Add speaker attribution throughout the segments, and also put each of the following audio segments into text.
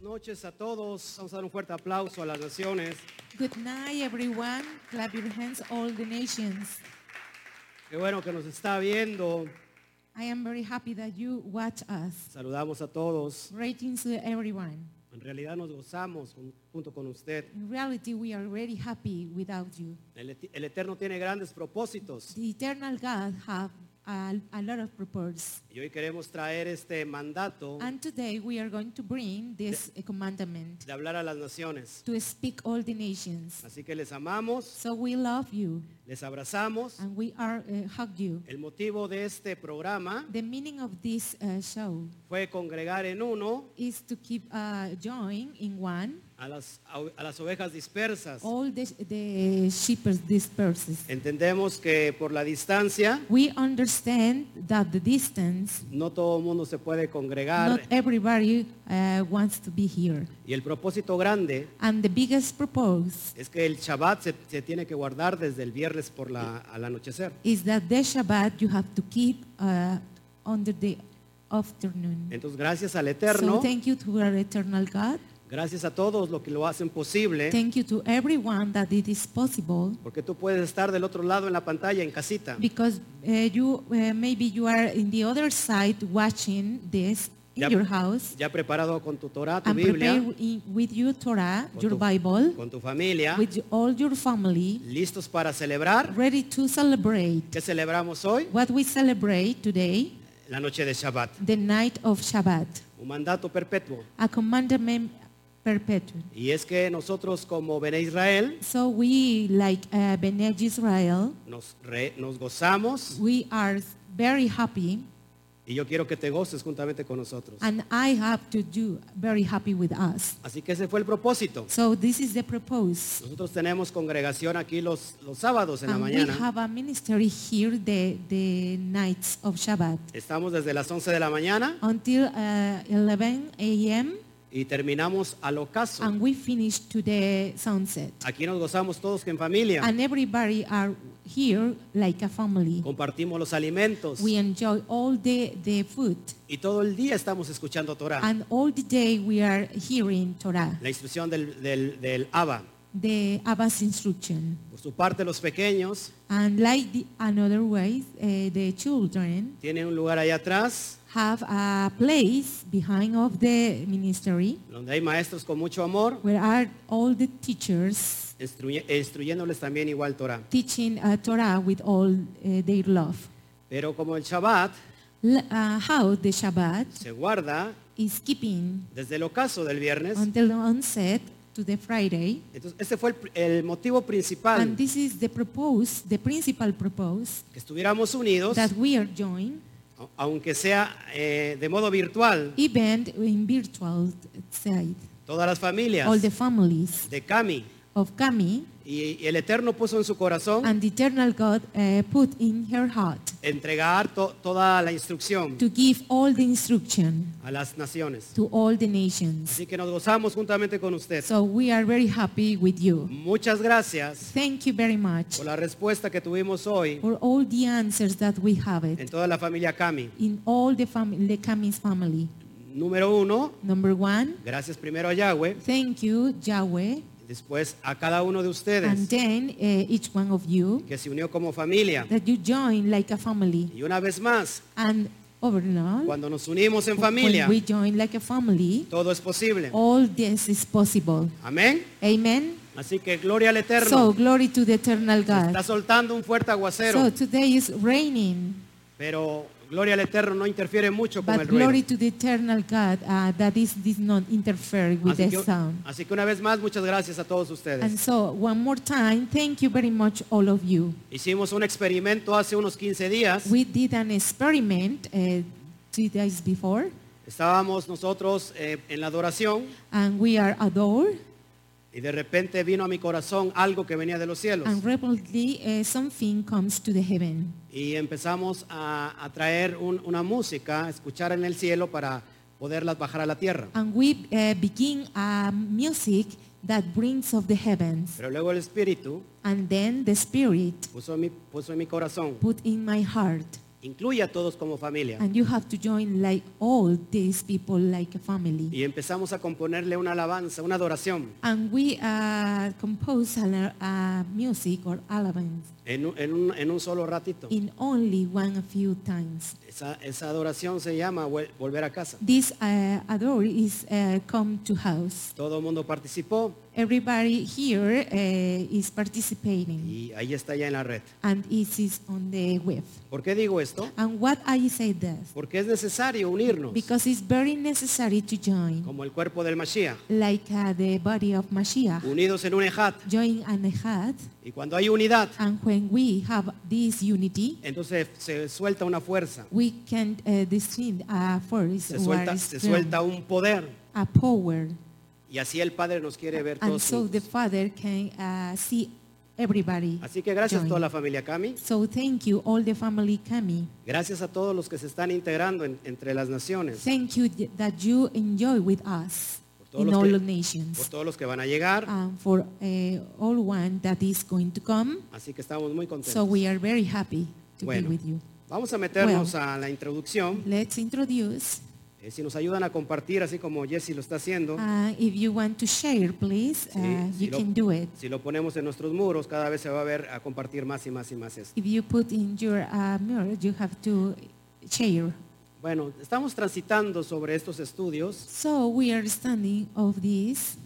Speaker 1: noches a todos. Vamos a dar un fuerte aplauso a las naciones.
Speaker 2: Good night, everyone. Clap your hands, all the nations.
Speaker 1: Qué bueno que nos está viendo.
Speaker 2: I am very happy that you watch us.
Speaker 1: Saludamos a todos.
Speaker 2: Greetings to everyone.
Speaker 1: En realidad nos gozamos con- junto con usted.
Speaker 2: In reality, we are very happy without you.
Speaker 1: El, Et- el Eterno tiene grandes propósitos
Speaker 2: The eternal God have a, a lot of purpose.
Speaker 1: y hoy queremos traer este mandato
Speaker 2: And today we are going to bring this commandment
Speaker 1: de hablar a las naciones.
Speaker 2: to speak all the nations.
Speaker 1: Así que les amamos,
Speaker 2: So we love you
Speaker 1: les abrazamos.
Speaker 2: and we are uh, hug you.
Speaker 1: El motivo de este programa
Speaker 2: The meaning of this uh, show
Speaker 1: fue congregar en uno
Speaker 2: is to keep uh, join in one
Speaker 1: a las, au- a las ovejas dispersas.
Speaker 2: all the, the shepherds disperses.
Speaker 1: Entendemos que por la distancia
Speaker 2: We understand that the distance,
Speaker 1: no todo el mundo se puede
Speaker 2: not
Speaker 1: congregar
Speaker 2: everybody uh, wants to be here.
Speaker 1: y el propósito grande
Speaker 2: And the biggest propose
Speaker 1: es que el Shabbat se, se tiene que guardar desde el viernes por la, al anochecer.
Speaker 2: is that the Shabbat you have to keep uh, under the afternoon.
Speaker 1: Entonces, gracias al
Speaker 2: So
Speaker 1: Eterno,
Speaker 2: thank you to our eternal God.
Speaker 1: gracias a todos los que lo hacen posible,
Speaker 2: Thank you to everyone that it is possible
Speaker 1: porque tú puedes estar del otro lado en la pantalla, en casita,
Speaker 2: because uh, you uh, maybe you are in the other side watching this in
Speaker 1: Ya-
Speaker 2: your house
Speaker 1: ya preparado con tu Torah, tu
Speaker 2: and prepare
Speaker 1: Biblia,
Speaker 2: in, with your Torah,
Speaker 1: Con
Speaker 2: your
Speaker 1: tu-
Speaker 2: Bible,
Speaker 1: con tu familia,
Speaker 2: with you- all your family,
Speaker 1: listos para celebrar.
Speaker 2: ready to celebrate
Speaker 1: ¿Qué celebramos hoy?
Speaker 2: what we celebrate today,
Speaker 1: La noche de Shabbat,
Speaker 2: the night of Shabbat,
Speaker 1: un mandato perpetuo.
Speaker 2: a commandment perpetual.
Speaker 1: Y es que nosotros como Bene Israel
Speaker 2: So we, like uh, Bene Israel,
Speaker 1: nos, re- nos gozamos
Speaker 2: we are very happy,
Speaker 1: y yo quiero que te goces juntamente con nosotros.
Speaker 2: and I have to do very happy with us.
Speaker 1: Así que ese fue el propósito.
Speaker 2: So this is the propose.
Speaker 1: Nosotros tenemos congregación aquí los, los sábados en la
Speaker 2: And we
Speaker 1: mañana.
Speaker 2: have a ministry here the, the nights of Shabbat
Speaker 1: Estamos desde las 11 de la mañana
Speaker 2: until uh, 11 a.m.
Speaker 1: y terminamos al ocaso.
Speaker 2: and we finish to the sunset.
Speaker 1: Aquí nos gozamos todos en familia.
Speaker 2: And everybody are here like a family.
Speaker 1: Compartimos los alimentos
Speaker 2: We enjoy all the, the food
Speaker 1: y todo el día estamos escuchando Torah,
Speaker 2: and all the day we are hearing Torah,
Speaker 1: la instrucción del, del, del Abba.
Speaker 2: the Abba's instruction.
Speaker 1: Por su parte, los pequeños
Speaker 2: And like the, another way, eh, the children
Speaker 1: tienen un lugar allá atrás
Speaker 2: have a place behind of the ministry
Speaker 1: donde hay maestros con mucho amor
Speaker 2: where are all the teachers
Speaker 1: instruye- instruyéndoles también igual Torah.
Speaker 2: teaching uh, Torah with all uh, their love.
Speaker 1: Pero como el Shabbat
Speaker 2: L- uh, how the Shabbat
Speaker 1: se guarda
Speaker 2: is keeping
Speaker 1: desde el ocaso del viernes,
Speaker 2: until the onset to the Friday.
Speaker 1: entonces ese fue el, pr- el motivo principal,
Speaker 2: And this is the propose, the principal propose
Speaker 1: que estuviéramos unidos,
Speaker 2: that we are doing,
Speaker 1: au- aunque sea eh, de modo virtual,
Speaker 2: even in virtual side.
Speaker 1: todas las familias
Speaker 2: All the families
Speaker 1: de Cami.
Speaker 2: of Kami
Speaker 1: Y, y el Eterno puso en su corazón
Speaker 2: and the eternal God uh, put in her heart
Speaker 1: entregar to- toda la instrucción
Speaker 2: to give all the instruction
Speaker 1: a las naciones.
Speaker 2: to all the nations.
Speaker 1: Así que nos gozamos juntamente con usted.
Speaker 2: So we are very happy with you.
Speaker 1: Muchas gracias
Speaker 2: Thank you very much.
Speaker 1: por la respuesta que tuvimos hoy
Speaker 2: for all the answers that we have
Speaker 1: en
Speaker 2: it
Speaker 1: toda la familia Cami.
Speaker 2: in all the family, the Camis family.
Speaker 1: Número uno,
Speaker 2: Number one,
Speaker 1: gracias primero a Yahweh,
Speaker 2: thank you, Yahweh,
Speaker 1: después a cada uno de
Speaker 2: and
Speaker 1: ustedes
Speaker 2: then eh, each one of you
Speaker 1: que se unió como familia.
Speaker 2: that you join like a family.
Speaker 1: Y una vez más,
Speaker 2: And overall,
Speaker 1: cuando nos unimos en familia,
Speaker 2: when we Oh. join like a family,
Speaker 1: todo es posible.
Speaker 2: all this is possible.
Speaker 1: Amén.
Speaker 2: Amen.
Speaker 1: Así que gloria al
Speaker 2: So
Speaker 1: Eterno.
Speaker 2: glory to the eternal
Speaker 1: Se está
Speaker 2: God.
Speaker 1: soltando un fuerte
Speaker 2: So
Speaker 1: aguacero,
Speaker 2: today is raining,
Speaker 1: pero gloria al Eterno no interfiere mucho con
Speaker 2: but
Speaker 1: el ruido.
Speaker 2: glory to the eternal God uh, that is did not interfere with
Speaker 1: Así
Speaker 2: the
Speaker 1: que,
Speaker 2: sound.
Speaker 1: así que una vez más, muchas gracias a todos
Speaker 2: And
Speaker 1: ustedes.
Speaker 2: so, one more time, thank you very much, all of you.
Speaker 1: Hicimos un experimento hace unos 15 días.
Speaker 2: We did an experiment uh, two days before,
Speaker 1: Estábamos nosotros eh, en la adoración
Speaker 2: and we are adored.
Speaker 1: y de repente vino a mi corazón algo que venía de los cielos.
Speaker 2: And rapidly, uh, something comes to the heaven,
Speaker 1: y empezamos a, a traer un- una música, a escuchar en el cielo para poderlas bajar a la tierra.
Speaker 2: and we uh, begin a music that brings of the heavens.
Speaker 1: Pero luego el Espíritu
Speaker 2: And then the Spirit
Speaker 1: puso en mi, puso en mi corazón
Speaker 2: put in my heart
Speaker 1: incluye a todos como familia.
Speaker 2: And you have to join like all these people like a family.
Speaker 1: Y empezamos a componerle una alabanza, una adoración,
Speaker 2: And we uh, compose al- uh, music or elements
Speaker 1: en un, en un- en un solo ratito.
Speaker 2: in only one a few times.
Speaker 1: Esa, esa adoración se llama Vuel- Volver a casa.
Speaker 2: This uh, adore is uh, come to house.
Speaker 1: Todo el mundo participó
Speaker 2: Everybody here uh, is participating
Speaker 1: y ahí está ya en la red.
Speaker 2: and it is on the web.
Speaker 1: ¿Por qué digo esto?
Speaker 2: And what I say this?
Speaker 1: Porque es necesario unirnos
Speaker 2: Because it's very necessary to join,
Speaker 1: como el cuerpo del Mashiach,
Speaker 2: like uh, the body of Mashiach,
Speaker 1: unidos en un ejat.
Speaker 2: join and had.
Speaker 1: Y cuando hay unidad,
Speaker 2: And when we have this unity,
Speaker 1: entonces se suelta una fuerza,
Speaker 2: we can uh, distinct a force
Speaker 1: se
Speaker 2: or
Speaker 1: suelta,
Speaker 2: a
Speaker 1: se
Speaker 2: strength,
Speaker 1: suelta un poder.
Speaker 2: a power.
Speaker 1: Y así el Padre nos quiere ver
Speaker 2: And
Speaker 1: todos.
Speaker 2: so the
Speaker 1: juntos.
Speaker 2: Father can uh, see everybody.
Speaker 1: Así que gracias a
Speaker 2: join.
Speaker 1: toda la familia Cami.
Speaker 2: So thank you, all the family coming.
Speaker 1: Gracias a todos los que se están integrando en- entre las naciones,
Speaker 2: Thank you th- that you enjoy with us
Speaker 1: Por todos
Speaker 2: in
Speaker 1: los
Speaker 2: all
Speaker 1: que-
Speaker 2: the
Speaker 1: por
Speaker 2: nations.
Speaker 1: todos los que van a llegar.
Speaker 2: And for uh, all one that is going to come.
Speaker 1: Así que estamos muy
Speaker 2: So
Speaker 1: contentos.
Speaker 2: we are very happy to be
Speaker 1: Bueno.
Speaker 2: with you.
Speaker 1: Vamos a meternos a la introducción.
Speaker 2: Let's introduce.
Speaker 1: Eh, si nos ayudan a compartir, así como Jesse lo está haciendo,
Speaker 2: Uh, if you want to share, please,
Speaker 1: Sí,
Speaker 2: uh,
Speaker 1: sí
Speaker 2: you
Speaker 1: lo-
Speaker 2: can do it.
Speaker 1: si lo ponemos en nuestros muros, cada vez se va a ver a compartir más y más y más esto.
Speaker 2: If you put in your uh, mirror, you have to share.
Speaker 1: Bueno, estamos transitando sobre estos estudios
Speaker 2: So we are standing of this,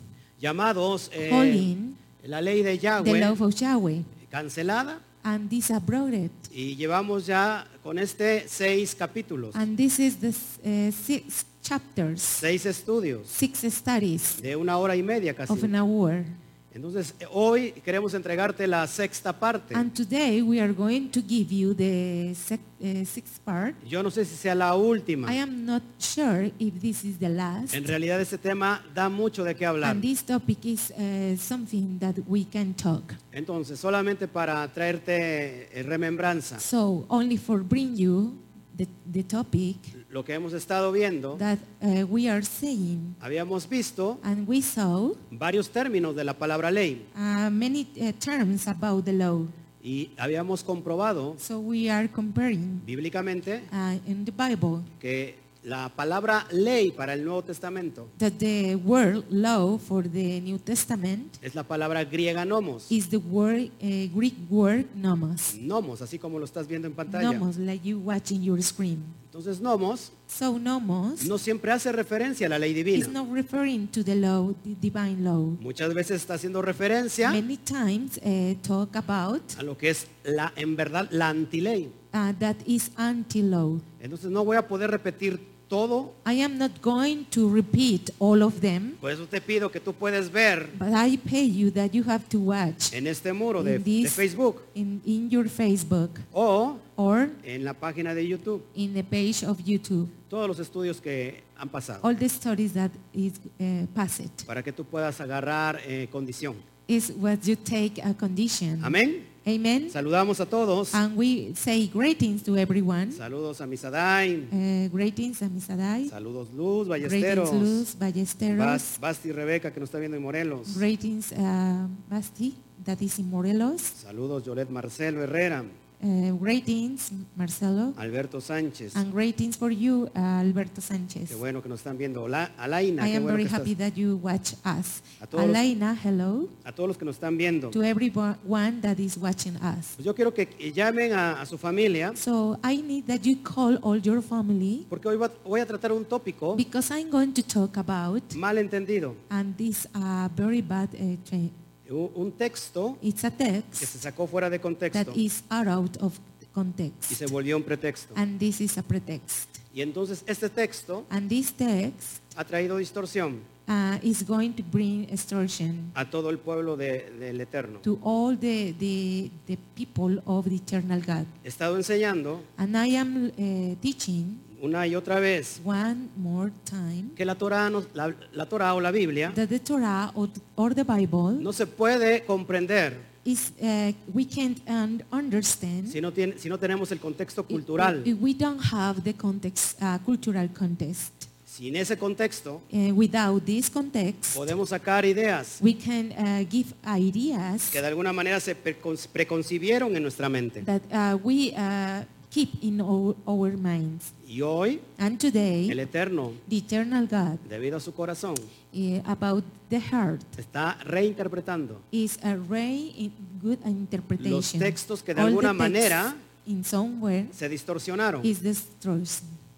Speaker 1: llamados eh,
Speaker 2: Holding.
Speaker 1: la ley de
Speaker 2: the
Speaker 1: Yahweh
Speaker 2: love of Yahweh,
Speaker 1: cancelada
Speaker 2: and this abroad.
Speaker 1: y llevamos ya con este seis capítulos,
Speaker 2: And this is the s- uh, six chapters,
Speaker 1: seis estudios
Speaker 2: six studies
Speaker 1: de una hora y media casi.
Speaker 2: of an hour.
Speaker 1: Entonces, eh, hoy queremos entregarte la sexta parte.
Speaker 2: And today we are going to give you the sec- uh, sixth part.
Speaker 1: Yo no sé si sea la última.
Speaker 2: I am not sure if this is the last.
Speaker 1: En realidad este tema da mucho de qué hablar.
Speaker 2: And this topic is uh, something that we can talk.
Speaker 1: Entonces, solamente para traerte eh, remembranza,
Speaker 2: So only for bring you the, the topic
Speaker 1: lo que hemos estado viendo,
Speaker 2: that uh, we are saying,
Speaker 1: habíamos visto
Speaker 2: and we saw
Speaker 1: varios términos de la palabra ley
Speaker 2: uh, many uh, terms about the law.
Speaker 1: y habíamos comprobado
Speaker 2: So we are comparing
Speaker 1: bíblicamente
Speaker 2: uh, in the Bible
Speaker 1: que la palabra ley para el Nuevo Testamento
Speaker 2: that the word law for the New Testament
Speaker 1: es la palabra griega nomos.
Speaker 2: is the word uh, Greek word nomos,
Speaker 1: Nomos, así como lo estás viendo en pantalla.
Speaker 2: nomos like you watch in your screen.
Speaker 1: Entonces, nomos
Speaker 2: So nomos
Speaker 1: no siempre hace referencia a la ley
Speaker 2: is
Speaker 1: divina.
Speaker 2: not referring to the law, the divine law.
Speaker 1: Muchas veces está haciendo referencia
Speaker 2: many times uh, talk about
Speaker 1: a lo que es la en verdad la antiley.
Speaker 2: uh, that is anti-law.
Speaker 1: Entonces no voy a poder repetir todo,
Speaker 2: I am not going to repeat all of them,
Speaker 1: por eso te pido que tú puedes ver
Speaker 2: but I pay you that you have to watch
Speaker 1: en este muro de,
Speaker 2: In this-
Speaker 1: de Facebook
Speaker 2: in, in your Facebook
Speaker 1: o
Speaker 2: or
Speaker 1: en la página de YouTube
Speaker 2: in the page of YouTube,
Speaker 1: todos los estudios que han pasado
Speaker 2: all the stories that is uh, passed.
Speaker 1: para que tú puedas agarrar eh, condición.
Speaker 2: Is what you take a condition.
Speaker 1: Amén.
Speaker 2: Amen.
Speaker 1: Saludamos a todos.
Speaker 2: And we say greetings to everyone.
Speaker 1: Saludos a Misadain.
Speaker 2: Uh, greetings, Amisadai.
Speaker 1: Saludos Luz,
Speaker 2: Greetings,
Speaker 1: Ballesteros.
Speaker 2: Luz,
Speaker 1: Bas-
Speaker 2: Ballesteros.
Speaker 1: Basti y Rebeca que nos está viendo en Morelos.
Speaker 2: Greetings, uh, Basti, that is in Morelos.
Speaker 1: Saludos Yolet Marcelo Herrera,
Speaker 2: Uh, greetings, Marcelo.
Speaker 1: Alberto Sánchez.
Speaker 2: And greetings for you, uh, Alberto
Speaker 1: Qué
Speaker 2: Sanchez.
Speaker 1: bueno que nos están viendo. Ola- Alaina,
Speaker 2: I
Speaker 1: qué
Speaker 2: am
Speaker 1: bueno
Speaker 2: very
Speaker 1: que
Speaker 2: happy
Speaker 1: estás-
Speaker 2: that you watch us.
Speaker 1: A todos los-
Speaker 2: Alaina, hello.
Speaker 1: A todos los que nos están viendo.
Speaker 2: To everyone that is watching us.
Speaker 1: Pues yo quiero que llamen a, a su familia,
Speaker 2: So I need that you call all your family
Speaker 1: porque hoy va- voy a tratar un tópico
Speaker 2: because I'm going to talk about,
Speaker 1: mal entendido.
Speaker 2: and this a very bad uh, tra-
Speaker 1: Un, un texto
Speaker 2: It's a
Speaker 1: que se
Speaker 2: text
Speaker 1: sacó fuera de contexto
Speaker 2: that is out of
Speaker 1: y
Speaker 2: context.
Speaker 1: se volvió un pretexto.
Speaker 2: And this is a pretext.
Speaker 1: Y entonces este texto
Speaker 2: And this text
Speaker 1: ha traído distorsión
Speaker 2: uh, is going to bring extortion.
Speaker 1: a todo el pueblo de- del Eterno.
Speaker 2: to all the, the, the people of the eternal God.
Speaker 1: He estado enseñando
Speaker 2: And I am eh, teaching
Speaker 1: una y otra vez
Speaker 2: one more time
Speaker 1: que la Torah, nos- la, la Torah o la Biblia
Speaker 2: that the Torah or, or the Bible
Speaker 1: no se puede comprender
Speaker 2: is eh, we can't un- understand
Speaker 1: si no, tiene- si no tenemos el contexto
Speaker 2: if-
Speaker 1: cultural.
Speaker 2: if, we don't have the context, uh, cultural context.
Speaker 1: Sin ese contexto
Speaker 2: Eh, without this context,
Speaker 1: podemos sacar ideas
Speaker 2: we can uh, give ideas
Speaker 1: que de alguna manera se precon- preconcibieron en nuestra mente.
Speaker 2: that uh, we uh, keep in our, our minds.
Speaker 1: Y hoy
Speaker 2: And
Speaker 1: el
Speaker 2: today,
Speaker 1: Eterno,
Speaker 2: the eternal God,
Speaker 1: debido a su corazón,
Speaker 2: eh, about the heart,
Speaker 1: está reinterpretando
Speaker 2: is a very in- good interpretation.
Speaker 1: Los textos que de
Speaker 2: All the
Speaker 1: alguna
Speaker 2: texts
Speaker 1: manera-
Speaker 2: in somewhere
Speaker 1: se distorsionaron
Speaker 2: is destroyed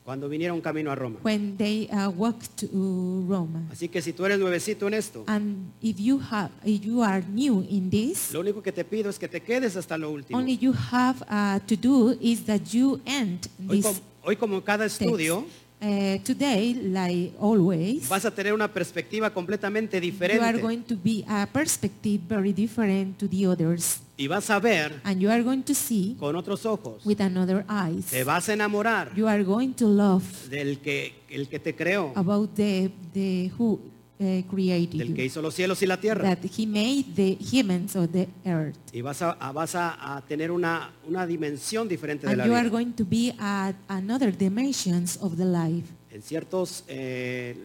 Speaker 1: cuando vinieron camino a Roma.
Speaker 2: when they uh, walk to Rome.
Speaker 1: Así que si tú eres nuevecito en esto,
Speaker 2: And if you have, if you are new in this,
Speaker 1: lo único que te pido es que te quedes hasta lo último.
Speaker 2: only you have uh, to do is that you end
Speaker 1: Hoy
Speaker 2: this
Speaker 1: como, hoy como en cada
Speaker 2: text.
Speaker 1: estudio,
Speaker 2: Uh, today, like always,
Speaker 1: vas a tener una perspectiva completamente
Speaker 2: you are
Speaker 1: diferente
Speaker 2: going to be a perspective very different to the others,
Speaker 1: y vas a ver
Speaker 2: and you are going to see
Speaker 1: con otros ojos.
Speaker 2: with another eyes.
Speaker 1: Te vas a enamorar
Speaker 2: You are going to love
Speaker 1: del que, el que te creó,
Speaker 2: about the the who uh, created
Speaker 1: del que
Speaker 2: you,
Speaker 1: hizo los cielos y la tierra.
Speaker 2: that He made the humans or the earth.
Speaker 1: Y vas a, a- vas a, a tener una, una dimensión diferente de
Speaker 2: and
Speaker 1: la
Speaker 2: you are
Speaker 1: vida.
Speaker 2: going to be at another dimensions of the life
Speaker 1: En ciertos, eh,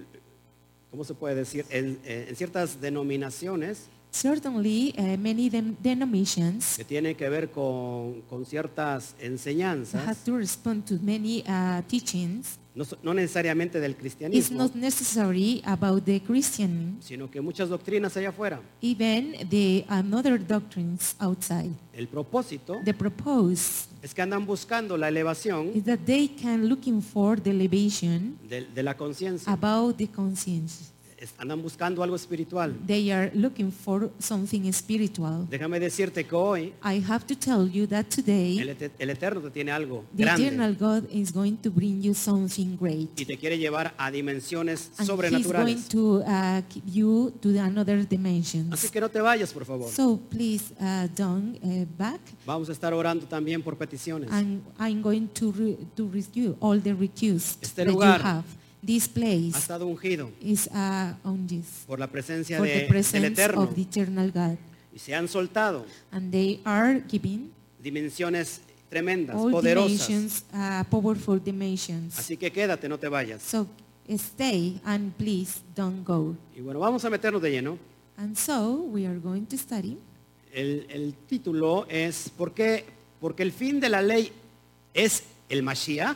Speaker 1: ¿cómo se puede decir? En, eh, en ciertas denominaciones
Speaker 2: certainly uh, many dem- denominations
Speaker 1: que tienen que ver con, con ciertas
Speaker 2: have
Speaker 1: enseñanzas,
Speaker 2: to respond to many uh, teachings
Speaker 1: no, so- no necesariamente del
Speaker 2: it's
Speaker 1: cristianismo,
Speaker 2: not necessary about the christian
Speaker 1: sino que muchas doctrinas allá afuera.
Speaker 2: even the another doctrines outside
Speaker 1: El propósito
Speaker 2: the propose
Speaker 1: es que andan buscando la elevación
Speaker 2: is that they can looking for the elevation
Speaker 1: de, de la conciencia,
Speaker 2: about the conscience
Speaker 1: Es- andan buscando algo espiritual.
Speaker 2: they are looking for something spiritual
Speaker 1: Déjame decirte que hoy
Speaker 2: i have to tell you that today
Speaker 1: el, Ete- el Eterno te tiene algo
Speaker 2: The
Speaker 1: grande
Speaker 2: eternal God is going to bring you something great.
Speaker 1: y te quiere llevar a dimensiones
Speaker 2: And He's going
Speaker 1: sobrenaturales.
Speaker 2: to uh, keep you to the another dimension.
Speaker 1: Así que no te vayas, por favor.
Speaker 2: So please uh, don't uh, back.
Speaker 1: Vamos a estar orando también por peticiones.
Speaker 2: And I'm going to re to review all the requests
Speaker 1: Este
Speaker 2: that you
Speaker 1: lugar
Speaker 2: have. This
Speaker 1: Ha
Speaker 2: place
Speaker 1: estado ungido
Speaker 2: is uh, on this
Speaker 1: por la presencia
Speaker 2: for
Speaker 1: de-
Speaker 2: the
Speaker 1: del
Speaker 2: presence
Speaker 1: Eterno
Speaker 2: of the eternal God,
Speaker 1: y se han soltado
Speaker 2: and they are giving
Speaker 1: dimensiones tremendas,
Speaker 2: all
Speaker 1: poderosas.
Speaker 2: dimensions, uh, powerful dimensions.
Speaker 1: Así que quédate, no te vayas.
Speaker 2: So stay and please don't go.
Speaker 1: Y bueno, vamos a meternos de lleno.
Speaker 2: And so we are going to study.
Speaker 1: El, el título es ¿por qué? Porque el fin de la ley es el Mashiach.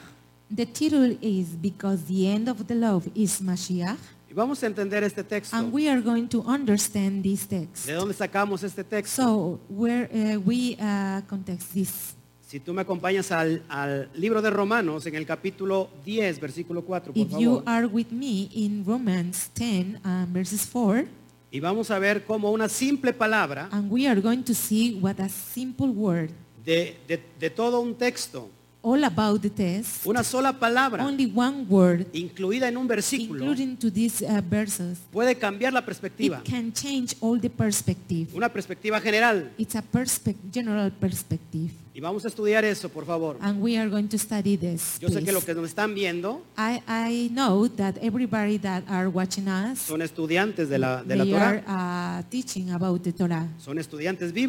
Speaker 2: The title is Because the End of the Love is Mashiach.
Speaker 1: Y vamos a entender este texto.
Speaker 2: And we are going to understand this text.
Speaker 1: ¿De dónde sacamos este texto?
Speaker 2: So where uh, we uh, context this.
Speaker 1: Si tú me acompañas al, al libro de Romanos en el capítulo 10, versículo 4, por
Speaker 2: If you
Speaker 1: favor.
Speaker 2: are with me in Romans 10 um, verses 4,
Speaker 1: Y vamos a ver cómo una simple palabra
Speaker 2: and we are going to see what a simple word,
Speaker 1: de, de- de todo un texto,
Speaker 2: all about the test,
Speaker 1: una sola palabra
Speaker 2: only one word,
Speaker 1: incluida en un versículo,
Speaker 2: including to these uh, verses,
Speaker 1: puede cambiar la perspectiva.
Speaker 2: it can change all the perspective.
Speaker 1: Una perspectiva general.
Speaker 2: It's a perspec- general perspective.
Speaker 1: Y vamos a estudiar eso, por favor.
Speaker 2: And we are going to study this.
Speaker 1: Yo sé que
Speaker 2: Ah, please.
Speaker 1: lo que nos están viendo
Speaker 2: I, I know that everybody that are watching us,
Speaker 1: son estudiantes de la, de la
Speaker 2: they
Speaker 1: Torah,
Speaker 2: are uh, teaching about the Torah.
Speaker 1: son estudiantes
Speaker 2: And you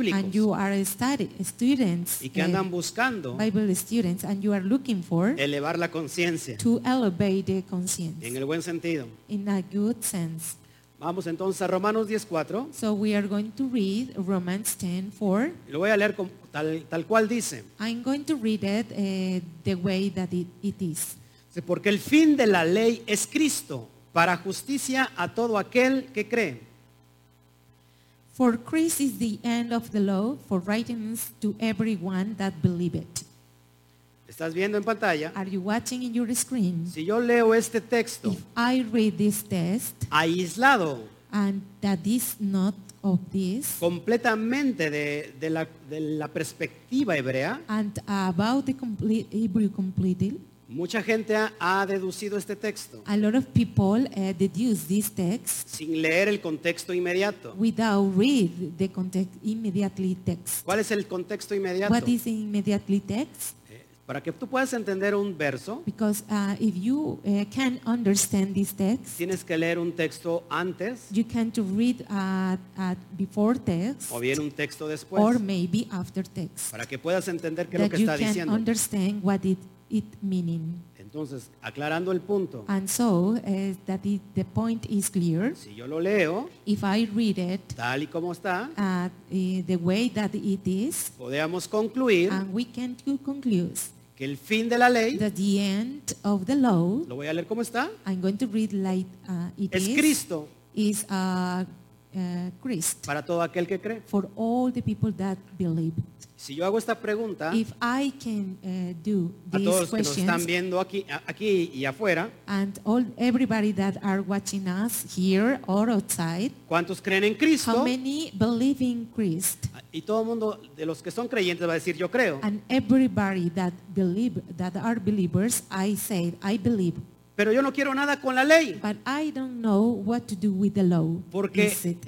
Speaker 1: bíblicos
Speaker 2: are study, students,
Speaker 1: y que
Speaker 2: uh,
Speaker 1: andan buscando
Speaker 2: Bible students, and you are looking for
Speaker 1: elevar la conciencia
Speaker 2: to elevate the conscience
Speaker 1: en el buen sentido.
Speaker 2: in a good sense.
Speaker 1: Vamos entonces a Romanos 10.4.
Speaker 2: So we are going to read Romans 10, 4.
Speaker 1: Lo voy a leer como- tal, tal cual dice.
Speaker 2: I'm going to read it uh, the way that it, it is.
Speaker 1: Dice, Porque el fin de la ley es Cristo para justicia a todo aquel que cree.
Speaker 2: For Christ is the end of the law for righteousness to everyone that believeth.
Speaker 1: Estás viendo en pantalla.
Speaker 2: Are you watching in your screen?
Speaker 1: Si yo leo este texto
Speaker 2: If I read this test
Speaker 1: aislado
Speaker 2: and that is not of this
Speaker 1: completamente de, de la, de la perspectiva hebrea,
Speaker 2: and about the complete Hebrew completed,
Speaker 1: mucha gente ha, ha deducido este texto
Speaker 2: a lot of people uh, deduce this text
Speaker 1: sin leer el contexto inmediato.
Speaker 2: without read the context immediately text.
Speaker 1: ¿Cuál es el contexto inmediato?
Speaker 2: What is immediately text?
Speaker 1: Eh, Para que tú puedas entender un verso,
Speaker 2: Because uh, if you uh, can understand this text,
Speaker 1: tienes que leer un texto antes
Speaker 2: you can to read uh, uh, before text
Speaker 1: o bien un texto
Speaker 2: or
Speaker 1: después,
Speaker 2: maybe after text.
Speaker 1: para que puedas entender qué es lo
Speaker 2: that
Speaker 1: que
Speaker 2: you
Speaker 1: está
Speaker 2: can
Speaker 1: diciendo.
Speaker 2: understand what it, it meaning.
Speaker 1: Entonces, aclarando el punto,
Speaker 2: And so uh, that it, the point is clear.
Speaker 1: si yo lo leo
Speaker 2: If I read it
Speaker 1: tal y como está,
Speaker 2: uh, eh, the way that it is,
Speaker 1: podemos concluir
Speaker 2: and we can to conclude
Speaker 1: que el fin de la ley,
Speaker 2: that Ah. the end of the law,
Speaker 1: lo voy a leer como está,
Speaker 2: I'm going to read like uh, it
Speaker 1: es
Speaker 2: is,
Speaker 1: Cristo
Speaker 2: is, uh, uh, Christ
Speaker 1: para todo aquel que cree.
Speaker 2: for all the people that believe.
Speaker 1: Si yo hago esta pregunta
Speaker 2: If I can uh, do
Speaker 1: a
Speaker 2: these
Speaker 1: todos que nos están
Speaker 2: questions
Speaker 1: viendo aquí, a- aquí y afuera,
Speaker 2: and all everybody that are watching us here or outside,
Speaker 1: ¿cuántos creen en
Speaker 2: how
Speaker 1: Cristo?
Speaker 2: many believe in Christ?
Speaker 1: Y todo el mundo de los que son creyentes va a decir yo creo.
Speaker 2: And everybody that believe that are believers, I said I believe,
Speaker 1: Pero yo no quiero nada con la ley.
Speaker 2: but I don't know what to do with the law.
Speaker 1: Porque-
Speaker 2: is it?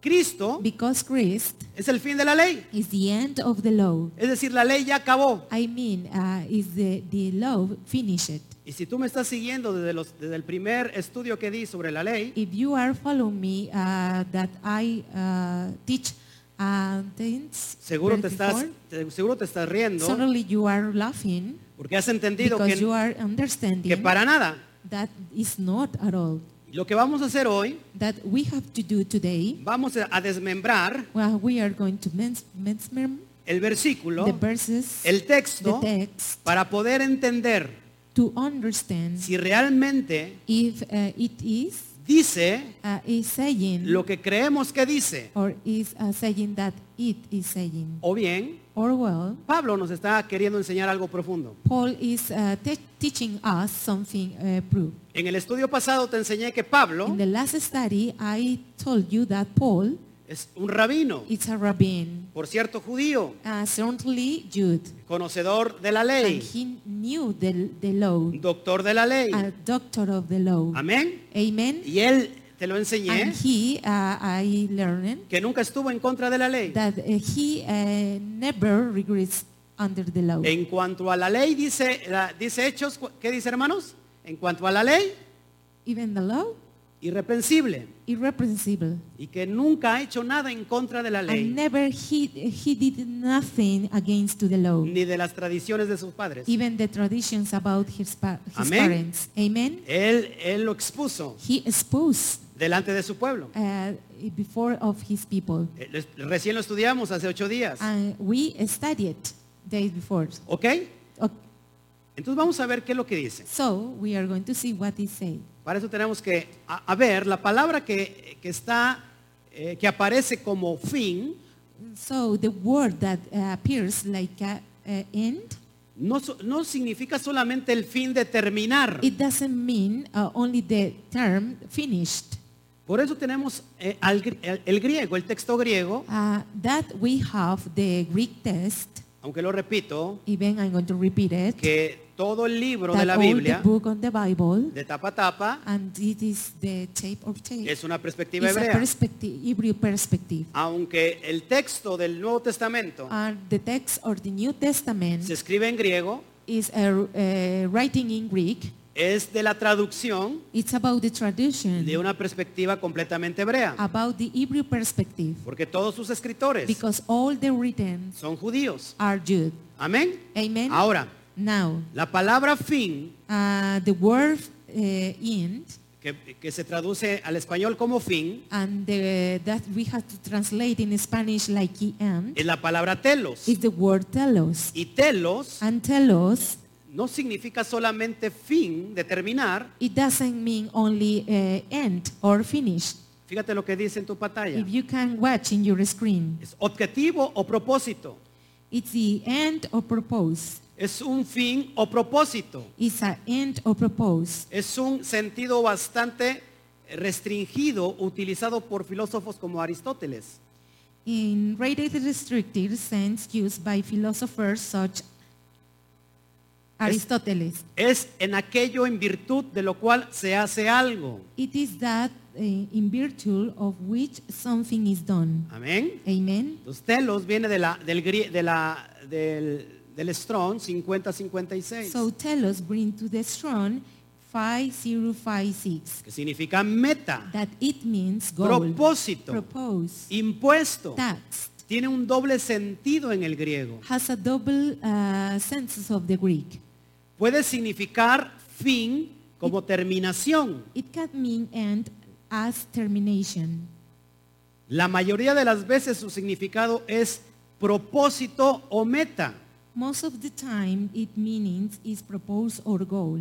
Speaker 1: Cristo
Speaker 2: Because Christ
Speaker 1: es el fin de la ley.
Speaker 2: is the end of the law.
Speaker 1: Es decir, la ley ya acabó.
Speaker 2: I mean, uh, is the, the law finished?
Speaker 1: Y si tú me estás siguiendo desde, los- desde el primer estudio que di sobre la ley,
Speaker 2: If you are following me, uh, that I uh, teach uh, things
Speaker 1: seguro te
Speaker 2: before,
Speaker 1: estás, te- seguro te estás riendo
Speaker 2: suddenly you are laughing
Speaker 1: porque has entendido
Speaker 2: because you
Speaker 1: que,
Speaker 2: are understanding
Speaker 1: que para nada.
Speaker 2: that is not at all.
Speaker 1: Lo que vamos a hacer hoy,
Speaker 2: That we have to do today
Speaker 1: vamos a a desmembrar
Speaker 2: Well, we are going to mens- mesmer
Speaker 1: el versículo,
Speaker 2: the verses,
Speaker 1: el
Speaker 2: the
Speaker 1: texto,
Speaker 2: text,
Speaker 1: para poder entender
Speaker 2: to understand
Speaker 1: si realmente
Speaker 2: if uh, it is
Speaker 1: dice
Speaker 2: uh, is saying
Speaker 1: lo que creemos que dice.
Speaker 2: or is uh, saying that it is saying.
Speaker 1: O bien,
Speaker 2: Or well,
Speaker 1: Pablo nos está queriendo enseñar algo profundo.
Speaker 2: Paul is uh, te- teaching us something uh, proof.
Speaker 1: En el estudio pasado te enseñé que Pablo
Speaker 2: In the last study, I told you that Paul
Speaker 1: es un rabino,
Speaker 2: is a rabbin,
Speaker 1: por cierto judío,
Speaker 2: uh, certainly Jude,
Speaker 1: conocedor de la
Speaker 2: and
Speaker 1: ley,
Speaker 2: he knew the, the law,
Speaker 1: doctor de la ley.
Speaker 2: a doctor of the law.
Speaker 1: Amén.
Speaker 2: Amen.
Speaker 1: Y él, te lo enseñé,
Speaker 2: And he, uh, I learned
Speaker 1: que nunca estuvo en contra de la ley.
Speaker 2: that uh, he uh, never regrets under the law.
Speaker 1: En cuanto a la ley, dice, la- dice Hechos, cu- ¿qué dice hermanos? En cuanto a la ley,
Speaker 2: Even the law,
Speaker 1: irreprensible.
Speaker 2: irrepressible.
Speaker 1: Y que nunca ha hecho nada en contra de la
Speaker 2: And
Speaker 1: ley,
Speaker 2: never he, he did nothing against to the law.
Speaker 1: ni de las tradiciones de sus padres.
Speaker 2: Even the traditions about his, pa- his
Speaker 1: Amén.
Speaker 2: parents. Amen.
Speaker 1: Él, él lo expuso
Speaker 2: He exposed
Speaker 1: delante de su pueblo.
Speaker 2: uh, before of his people.
Speaker 1: Eh, les- Recién lo estudiamos hace ocho días.
Speaker 2: And we studied days before.
Speaker 1: ¿Ok?
Speaker 2: Ok,
Speaker 1: Entonces vamos a ver qué es lo que dice.
Speaker 2: So we are going to see what he said.
Speaker 1: Para eso tenemos que a, a ver la palabra que, que está, eh, que aparece como fin,
Speaker 2: So the word that uh, appears like a, a end,
Speaker 1: no, so- no significa solamente el fin de terminar.
Speaker 2: it doesn't mean uh, only the term finished.
Speaker 1: Por eso tenemos eh, al gr- el, el griego, el texto griego,
Speaker 2: Uh, that we have the Greek text,
Speaker 1: aunque lo repito,
Speaker 2: even I'm going to repeat it,
Speaker 1: que todo el libro de
Speaker 2: that
Speaker 1: la
Speaker 2: all the
Speaker 1: Biblia,
Speaker 2: book on the Bible,
Speaker 1: de tapa a tapa,
Speaker 2: and it is the tape of tape,
Speaker 1: es una perspectiva
Speaker 2: is a
Speaker 1: hebrea.
Speaker 2: perspective, Hebrew perspective.
Speaker 1: Aunque el texto del Nuevo Testamento
Speaker 2: And the text or the New Testament
Speaker 1: se escribe en griego,
Speaker 2: is a, uh, writing in Greek.
Speaker 1: es de la traducción
Speaker 2: It's about the tradition,
Speaker 1: de una perspectiva completamente hebrea.
Speaker 2: about the Hebrew perspective.
Speaker 1: Porque todos sus escritores
Speaker 2: Because all the written
Speaker 1: son judíos.
Speaker 2: are Jude.
Speaker 1: Amén.
Speaker 2: Amen.
Speaker 1: Ahora,
Speaker 2: Now,
Speaker 1: la palabra fin,
Speaker 2: uh, the word uh, end
Speaker 1: que, que se traduce al español como fin,
Speaker 2: and the, that we have to translate in Spanish like he end
Speaker 1: es la palabra telos.
Speaker 2: is the word telos.
Speaker 1: Y telos
Speaker 2: And telos,
Speaker 1: no significa solamente fin de terminar.
Speaker 2: it doesn't mean only uh, end or finish.
Speaker 1: Fíjate lo que dice en tu pantalla.
Speaker 2: If you can watch in your screen,
Speaker 1: Es objetivo o propósito.
Speaker 2: it's the end or propose.
Speaker 1: Es un fin o propósito.
Speaker 2: It's an end or propose.
Speaker 1: Es un sentido bastante restringido utilizado por filósofos como Aristóteles.
Speaker 2: In rated restricted sense used by philosophers such Aristoteles.
Speaker 1: Es en aquello en virtud de lo cual se hace algo.
Speaker 2: It is that eh, in virtue of which something is done.
Speaker 1: Amén.
Speaker 2: Amen.
Speaker 1: Los telos viene de la, del, grie- de la, del, del Strong 50-56,
Speaker 2: So tell us, bring to the throne 5056.
Speaker 1: que significa meta,
Speaker 2: That it means goal.
Speaker 1: propósito,
Speaker 2: Propose.
Speaker 1: impuesto.
Speaker 2: Tax.
Speaker 1: Tiene un doble sentido en el griego.
Speaker 2: Has a double uh, sense of the Greek.
Speaker 1: Puede significar fin como terminación.
Speaker 2: It can mean end as termination.
Speaker 1: La mayoría de las veces su significado es propósito o meta.
Speaker 2: Most of the time, it means is purpose or goal.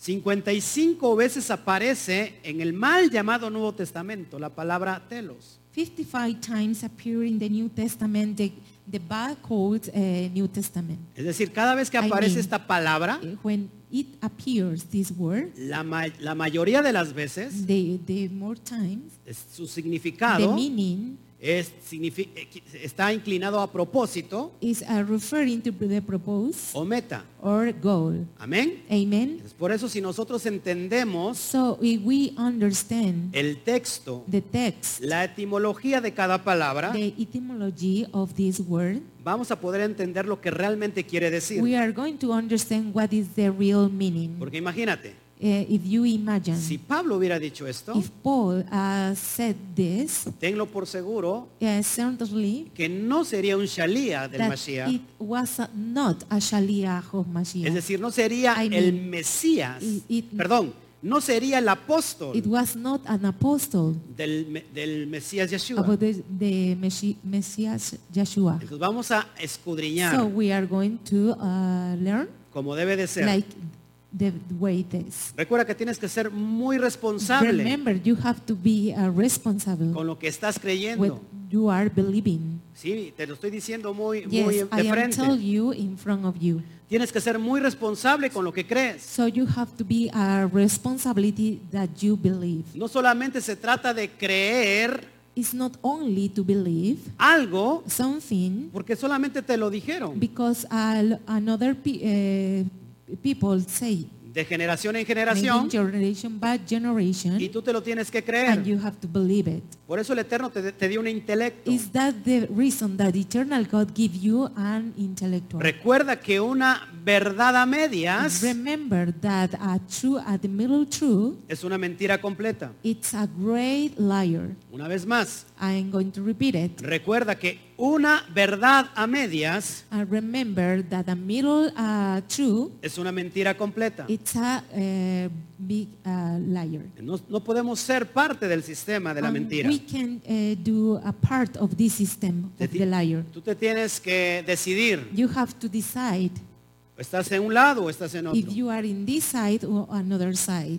Speaker 1: 55 veces aparece en el mal llamado Nuevo Testamento la palabra telos.
Speaker 2: 55 times appear in the New Testament, the, the bad called uh, New Testament.
Speaker 1: Es decir, cada vez que
Speaker 2: I
Speaker 1: aparece
Speaker 2: mean-
Speaker 1: esta palabra,
Speaker 2: Uh, When it appears, this word,
Speaker 1: la, ma- la mayoría de las veces
Speaker 2: the, the more times,
Speaker 1: es- su
Speaker 2: the
Speaker 1: significado
Speaker 2: meaning
Speaker 1: es, signifi- eh, qui- está inclinado a propósito
Speaker 2: is uh, referring to the purpose
Speaker 1: o meta.
Speaker 2: or goal.
Speaker 1: Amén.
Speaker 2: Amen.
Speaker 1: Es por eso si nosotros entendemos
Speaker 2: So if we understand
Speaker 1: el texto,
Speaker 2: the text,
Speaker 1: la etimología de cada palabra,
Speaker 2: the etymology of this word,
Speaker 1: vamos a poder entender lo que realmente quiere decir.
Speaker 2: we are going to understand what is the real meaning.
Speaker 1: Porque imagínate,
Speaker 2: Eh, if you imagine,
Speaker 1: si Pablo hubiera dicho esto,
Speaker 2: if Paul uh, said this,
Speaker 1: tenlo por seguro
Speaker 2: uh, certainly
Speaker 1: que no sería un shalía del
Speaker 2: that
Speaker 1: Mashiach.
Speaker 2: it was not a shaliach of
Speaker 1: Es
Speaker 2: Mashiach.
Speaker 1: decir, no sería
Speaker 2: I mean,
Speaker 1: el Mesías,
Speaker 2: it- it-
Speaker 1: perdón, no sería el apóstol
Speaker 2: It was not an apostle,
Speaker 1: del, me- del Mesías Yeshua.
Speaker 2: about the, the Meshi- Messias Yeshua.
Speaker 1: Entonces vamos a escudriñar
Speaker 2: So we are going to uh, learn
Speaker 1: como debe de ser.
Speaker 2: like the way it is.
Speaker 1: Recuerda que tienes que ser muy responsable
Speaker 2: Remember, you have to be uh, responsible
Speaker 1: con lo que estás
Speaker 2: what
Speaker 1: creyendo.
Speaker 2: you are believing.
Speaker 1: Sí, te lo estoy diciendo muy, muy
Speaker 2: Yes, I
Speaker 1: de
Speaker 2: am
Speaker 1: frente.
Speaker 2: telling you in front of you.
Speaker 1: Tienes que ser muy responsable con lo que crees.
Speaker 2: So you have to be a responsibility that you believe.
Speaker 1: No solamente se trata de creer
Speaker 2: It's not only to believe
Speaker 1: algo
Speaker 2: something
Speaker 1: porque solamente te lo dijeron.
Speaker 2: because al- another pe- uh, people say
Speaker 1: De generación en
Speaker 2: maybe
Speaker 1: generación
Speaker 2: generation by
Speaker 1: y
Speaker 2: generation
Speaker 1: tú te lo tienes que
Speaker 2: and
Speaker 1: creer.
Speaker 2: you have to believe it.
Speaker 1: Por eso el Eterno te, te dio un intelecto.
Speaker 2: Is that the reason that eternal God give you an intellectual?
Speaker 1: Recuerda que una verdad a medias
Speaker 2: Remember that a true at the middle true,
Speaker 1: es una mentira completa.
Speaker 2: it's a great liar.
Speaker 1: Una vez más,
Speaker 2: I'm going to repeat it.
Speaker 1: recuerda que una verdad a medias
Speaker 2: And Uh, remember that a middle uh, true,
Speaker 1: es una mentira completa.
Speaker 2: it's a uh, big uh, liar.
Speaker 1: No, no podemos ser parte del sistema de la
Speaker 2: And
Speaker 1: mentira.
Speaker 2: Um, We can uh, do a part of this system
Speaker 1: Te
Speaker 2: of
Speaker 1: ti-
Speaker 2: the liar.
Speaker 1: Tú te tienes que decidir.
Speaker 2: You have to decide
Speaker 1: ¿Estás en un lado o estás en otro?
Speaker 2: if you are in this side or another side.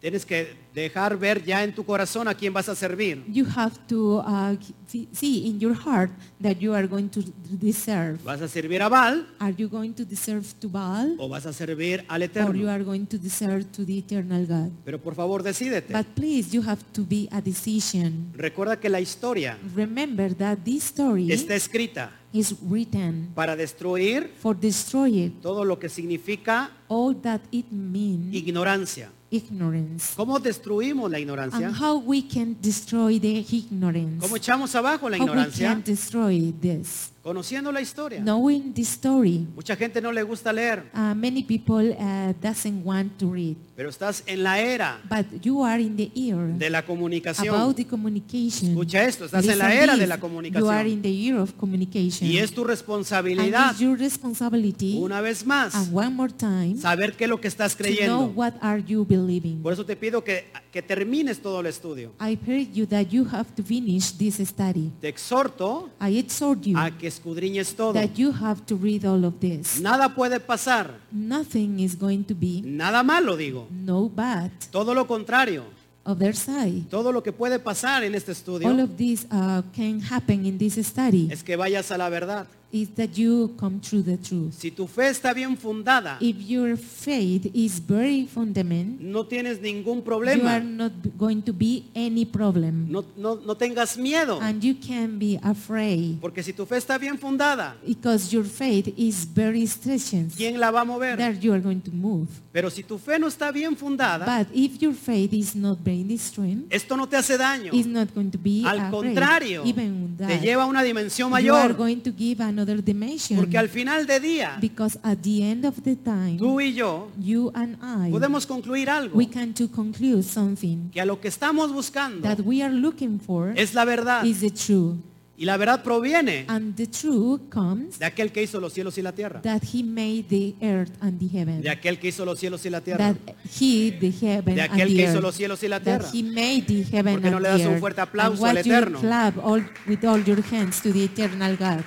Speaker 1: Tienes que dejar ver ya en tu corazón a quién vas a servir.
Speaker 2: You have to uh, see- see in your heart that you are going to deserve.
Speaker 1: ¿Vas a servir a Baal
Speaker 2: Are you going to deserve to Baal?
Speaker 1: o vas a servir al
Speaker 2: or you
Speaker 1: Eterno?
Speaker 2: are going to desert to the eternal God.
Speaker 1: Pero por favor, decídete.
Speaker 2: But please, you have to be a decision.
Speaker 1: Recuerda que la historia
Speaker 2: Remember that this story
Speaker 1: está escrita
Speaker 2: is written
Speaker 1: para destruir
Speaker 2: for destroy it,
Speaker 1: todo lo que significa
Speaker 2: all that it means
Speaker 1: ignorancia.
Speaker 2: ignorance.
Speaker 1: ¿Cómo destruimos la ignorancia?
Speaker 2: And Um, how we can destroy the ignorance.
Speaker 1: ¿Cómo echamos abajo la
Speaker 2: how we can
Speaker 1: ignorancia?
Speaker 2: destroy this.
Speaker 1: Conociendo la historia.
Speaker 2: Knowing this story,
Speaker 1: Mucha gente no le gusta leer,
Speaker 2: uh, many people uh, doesn't want to read.
Speaker 1: pero estás en la era
Speaker 2: But you are in the ear
Speaker 1: de la comunicación
Speaker 2: Mm-hmm. about the communication.
Speaker 1: Escucha esto, estás en
Speaker 2: Listen
Speaker 1: la era de
Speaker 2: this.
Speaker 1: la comunicación.
Speaker 2: You are in the year of communication.
Speaker 1: y es tu
Speaker 2: And
Speaker 1: responsabilidad,
Speaker 2: it's your responsibility.
Speaker 1: una vez más,
Speaker 2: and one more time,
Speaker 1: saber qué es lo que estás
Speaker 2: to know
Speaker 1: creyendo.
Speaker 2: what are you believing.
Speaker 1: Por eso te pido que, que termines todo el estudio.
Speaker 2: I pray you that you have to finish this study.
Speaker 1: Te exhorto
Speaker 2: I exhort you
Speaker 1: a que escudriñes todo.
Speaker 2: that you have to read all of this.
Speaker 1: Nada puede pasar,
Speaker 2: Nothing is going to be
Speaker 1: nada malo digo.
Speaker 2: no bad
Speaker 1: Todo lo contrario,
Speaker 2: of their side.
Speaker 1: todo lo que puede pasar en este
Speaker 2: All
Speaker 1: estudio
Speaker 2: of this uh, can happen in this study.
Speaker 1: es que vayas a la verdad.
Speaker 2: Is that you come through the truth.
Speaker 1: Si tu fe está bien fundada,
Speaker 2: If your faith is very fundamental,
Speaker 1: no tienes ningún
Speaker 2: You are
Speaker 1: problema.
Speaker 2: not b- going to be any problem.
Speaker 1: No, no, no tengas miedo,
Speaker 2: And you can be afraid
Speaker 1: porque si tu fe está bien fundada,
Speaker 2: because your faith is very stretched
Speaker 1: ¿quién la va a mover?
Speaker 2: that you are going to move.
Speaker 1: Pero si tu fe no está bien fundada,
Speaker 2: But if your faith is not very strong,
Speaker 1: esto no te hace daño.
Speaker 2: it's not going to be
Speaker 1: Al
Speaker 2: afraid.
Speaker 1: contrario,
Speaker 2: even that.
Speaker 1: te lleva a una dimensión
Speaker 2: you are
Speaker 1: mayor,
Speaker 2: going to give another dimension
Speaker 1: porque al final de día,
Speaker 2: because at the end of the time,
Speaker 1: tú y yo
Speaker 2: you and I,
Speaker 1: podemos concluir algo,
Speaker 2: we can to conclude something
Speaker 1: que a lo que estamos buscando
Speaker 2: that we are looking for
Speaker 1: es la verdad,
Speaker 2: is the truth.
Speaker 1: y la verdad proviene
Speaker 2: And the truth comes
Speaker 1: de aquel que hizo los cielos y la tierra,
Speaker 2: that he made the earth and the heaven.
Speaker 1: de aquel que hizo los cielos y la tierra,
Speaker 2: That he, the heaven
Speaker 1: de
Speaker 2: and
Speaker 1: aquel
Speaker 2: the
Speaker 1: que
Speaker 2: earth.
Speaker 1: hizo los cielos y la tierra.
Speaker 2: That he made the heaven
Speaker 1: ¿Por qué no
Speaker 2: and
Speaker 1: le
Speaker 2: the
Speaker 1: das un
Speaker 2: earth.
Speaker 1: fuerte aplauso
Speaker 2: and
Speaker 1: al
Speaker 2: what you
Speaker 1: Eterno?
Speaker 2: clap all, with all your hands to the eternal God.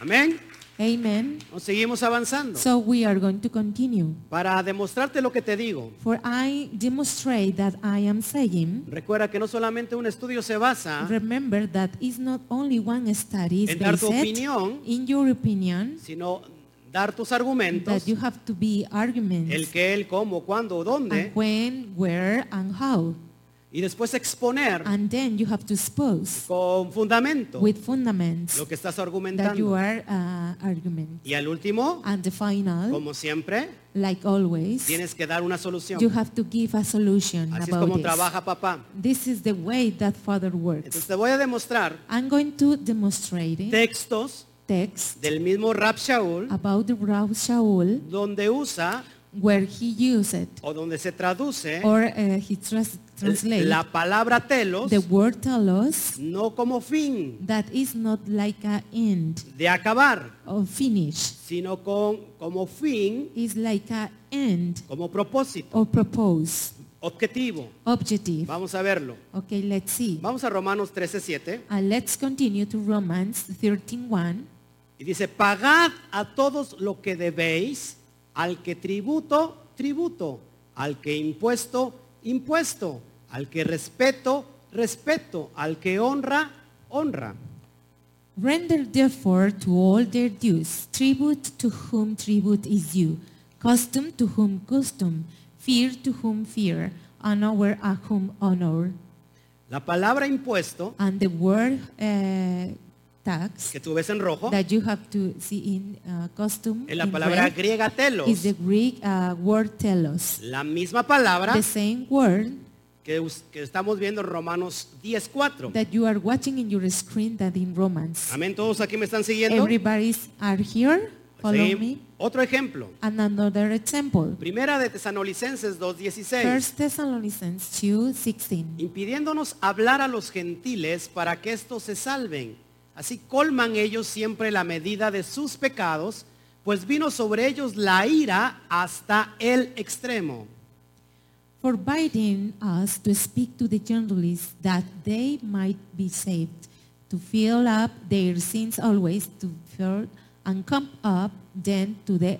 Speaker 1: Amén.
Speaker 2: Amen.
Speaker 1: Nos seguimos avanzando.
Speaker 2: So we are going to continue.
Speaker 1: Para demostrarte lo que te digo,
Speaker 2: For I demonstrate that I am saying,
Speaker 1: recuerda que no solamente un estudio se basa,
Speaker 2: remember that it's not only one study is
Speaker 1: Ah. En dar tu
Speaker 2: based
Speaker 1: opinión,
Speaker 2: in your opinion,
Speaker 1: sino dar tus
Speaker 2: that
Speaker 1: argumentos,
Speaker 2: you have to be
Speaker 1: el
Speaker 2: arguments
Speaker 1: que, el cómo, cuándo,
Speaker 2: and
Speaker 1: dónde,
Speaker 2: when, where, and how.
Speaker 1: y después exponer
Speaker 2: And then you have to expose
Speaker 1: con fundamento
Speaker 2: Ah. with fundaments
Speaker 1: lo que estás
Speaker 2: that you
Speaker 1: argumentando.
Speaker 2: are uh, argument.
Speaker 1: Y al último,
Speaker 2: And the final,
Speaker 1: como siempre,
Speaker 2: like always,
Speaker 1: tienes que dar una
Speaker 2: you
Speaker 1: solución.
Speaker 2: have to give a solution
Speaker 1: Así es
Speaker 2: about
Speaker 1: como
Speaker 2: this.
Speaker 1: trabaja papá.
Speaker 2: This is the way that Father
Speaker 1: Entonces
Speaker 2: works.
Speaker 1: te voy a demostrar
Speaker 2: I'm going to demonstrate it,
Speaker 1: textos
Speaker 2: text
Speaker 1: del mismo Rab Shaul
Speaker 2: about the Rav Shaul
Speaker 1: donde usa
Speaker 2: where he used it
Speaker 1: o donde se traduce
Speaker 2: or uh, he trans translates
Speaker 1: Eh. la palabra telos
Speaker 2: the word telos
Speaker 1: no como fin
Speaker 2: that is not like a end
Speaker 1: de acabar,
Speaker 2: or finish.
Speaker 1: sino con, como fin,
Speaker 2: It's like a end
Speaker 1: como propósito,
Speaker 2: or propose,
Speaker 1: objetivo.
Speaker 2: objective.
Speaker 1: Vamos a verlo.
Speaker 2: Okay, let's see.
Speaker 1: Vamos a Romanos 13:7
Speaker 2: And let's continue to Romans 13.1.
Speaker 1: y dice, pagad a todos lo que debéis, al que tributo, tributo, al que impuesto, impuesto, al que respeto, respeto, al que honra, honra.
Speaker 2: Render therefore to all their dues, tribute to whom tribute is due, custom to whom custom, fear to whom fear, honor a whom honor.
Speaker 1: La palabra impuesto,
Speaker 2: And the word uh, tax
Speaker 1: que tú ves en rojo,
Speaker 2: that you have to see in uh, custom
Speaker 1: es la
Speaker 2: in
Speaker 1: palabra
Speaker 2: red
Speaker 1: griega telos,
Speaker 2: is the Greek uh, word telos.
Speaker 1: la misma palabra
Speaker 2: The same word
Speaker 1: que, us- que estamos viendo en Romanos 10.4.
Speaker 2: that you are watching in your screen that in Romans.
Speaker 1: Amén, todos aquí me están siguiendo.
Speaker 2: Everybody's are here, follow
Speaker 1: Seguimos.
Speaker 2: me.
Speaker 1: Otro ejemplo,
Speaker 2: And another example.
Speaker 1: primera de Tesanolicenses 2.16.
Speaker 2: First Thessalonians 2, 16.
Speaker 1: impidiéndonos hablar a los gentiles para que éstos se salven. Así colman ellos siempre la medida de sus pecados, pues vino sobre ellos la ira hasta el extremo.
Speaker 2: Forbidding us to speak to the Gentiles that they might be saved, to fill up their sins always, to fill and come up then to the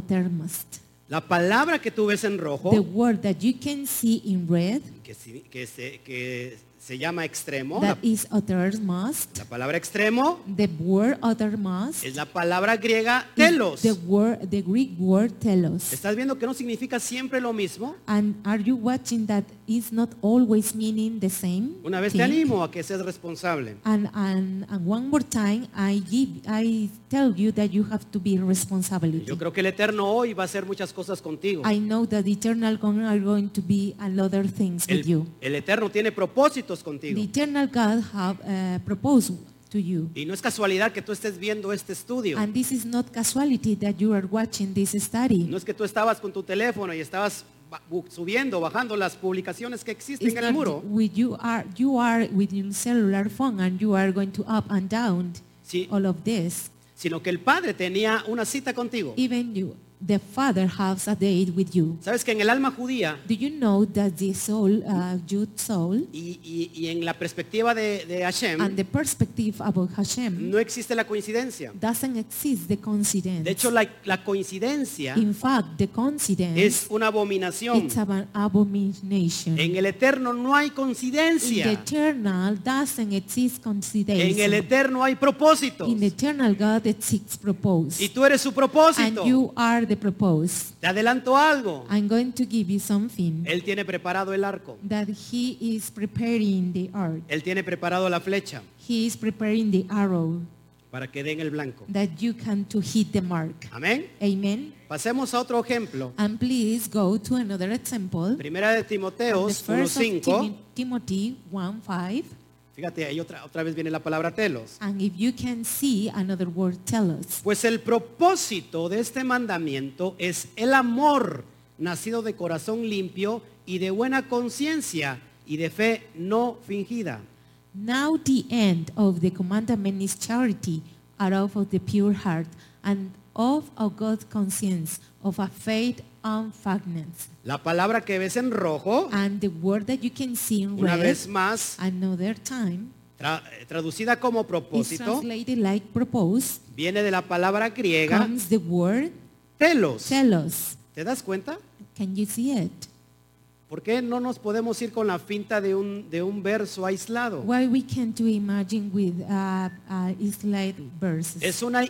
Speaker 2: uttermost.
Speaker 1: La palabra que tú ves en rojo,
Speaker 2: The word that you can see in red,
Speaker 1: que, si- que se, que se llama extremo, la,
Speaker 2: that is uttermost.
Speaker 1: la palabra extremo
Speaker 2: The word uttermost
Speaker 1: es la palabra griega
Speaker 2: is
Speaker 1: telos.
Speaker 2: the word, the Greek word telos.
Speaker 1: ¿Estás viendo que no significa siempre lo mismo?
Speaker 2: And are you watching that is not always meaning the same?
Speaker 1: Una vez te
Speaker 2: thing?
Speaker 1: animo a que seas responsable.
Speaker 2: And, and, and one more time, I give, I tell you that you have to be responsible.
Speaker 1: Yo creo que el Eterno hoy va a hacer muchas cosas contigo.
Speaker 2: I know that the eternal God are going to be a lot of things with
Speaker 1: El,
Speaker 2: you.
Speaker 1: el Eterno tiene propósitos contigo.
Speaker 2: The eternal God have uh, proposed to you.
Speaker 1: Y no es casualidad que tú estés viendo este estudio.
Speaker 2: And this is not casualty that you are watching this study.
Speaker 1: No es que tú estabas con tu teléfono y estabas ba- bu- subiendo, bajando las publicaciones que
Speaker 2: It's
Speaker 1: existen en el
Speaker 2: not
Speaker 1: muro,
Speaker 2: with you are you are with your cellular phone and you are going to up and down
Speaker 1: Sí.
Speaker 2: all of this.
Speaker 1: sino que el Padre tenía una cita contigo.
Speaker 2: Even you, the Father has a date with you.
Speaker 1: Sabes que en el alma judía
Speaker 2: Do you know that the soul, uh, Jude soul,
Speaker 1: y, y- y en la perspectiva de, de
Speaker 2: and
Speaker 1: Hashem
Speaker 2: the perspective about Hashem
Speaker 1: no existe la coincidencia.
Speaker 2: doesn't exist the coincidence.
Speaker 1: De hecho, la, la coincidencia
Speaker 2: In fact, the coincidence
Speaker 1: es una abominación.
Speaker 2: it's an abomination.
Speaker 1: En el Eterno no hay
Speaker 2: In the
Speaker 1: coincidencia.
Speaker 2: eternal doesn't exist coincidence.
Speaker 1: En el Eterno hay propósitos.
Speaker 2: In the eternal God exists propose.
Speaker 1: Y tú eres su
Speaker 2: And
Speaker 1: propósito.
Speaker 2: you are the propose.
Speaker 1: Te adelanto algo.
Speaker 2: I'm going to give you something
Speaker 1: Él tiene preparado el arco.
Speaker 2: that he is preparing the ark.
Speaker 1: Él tiene preparado la flecha
Speaker 2: He is preparing the arrow
Speaker 1: para que den el blanco.
Speaker 2: that you can to hit the mark.
Speaker 1: Amén.
Speaker 2: Amen.
Speaker 1: Pasemos a otro ejemplo.
Speaker 2: And please go to another example.
Speaker 1: Primera de Timoteo
Speaker 2: The first of
Speaker 1: 1.5.
Speaker 2: Timi- Timothy 1 5.
Speaker 1: Fíjate, ahí otra, otra vez viene la palabra telos.
Speaker 2: And if you can see another word, tell us.
Speaker 1: Pues el propósito de este mandamiento es el amor nacido de corazón limpio y de buena conciencia y de fe no fingida.
Speaker 2: Now the end of the commandment is charity, out of the pure heart, and of a good conscience, of a faith unfagnet.
Speaker 1: La palabra que ves en rojo,
Speaker 2: And the word that you can see in
Speaker 1: una
Speaker 2: red
Speaker 1: vez más,
Speaker 2: another time
Speaker 1: tra- eh, traducida como
Speaker 2: is
Speaker 1: propósito,
Speaker 2: translated like propose,
Speaker 1: viene de la palabra griega
Speaker 2: comes the word
Speaker 1: telos.
Speaker 2: telos.
Speaker 1: ¿Te das cuenta?
Speaker 2: Can you see it?
Speaker 1: ¿Por qué no nos podemos ir con la finta de un, de un verso aislado?
Speaker 2: Why we can't do imagine with uh, uh, Israelite verses.
Speaker 1: Es una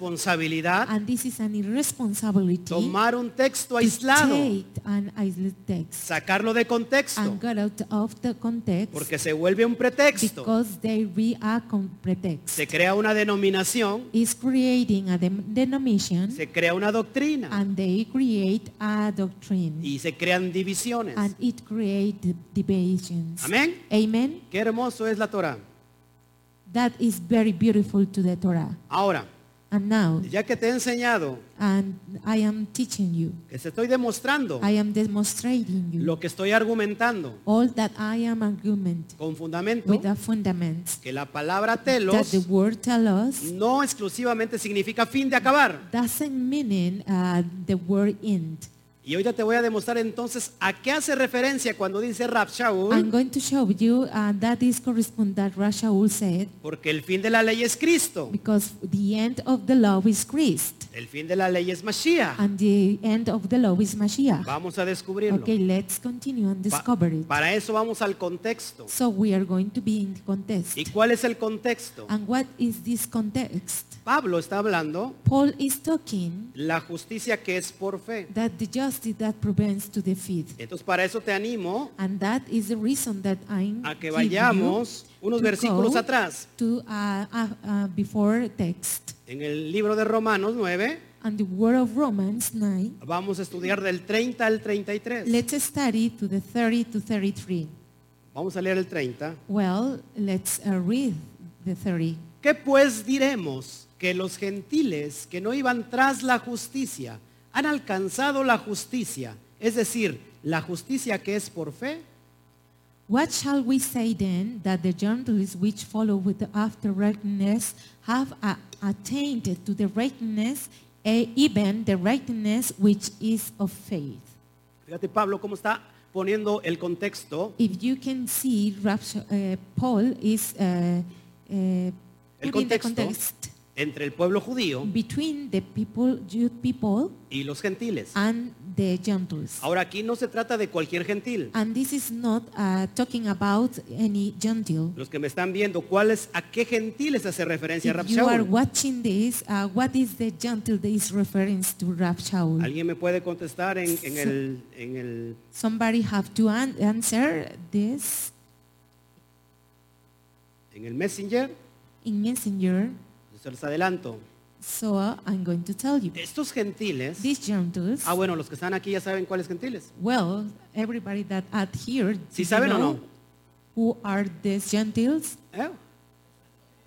Speaker 1: irresponsabilidad
Speaker 2: and this is an irresponsibility
Speaker 1: tomar un texto
Speaker 2: to
Speaker 1: aislado,
Speaker 2: take an isolated text
Speaker 1: sacarlo de contexto,
Speaker 2: and get out of the context
Speaker 1: porque se vuelve un pretexto.
Speaker 2: because they re are con pretext.
Speaker 1: Se crea una denominación,
Speaker 2: is creating a dem- denomination
Speaker 1: se crea una doctrina
Speaker 2: and they create a doctrine
Speaker 1: y se crean divisiones.
Speaker 2: and it creates divisions.
Speaker 1: Amén.
Speaker 2: Amen.
Speaker 1: Qué hermoso es la Torah.
Speaker 2: That is very beautiful to the Torah.
Speaker 1: Ahora,
Speaker 2: And now,
Speaker 1: ya que te he enseñado,
Speaker 2: and I am teaching you.
Speaker 1: que te estoy demostrando
Speaker 2: I am demonstrating you
Speaker 1: lo que estoy argumentando
Speaker 2: all that I am argument
Speaker 1: con fundamento,
Speaker 2: with a fundament
Speaker 1: que la palabra
Speaker 2: that
Speaker 1: telos
Speaker 2: the word tell us
Speaker 1: no exclusivamente significa fin de acabar.
Speaker 2: doesn't mean uh, the word end.
Speaker 1: Y ahorita te voy a demostrar entonces a qué hace referencia cuando dice
Speaker 2: I'm
Speaker 1: Rabshaul,
Speaker 2: going to show you uh, that is correspond that Rashaul said
Speaker 1: porque el fin de la ley es Cristo,
Speaker 2: because the end of the law is Christ
Speaker 1: el fin de la ley es Mashiach.
Speaker 2: and the end of the law is Mashiach.
Speaker 1: Vamos a descubrirlo.
Speaker 2: Okay, let's continue and
Speaker 1: Pa-
Speaker 2: discover it.
Speaker 1: para eso vamos al contexto.
Speaker 2: So we are going to be in the context.
Speaker 1: ¿Y cuál es el contexto?
Speaker 2: And what is this context?
Speaker 1: Pablo está hablando
Speaker 2: Paul is talking
Speaker 1: la justicia que es por fe.
Speaker 2: that the justice that prevents to the faith.
Speaker 1: Entonces para eso te animo
Speaker 2: And that is the reason that I'm
Speaker 1: a que
Speaker 2: give you
Speaker 1: vayamos unos
Speaker 2: to
Speaker 1: versículos
Speaker 2: go
Speaker 1: atrás.
Speaker 2: to uh, uh, uh, before text.
Speaker 1: En el libro de Romanos 9
Speaker 2: And the word of Romans 9,
Speaker 1: vamos a estudiar del 30 al 33.
Speaker 2: let's study to the 30 to 33.
Speaker 1: Vamos a leer el 30.
Speaker 2: Well, let's uh, read the 30.
Speaker 1: ¿Qué pues diremos que los gentiles que no iban tras la justicia han alcanzado la justicia? Es decir, la justicia que es por fe.
Speaker 2: What shall we say then that the journalists which follow with after righteousness have a- attained to the righteousness, eh, even the righteousness which is of faith?
Speaker 1: Fíjate Pablo cómo está poniendo el contexto.
Speaker 2: If you can see, Rapture, eh, Paul is uh, uh,
Speaker 1: El
Speaker 2: putting the
Speaker 1: contexto.
Speaker 2: context
Speaker 1: entre el pueblo judío
Speaker 2: between the people, Jew people,
Speaker 1: y los gentiles.
Speaker 2: and the Gentiles.
Speaker 1: Ahora aquí no se trata de cualquier gentil.
Speaker 2: And this is not uh, talking about any Gentile.
Speaker 1: Los que me están viendo, ¿cuál es, ¿a qué gentiles hace referencia
Speaker 2: If you are
Speaker 1: Rabshaul?
Speaker 2: watching this, uh, what is the gentle that is reference to Rab Shaul?
Speaker 1: ¿Alguien me puede contestar en, en el, en el-
Speaker 2: Somebody have to an- answer this
Speaker 1: en el messenger?
Speaker 2: in Messenger,
Speaker 1: Se los adelanto.
Speaker 2: so I'm going to tell you.
Speaker 1: Estos gentiles
Speaker 2: These gentles,
Speaker 1: Ah, bueno, los que están aquí ya saben cuáles gentiles.
Speaker 2: well, everybody that at here, do
Speaker 1: ¿Sí
Speaker 2: you
Speaker 1: saben o
Speaker 2: know
Speaker 1: no?
Speaker 2: Who are these gentiles?
Speaker 1: ¿Eh?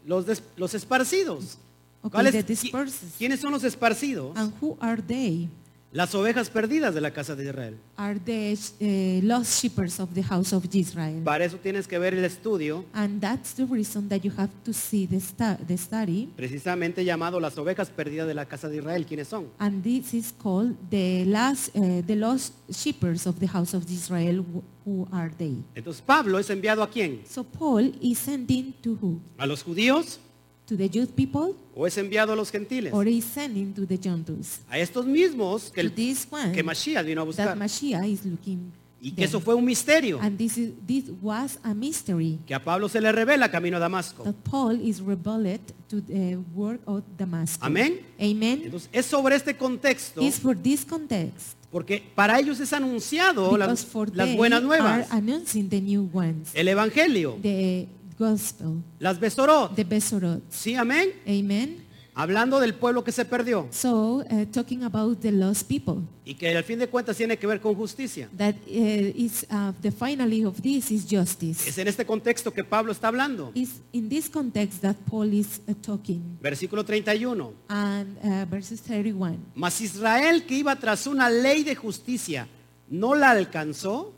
Speaker 1: Los, des- los esparcidos.
Speaker 2: Ok, Ah.
Speaker 1: ¿Cuáles-
Speaker 2: the
Speaker 1: qui-
Speaker 2: disperses.
Speaker 1: ¿Quiénes son los esparcidos?
Speaker 2: And who are they?
Speaker 1: Las ovejas perdidas de la casa de Israel.
Speaker 2: Are they uh, lost shepherds of the house of Israel?
Speaker 1: Para eso tienes que ver el estudio
Speaker 2: And that's the reason that you have to see the, stu- the study.
Speaker 1: precisamente llamado Las ovejas perdidas de la casa de Israel. ¿Quiénes son?
Speaker 2: And this is called the last, uh, the lost shepherds of the house of Israel. Wh- Who are they?
Speaker 1: Entonces Pablo es enviado a quién?
Speaker 2: So Paul is sending to who?
Speaker 1: ¿A los judíos
Speaker 2: To the Jewish people,
Speaker 1: o es enviado a los gentiles?
Speaker 2: or is sending to the Gentiles?
Speaker 1: A estos mismos que,
Speaker 2: To
Speaker 1: el,
Speaker 2: this one
Speaker 1: que Mashiach vino a
Speaker 2: that
Speaker 1: buscar.
Speaker 2: Mashiach is looking.
Speaker 1: Y que
Speaker 2: them.
Speaker 1: eso fue un misterio
Speaker 2: And this is this was a mystery
Speaker 1: que a Pablo se le revela camino a Damasco.
Speaker 2: that Paul is revealed to the work of Damascus.
Speaker 1: Amén.
Speaker 2: Amen.
Speaker 1: Entonces es sobre este contexto
Speaker 2: It's for this context.
Speaker 1: Porque para ellos es anunciado
Speaker 2: Because
Speaker 1: las,
Speaker 2: for
Speaker 1: las
Speaker 2: they
Speaker 1: buenas
Speaker 2: are
Speaker 1: nuevas,
Speaker 2: announcing the new ones,
Speaker 1: el Evangelio,
Speaker 2: the gospel,
Speaker 1: las Besorot.
Speaker 2: the Besorot.
Speaker 1: Sí, amén.
Speaker 2: Amen.
Speaker 1: Hablando del pueblo que se perdió
Speaker 2: So, uh, talking about the lost people,
Speaker 1: y que al fin de cuentas tiene que ver con justicia.
Speaker 2: that uh, is uh, the finally of this is justice.
Speaker 1: Es en este contexto que Pablo está hablando.
Speaker 2: It's in this context that Paul is uh, talking.
Speaker 1: Versículo 31.
Speaker 2: And uh, verses 31.
Speaker 1: Mas Israel que iba tras una ley de justicia, ¿no la alcanzó?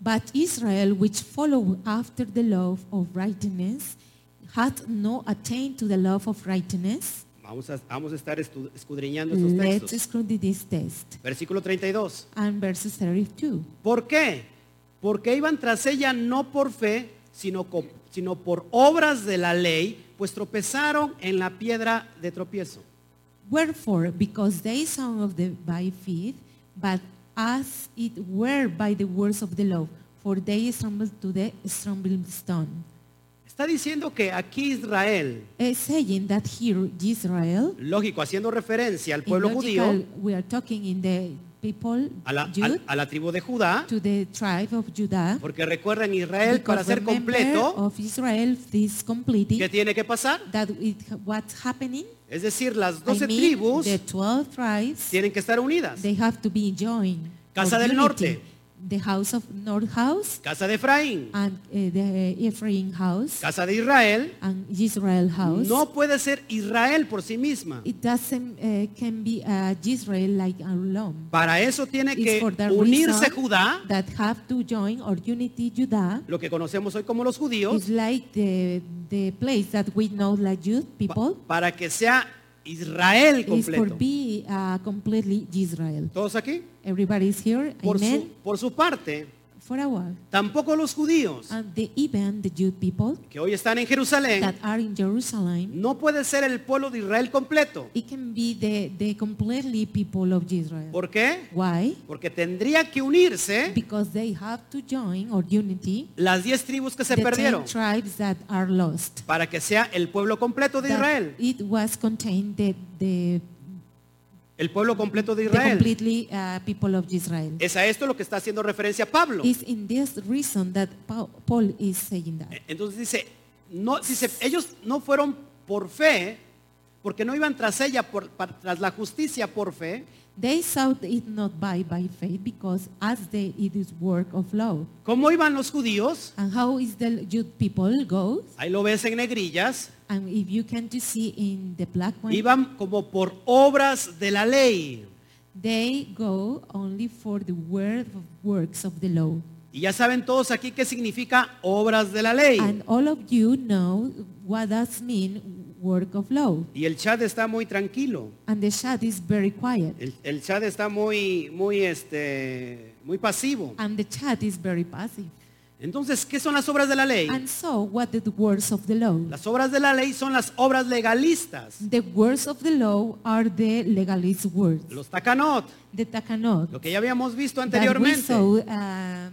Speaker 2: But Israel, which followed after the love of righteousness, had no attained to the love of righteousness.
Speaker 1: Vamos a, vamos a estar estu- escudriñando estos
Speaker 2: Let's
Speaker 1: textos.
Speaker 2: scrutiny this test.
Speaker 1: Versículo 32.
Speaker 2: And verses 32.
Speaker 1: ¿Por qué? Porque iban tras ella no por fe, sino, co- sino por obras de la ley, pues tropezaron en la piedra de tropiezo.
Speaker 2: Wherefore, because they sound of the by faith, but as it were by the words of the law, for they stumbled to the stumbling stone.
Speaker 1: Está diciendo que aquí Israel,
Speaker 2: It's saying that here Israel,
Speaker 1: lógico, haciendo referencia al
Speaker 2: in
Speaker 1: pueblo
Speaker 2: logical,
Speaker 1: judío,
Speaker 2: we are talking in the people,
Speaker 1: a la,
Speaker 2: Jude,
Speaker 1: a- a la tribu de Judá,
Speaker 2: to the tribe of Judah.
Speaker 1: porque recuerden Israel para
Speaker 2: because
Speaker 1: ser
Speaker 2: remember
Speaker 1: completo,
Speaker 2: of Israel this
Speaker 1: ¿qué
Speaker 2: completing
Speaker 1: tiene que pasar?
Speaker 2: that it, what's happening.
Speaker 1: Es decir, las
Speaker 2: I
Speaker 1: 12
Speaker 2: mean,
Speaker 1: tribus
Speaker 2: the 12 tribes,
Speaker 1: tienen que estar unidas.
Speaker 2: they have to be joined.
Speaker 1: Casa
Speaker 2: of
Speaker 1: del
Speaker 2: unity.
Speaker 1: Norte.
Speaker 2: The house of North House
Speaker 1: Casa de Efraín,
Speaker 2: and uh, the Ephraim house
Speaker 1: casa de Israel,
Speaker 2: and Israel house.
Speaker 1: no puede ser Israel por sí misma.
Speaker 2: It doesn't uh, can be uh, Israel like alone.
Speaker 1: Para eso tiene
Speaker 2: It's
Speaker 1: que
Speaker 2: for that
Speaker 1: unirse
Speaker 2: reason
Speaker 1: Judá,
Speaker 2: That have to join or unity Judah.
Speaker 1: lo que conocemos hoy como los judíos,
Speaker 2: It's like the the place that we know like Jude
Speaker 1: pa-
Speaker 2: people.
Speaker 1: para que sea Israel
Speaker 2: It's for
Speaker 1: completo.
Speaker 2: be uh, completely Israel.
Speaker 1: ¿Todos aquí?
Speaker 2: Everybody's here.
Speaker 1: Por su,
Speaker 2: Amen.
Speaker 1: por su parte,
Speaker 2: For a while.
Speaker 1: tampoco los judíos
Speaker 2: And the even the Jude people
Speaker 1: que hoy están en Jerusalén,
Speaker 2: that are in Jerusalem,
Speaker 1: no puede ser el pueblo de Israel completo.
Speaker 2: it can be the the completely people of Israel.
Speaker 1: ¿Por qué?
Speaker 2: Why?
Speaker 1: Porque tendría que unirse
Speaker 2: Because they have to join or unity
Speaker 1: las 10 tribus que se
Speaker 2: the
Speaker 1: perdieron
Speaker 2: ten tribes that are lost.
Speaker 1: para que sea el pueblo completo de
Speaker 2: That
Speaker 1: Israel.
Speaker 2: It was contained the, the,
Speaker 1: El pueblo completo de
Speaker 2: the
Speaker 1: Israel.
Speaker 2: completely uh, people of Israel.
Speaker 1: Es a esto lo que está haciendo referencia Pablo.
Speaker 2: It's in this reason that Pa- Paul is saying that.
Speaker 1: Eh, Entonces dice, no, dice, ellos no fueron por fe, porque no iban tras ella, por- par- tras la justicia por fe,
Speaker 2: They sought it not by by faith because as they it is work of law.
Speaker 1: ¿Cómo iban los judíos?
Speaker 2: And how is the Jude people goes?
Speaker 1: Ahí lo ves en negrillas.
Speaker 2: And if you can to see in the black one,
Speaker 1: Iban como por obras de la ley.
Speaker 2: they go only for the word of works of the law.
Speaker 1: Y ya saben todos aquí qué significa obras de la ley.
Speaker 2: And all of you know what does mean work of law.
Speaker 1: Y el chat está muy tranquilo.
Speaker 2: And the chat is very quiet.
Speaker 1: El, el chat está muy, muy, este, muy pasivo.
Speaker 2: And the chat is very passive.
Speaker 1: Entonces, ¿qué son las obras de la ley?
Speaker 2: And so what are the words of the law?
Speaker 1: Las obras de la ley son las obras legalistas.
Speaker 2: The words of the law are the legalist words.
Speaker 1: Los takanot,
Speaker 2: The takanot.
Speaker 1: lo que ya habíamos visto
Speaker 2: That we
Speaker 1: anteriormente.
Speaker 2: saw um,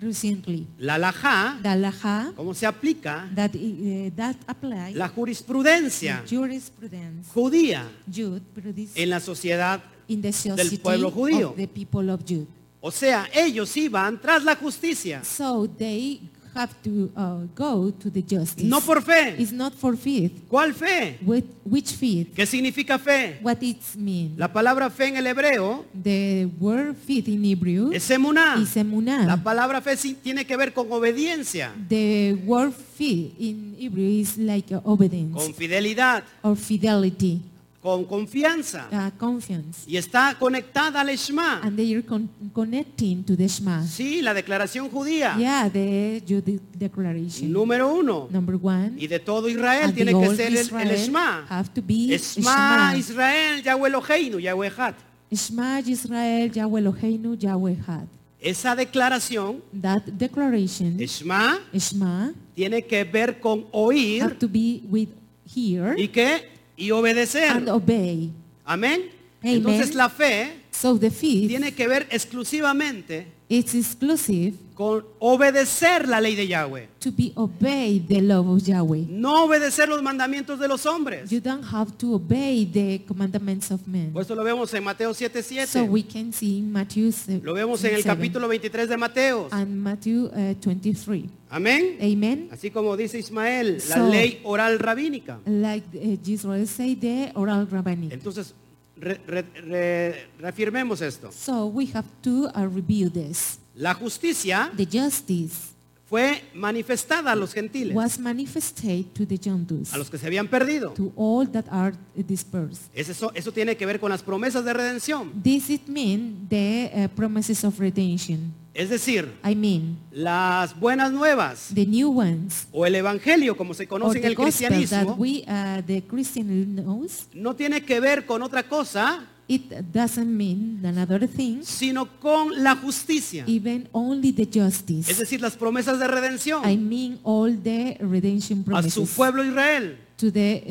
Speaker 2: recently.
Speaker 1: La laja,
Speaker 2: The laha
Speaker 1: cómo se aplica
Speaker 2: that, uh, that apply
Speaker 1: la jurisprudencia
Speaker 2: jurisprudence,
Speaker 1: judía
Speaker 2: Jude, produce
Speaker 1: en la sociedad.
Speaker 2: in the society
Speaker 1: pueblo judío.
Speaker 2: of the people of Jude.
Speaker 1: O sea, ellos iban tras la justicia,
Speaker 2: So they have to uh, go to the justice.
Speaker 1: no por fe.
Speaker 2: It's not for faith.
Speaker 1: ¿Cuál fe?
Speaker 2: With, which faith?
Speaker 1: ¿Qué significa fe?
Speaker 2: What it means?
Speaker 1: La palabra fe en el hebreo
Speaker 2: The word faith in Hebrew
Speaker 1: es emuná.
Speaker 2: is emunah.
Speaker 1: La palabra fe sí tiene que ver con obediencia,
Speaker 2: The word faith in Hebrew is like uh, obedience
Speaker 1: con fidelidad,
Speaker 2: or fidelity,
Speaker 1: con confianza.
Speaker 2: uh, confiance.
Speaker 1: Y está conectada al Shema.
Speaker 2: And they are con- connecting to the Shema.
Speaker 1: Sí, la declaración judía.
Speaker 2: Yeah, the Jude declaration.
Speaker 1: Número uno.
Speaker 2: Number one.
Speaker 1: Y de todo Israel
Speaker 2: and
Speaker 1: tiene
Speaker 2: the
Speaker 1: que
Speaker 2: old
Speaker 1: ser el, el
Speaker 2: Israel
Speaker 1: Shema.
Speaker 2: have to be
Speaker 1: Shema
Speaker 2: Shema.
Speaker 1: Israel, Yahweh Eloheinu, Yahweh Had.
Speaker 2: Shema Israel, Yahweh Eloheinu, Yahweh Had.
Speaker 1: Esa declaración,
Speaker 2: That declaration,
Speaker 1: Shema,
Speaker 2: Shema,
Speaker 1: tiene que ver con
Speaker 2: have
Speaker 1: oír
Speaker 2: to be with hear
Speaker 1: y que y obedecer.
Speaker 2: and obey.
Speaker 1: Amén.
Speaker 2: Amen.
Speaker 1: Entonces la fe
Speaker 2: So the fifth,
Speaker 1: tiene que ver exclusivamente
Speaker 2: it's exclusive
Speaker 1: con obedecer la ley de Yahweh.
Speaker 2: to be obey the law of Yahweh.
Speaker 1: No obedecer los mandamientos de los hombres.
Speaker 2: You don't have to obey the commandments of men.
Speaker 1: Por eso lo vemos en Mateo
Speaker 2: So
Speaker 1: 7.7.
Speaker 2: we can see in Matthew se-
Speaker 1: Lo vemos en el
Speaker 2: 7
Speaker 1: capítulo 23 de Mateo.
Speaker 2: and Matthew uh, 23.
Speaker 1: Amén.
Speaker 2: Amen.
Speaker 1: Así como dice Ismael, la
Speaker 2: So-
Speaker 1: ley oral rabínica.
Speaker 2: Like uh, Israel say the oral rabbinic.
Speaker 1: Entonces, re- re- re- reafirmemos esto.
Speaker 2: So we have to uh, review this.
Speaker 1: La justicia
Speaker 2: The justice
Speaker 1: fue manifestada a los gentiles,
Speaker 2: was manifested to the Gentiles,
Speaker 1: a los que se habían perdido.
Speaker 2: to all that are dispersed.
Speaker 1: Es eso, eso tiene que ver con las promesas de redención.
Speaker 2: This it mean the uh, promises of redemption.
Speaker 1: Es decir,
Speaker 2: I mean
Speaker 1: las buenas nuevas
Speaker 2: the new ones
Speaker 1: o el evangelio, como se
Speaker 2: or
Speaker 1: conoce en
Speaker 2: the
Speaker 1: el
Speaker 2: gospel that
Speaker 1: cristianismo,
Speaker 2: we uh, the Christian knows
Speaker 1: no tiene que ver con otra cosa
Speaker 2: It doesn't mean another thing,
Speaker 1: sino con la justicia.
Speaker 2: even only the
Speaker 1: Es
Speaker 2: justice.
Speaker 1: decir, las promesas de
Speaker 2: I
Speaker 1: redención
Speaker 2: mean all the redemption
Speaker 1: a su
Speaker 2: promises
Speaker 1: pueblo Israel.
Speaker 2: to the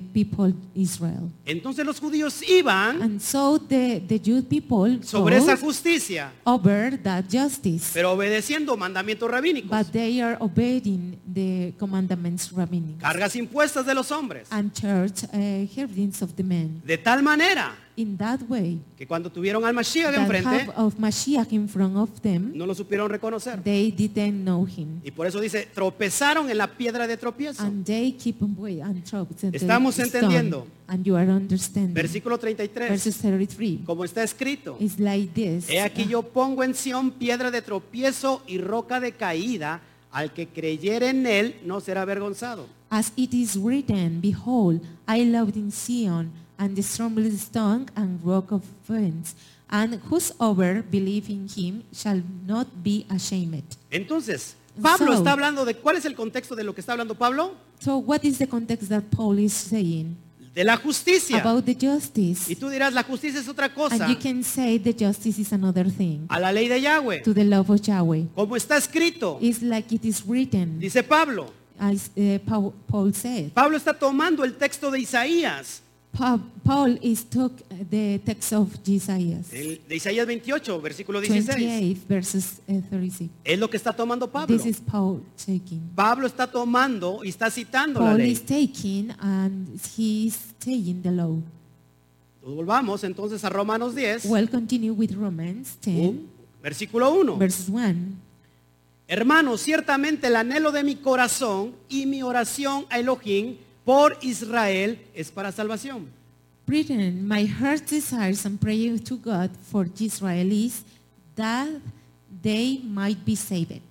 Speaker 2: uh, people Israel.
Speaker 1: Entonces los judíos iban
Speaker 2: And so the, the Jewish people
Speaker 1: sobre esa
Speaker 2: goes
Speaker 1: justicia,
Speaker 2: over that justice,
Speaker 1: pero obedeciendo mandamientos rabínicos,
Speaker 2: but they are obeying the commandments rabbinic
Speaker 1: cargas impuestas de los hombres.
Speaker 2: and church uh, hearings of the men.
Speaker 1: De tal manera
Speaker 2: In that way,
Speaker 1: que cuando tuvieron al Mashiach
Speaker 2: that um,
Speaker 1: enfrente,
Speaker 2: half of Mashiach in front of them,
Speaker 1: no lo supieron reconocer.
Speaker 2: they didn't know him.
Speaker 1: Y por eso dice, tropezaron en la piedra de tropiezo.
Speaker 2: And they keep on wait and trust and
Speaker 1: Estamos
Speaker 2: stone,
Speaker 1: entendiendo.
Speaker 2: And you are understanding.
Speaker 1: Versículo 33,
Speaker 2: Verses ah. 33.
Speaker 1: como está escrito,
Speaker 2: It's like this.
Speaker 1: he aquí yo pongo en Sión piedra de tropiezo y roca de caída, al que creyere en él no será avergonzado.
Speaker 2: As it is written, Behold, I loved in Sion, and the stumbling stone and rock of offense, and whosoever believe in him shall not be ashamed.
Speaker 1: Entonces, Pablo
Speaker 2: So-
Speaker 1: está hablando de, ¿cuál es el contexto de lo que está hablando Pablo?
Speaker 2: So what is the context that Paul is saying
Speaker 1: De la justicia.
Speaker 2: about the justice?
Speaker 1: Y tú dirás, la justicia es otra cosa,
Speaker 2: And you can say the justice is another thing
Speaker 1: a la ley de Yahweh.
Speaker 2: to the love of Yahweh.
Speaker 1: Como está escrito,
Speaker 2: It's like it is written,
Speaker 1: dice Pablo.
Speaker 2: as uh, Paul, Paul said.
Speaker 1: Pablo está tomando el texto de Isaías,
Speaker 2: Pa- Paul is took uh, the text of Isaiah
Speaker 1: el- de Isaías 28, versículo 16.
Speaker 2: 28 verses uh, 36.
Speaker 1: Es lo que está tomando Pablo.
Speaker 2: This is Paul taking.
Speaker 1: Pablo está tomando y está citando la
Speaker 2: Paul is
Speaker 1: ley.
Speaker 2: taking and he is taking the law.
Speaker 1: Nos Volvamos entonces a Romanos 10,
Speaker 2: We'll eh, continue with Romans 10,
Speaker 1: uh, versículo 1.
Speaker 2: verses 1.
Speaker 1: Hermanos, ciertamente el anhelo de mi corazón y mi oración a Elohim por Israel es para salvación.
Speaker 2: Brethren, my heart desires and prayer to God for the Israelis that they might be saved.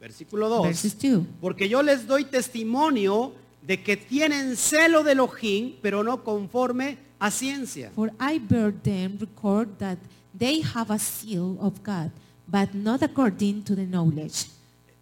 Speaker 1: Versículo 2.
Speaker 2: Verses 2.
Speaker 1: Porque yo les doy testimonio de que tienen celo de Elohim, pero no conforme a ciencia.
Speaker 2: For I bear them record that they have a seal of God, but not according to the knowledge.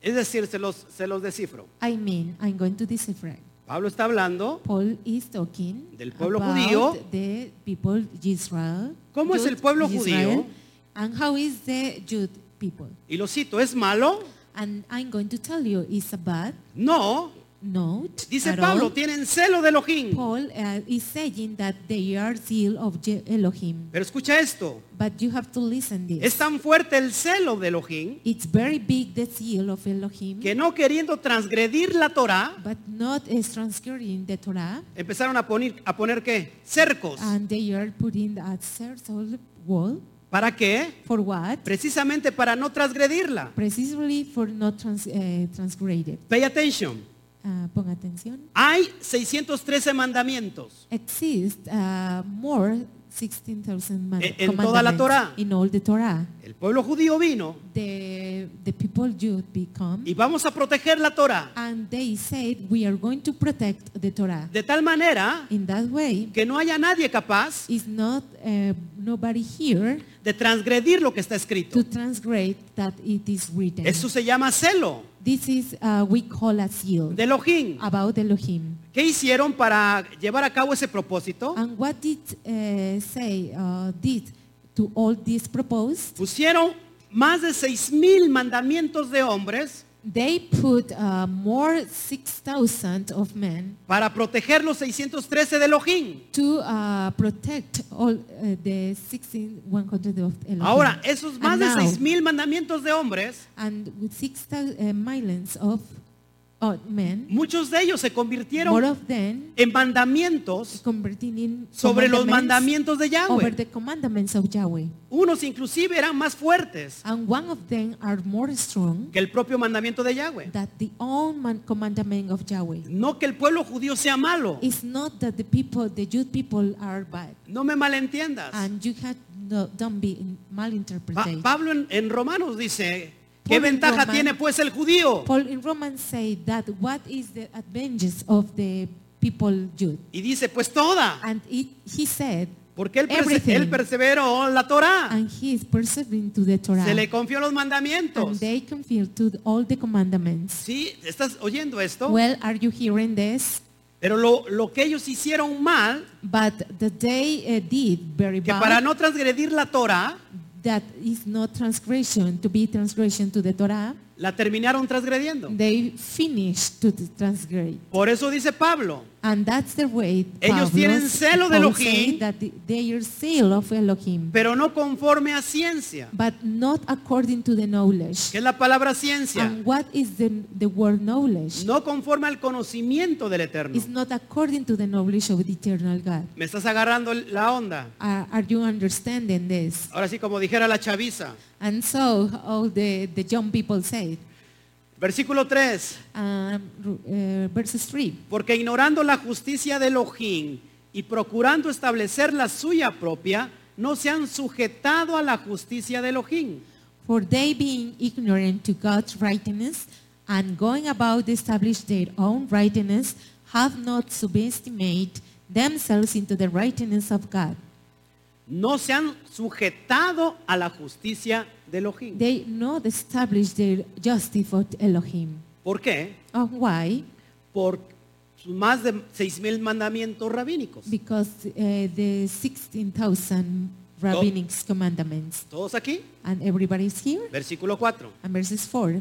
Speaker 1: Es decir, se los, se los descifro.
Speaker 2: I mean, I'm going to decipher it.
Speaker 1: Pablo está hablando
Speaker 2: Paul is talking
Speaker 1: Del pueblo
Speaker 2: about
Speaker 1: judío.
Speaker 2: the people Israel.
Speaker 1: ¿Cómo es
Speaker 2: Jude
Speaker 1: el pueblo
Speaker 2: Israel,
Speaker 1: judío?
Speaker 2: And how is the Jude people?
Speaker 1: y lo cito, ¿es malo?
Speaker 2: And I'm going to tell you, it's a bad
Speaker 1: No.
Speaker 2: note.
Speaker 1: Dice
Speaker 2: at
Speaker 1: Pablo,
Speaker 2: all.
Speaker 1: tienen celo de Elohim.
Speaker 2: Paul uh, is saying that they are zeal of Je- Elohim.
Speaker 1: Pero escucha esto.
Speaker 2: But you have to listen this.
Speaker 1: Es tan fuerte el celo de Elohim
Speaker 2: It's very big the seal of Elohim,
Speaker 1: que no queriendo transgredir la Torá,
Speaker 2: but not as transgressing the Torah,
Speaker 1: empezaron a poner, a poner qué? Cercos.
Speaker 2: and they are putting a certain wall.
Speaker 1: ¿Para qué?
Speaker 2: For what?
Speaker 1: Precisamente para no transgredirla.
Speaker 2: Precisely for not trans, eh, transgraded.
Speaker 1: Pay attention.
Speaker 2: Ah, pon atención.
Speaker 1: Hay 613 mandamientos.
Speaker 2: Exist ah, more 16,000 man-
Speaker 1: En- en toda la
Speaker 2: commandments
Speaker 1: Torá.
Speaker 2: In all the Torah.
Speaker 1: El pueblo judío vino
Speaker 2: The, the people Jude become
Speaker 1: y vamos a proteger la Torá
Speaker 2: and they said we are going to protect the Torah.
Speaker 1: de tal manera
Speaker 2: In that way,
Speaker 1: que no haya nadie capaz
Speaker 2: is not eh, nobody here
Speaker 1: de transgredir lo que está escrito.
Speaker 2: to transgrade that it is written.
Speaker 1: Eso se llama celo
Speaker 2: This is uh, we call a seal
Speaker 1: de Elohim.
Speaker 2: about Elohim.
Speaker 1: ¿Qué hicieron para llevar a cabo ese propósito?
Speaker 2: And what did uh, say uh, did to all this proposed?
Speaker 1: Pusieron más de 6.000 mandamientos de hombres
Speaker 2: They put uh, more six thousand of men
Speaker 1: para proteger los 613 de Elohim.
Speaker 2: to uh, protect all uh, the sixteen one hundred of Elohim.
Speaker 1: Ahora, esos más
Speaker 2: and
Speaker 1: de
Speaker 2: now-
Speaker 1: 6.000 mandamientos de hombres,
Speaker 2: and with six thousand uh, millions of uh, men,
Speaker 1: muchos de ellos se
Speaker 2: more
Speaker 1: convirtieron
Speaker 2: of them
Speaker 1: en mandamientos
Speaker 2: converting in
Speaker 1: sobre los
Speaker 2: commandments
Speaker 1: mandamientos de
Speaker 2: over
Speaker 1: Yahweh.
Speaker 2: the commandments of Yahweh.
Speaker 1: Unos inclusive eran más fuertes
Speaker 2: And one of them are more strong
Speaker 1: que el propio mandamiento de Yahweh.
Speaker 2: than the own man- commandment of Yahweh.
Speaker 1: No que el pueblo judío sea malo.
Speaker 2: It's not that the people, the Jewish people are bad.
Speaker 1: No me malentiendas.
Speaker 2: And you had no, don't be in-
Speaker 1: Pa-
Speaker 2: malinterpreted.
Speaker 1: Pablo en, en Romanos dice, ¿qué
Speaker 2: Paul en
Speaker 1: ventaja
Speaker 2: Roman-
Speaker 1: tiene pues el judío?
Speaker 2: Paul in Romans say that what is the advantages of the people Jude?
Speaker 1: Y dice, pues toda,
Speaker 2: And it, he said,
Speaker 1: porque él, perse-
Speaker 2: Ah, Everything. Ah,
Speaker 1: él perseveró en la Torá.
Speaker 2: and he is persevering to the Torah.
Speaker 1: Se le confió los
Speaker 2: And
Speaker 1: mandamientos.
Speaker 2: they conform to all the commandments.
Speaker 1: ¿Sí? ¿Estás oyendo esto?
Speaker 2: Well, are you hearing this?
Speaker 1: Pero lo, lo que ellos hicieron mal,
Speaker 2: But the they uh, did very
Speaker 1: que
Speaker 2: bad,
Speaker 1: para no transgredir la Torah,
Speaker 2: that is not transgression, to be transgression to the Torah,
Speaker 1: la terminaron transgrediendo.
Speaker 2: they finished to the transgress.
Speaker 1: Por eso dice Pablo,
Speaker 2: And that's the way
Speaker 1: Ellos tienen
Speaker 2: Pablo's-
Speaker 1: celo de
Speaker 2: Paul
Speaker 1: Elohim.
Speaker 2: said that they are zeal of Elohim,
Speaker 1: pero no conforme a ciencia.
Speaker 2: but not according to the knowledge.
Speaker 1: ¿Qué es la palabra ciencia?
Speaker 2: And what is the, the word knowledge?
Speaker 1: No conforme al conocimiento del Eterno.
Speaker 2: It's not according to the knowledge of the eternal God.
Speaker 1: Me estás agarrando la onda.
Speaker 2: Are- are you understanding this?
Speaker 1: Ahora sí, como dijera la chaviza.
Speaker 2: And so all the, the young people said,
Speaker 1: Versículo 3.
Speaker 2: um, uh, verses 3.
Speaker 1: Porque ignorando la justicia de Elohim y procurando establecer la suya propia, no se han sujetado a la justicia de Elohim.
Speaker 2: For they being ignorant to God's righteousness and going about to establish their own righteousness have not subestimate themselves into the righteousness of God.
Speaker 1: No se han sujetado a la justicia de Elohim.
Speaker 2: They not establish their justice for Elohim.
Speaker 1: ¿Por qué?
Speaker 2: Oh, why?
Speaker 1: Por sus más de 6.000 mandamientos rabínicos.
Speaker 2: Because uh, the 16,000 rabbinic commandments.
Speaker 1: Todos aquí.
Speaker 2: And everybody's here.
Speaker 1: Versículo 4.
Speaker 2: And verses 4.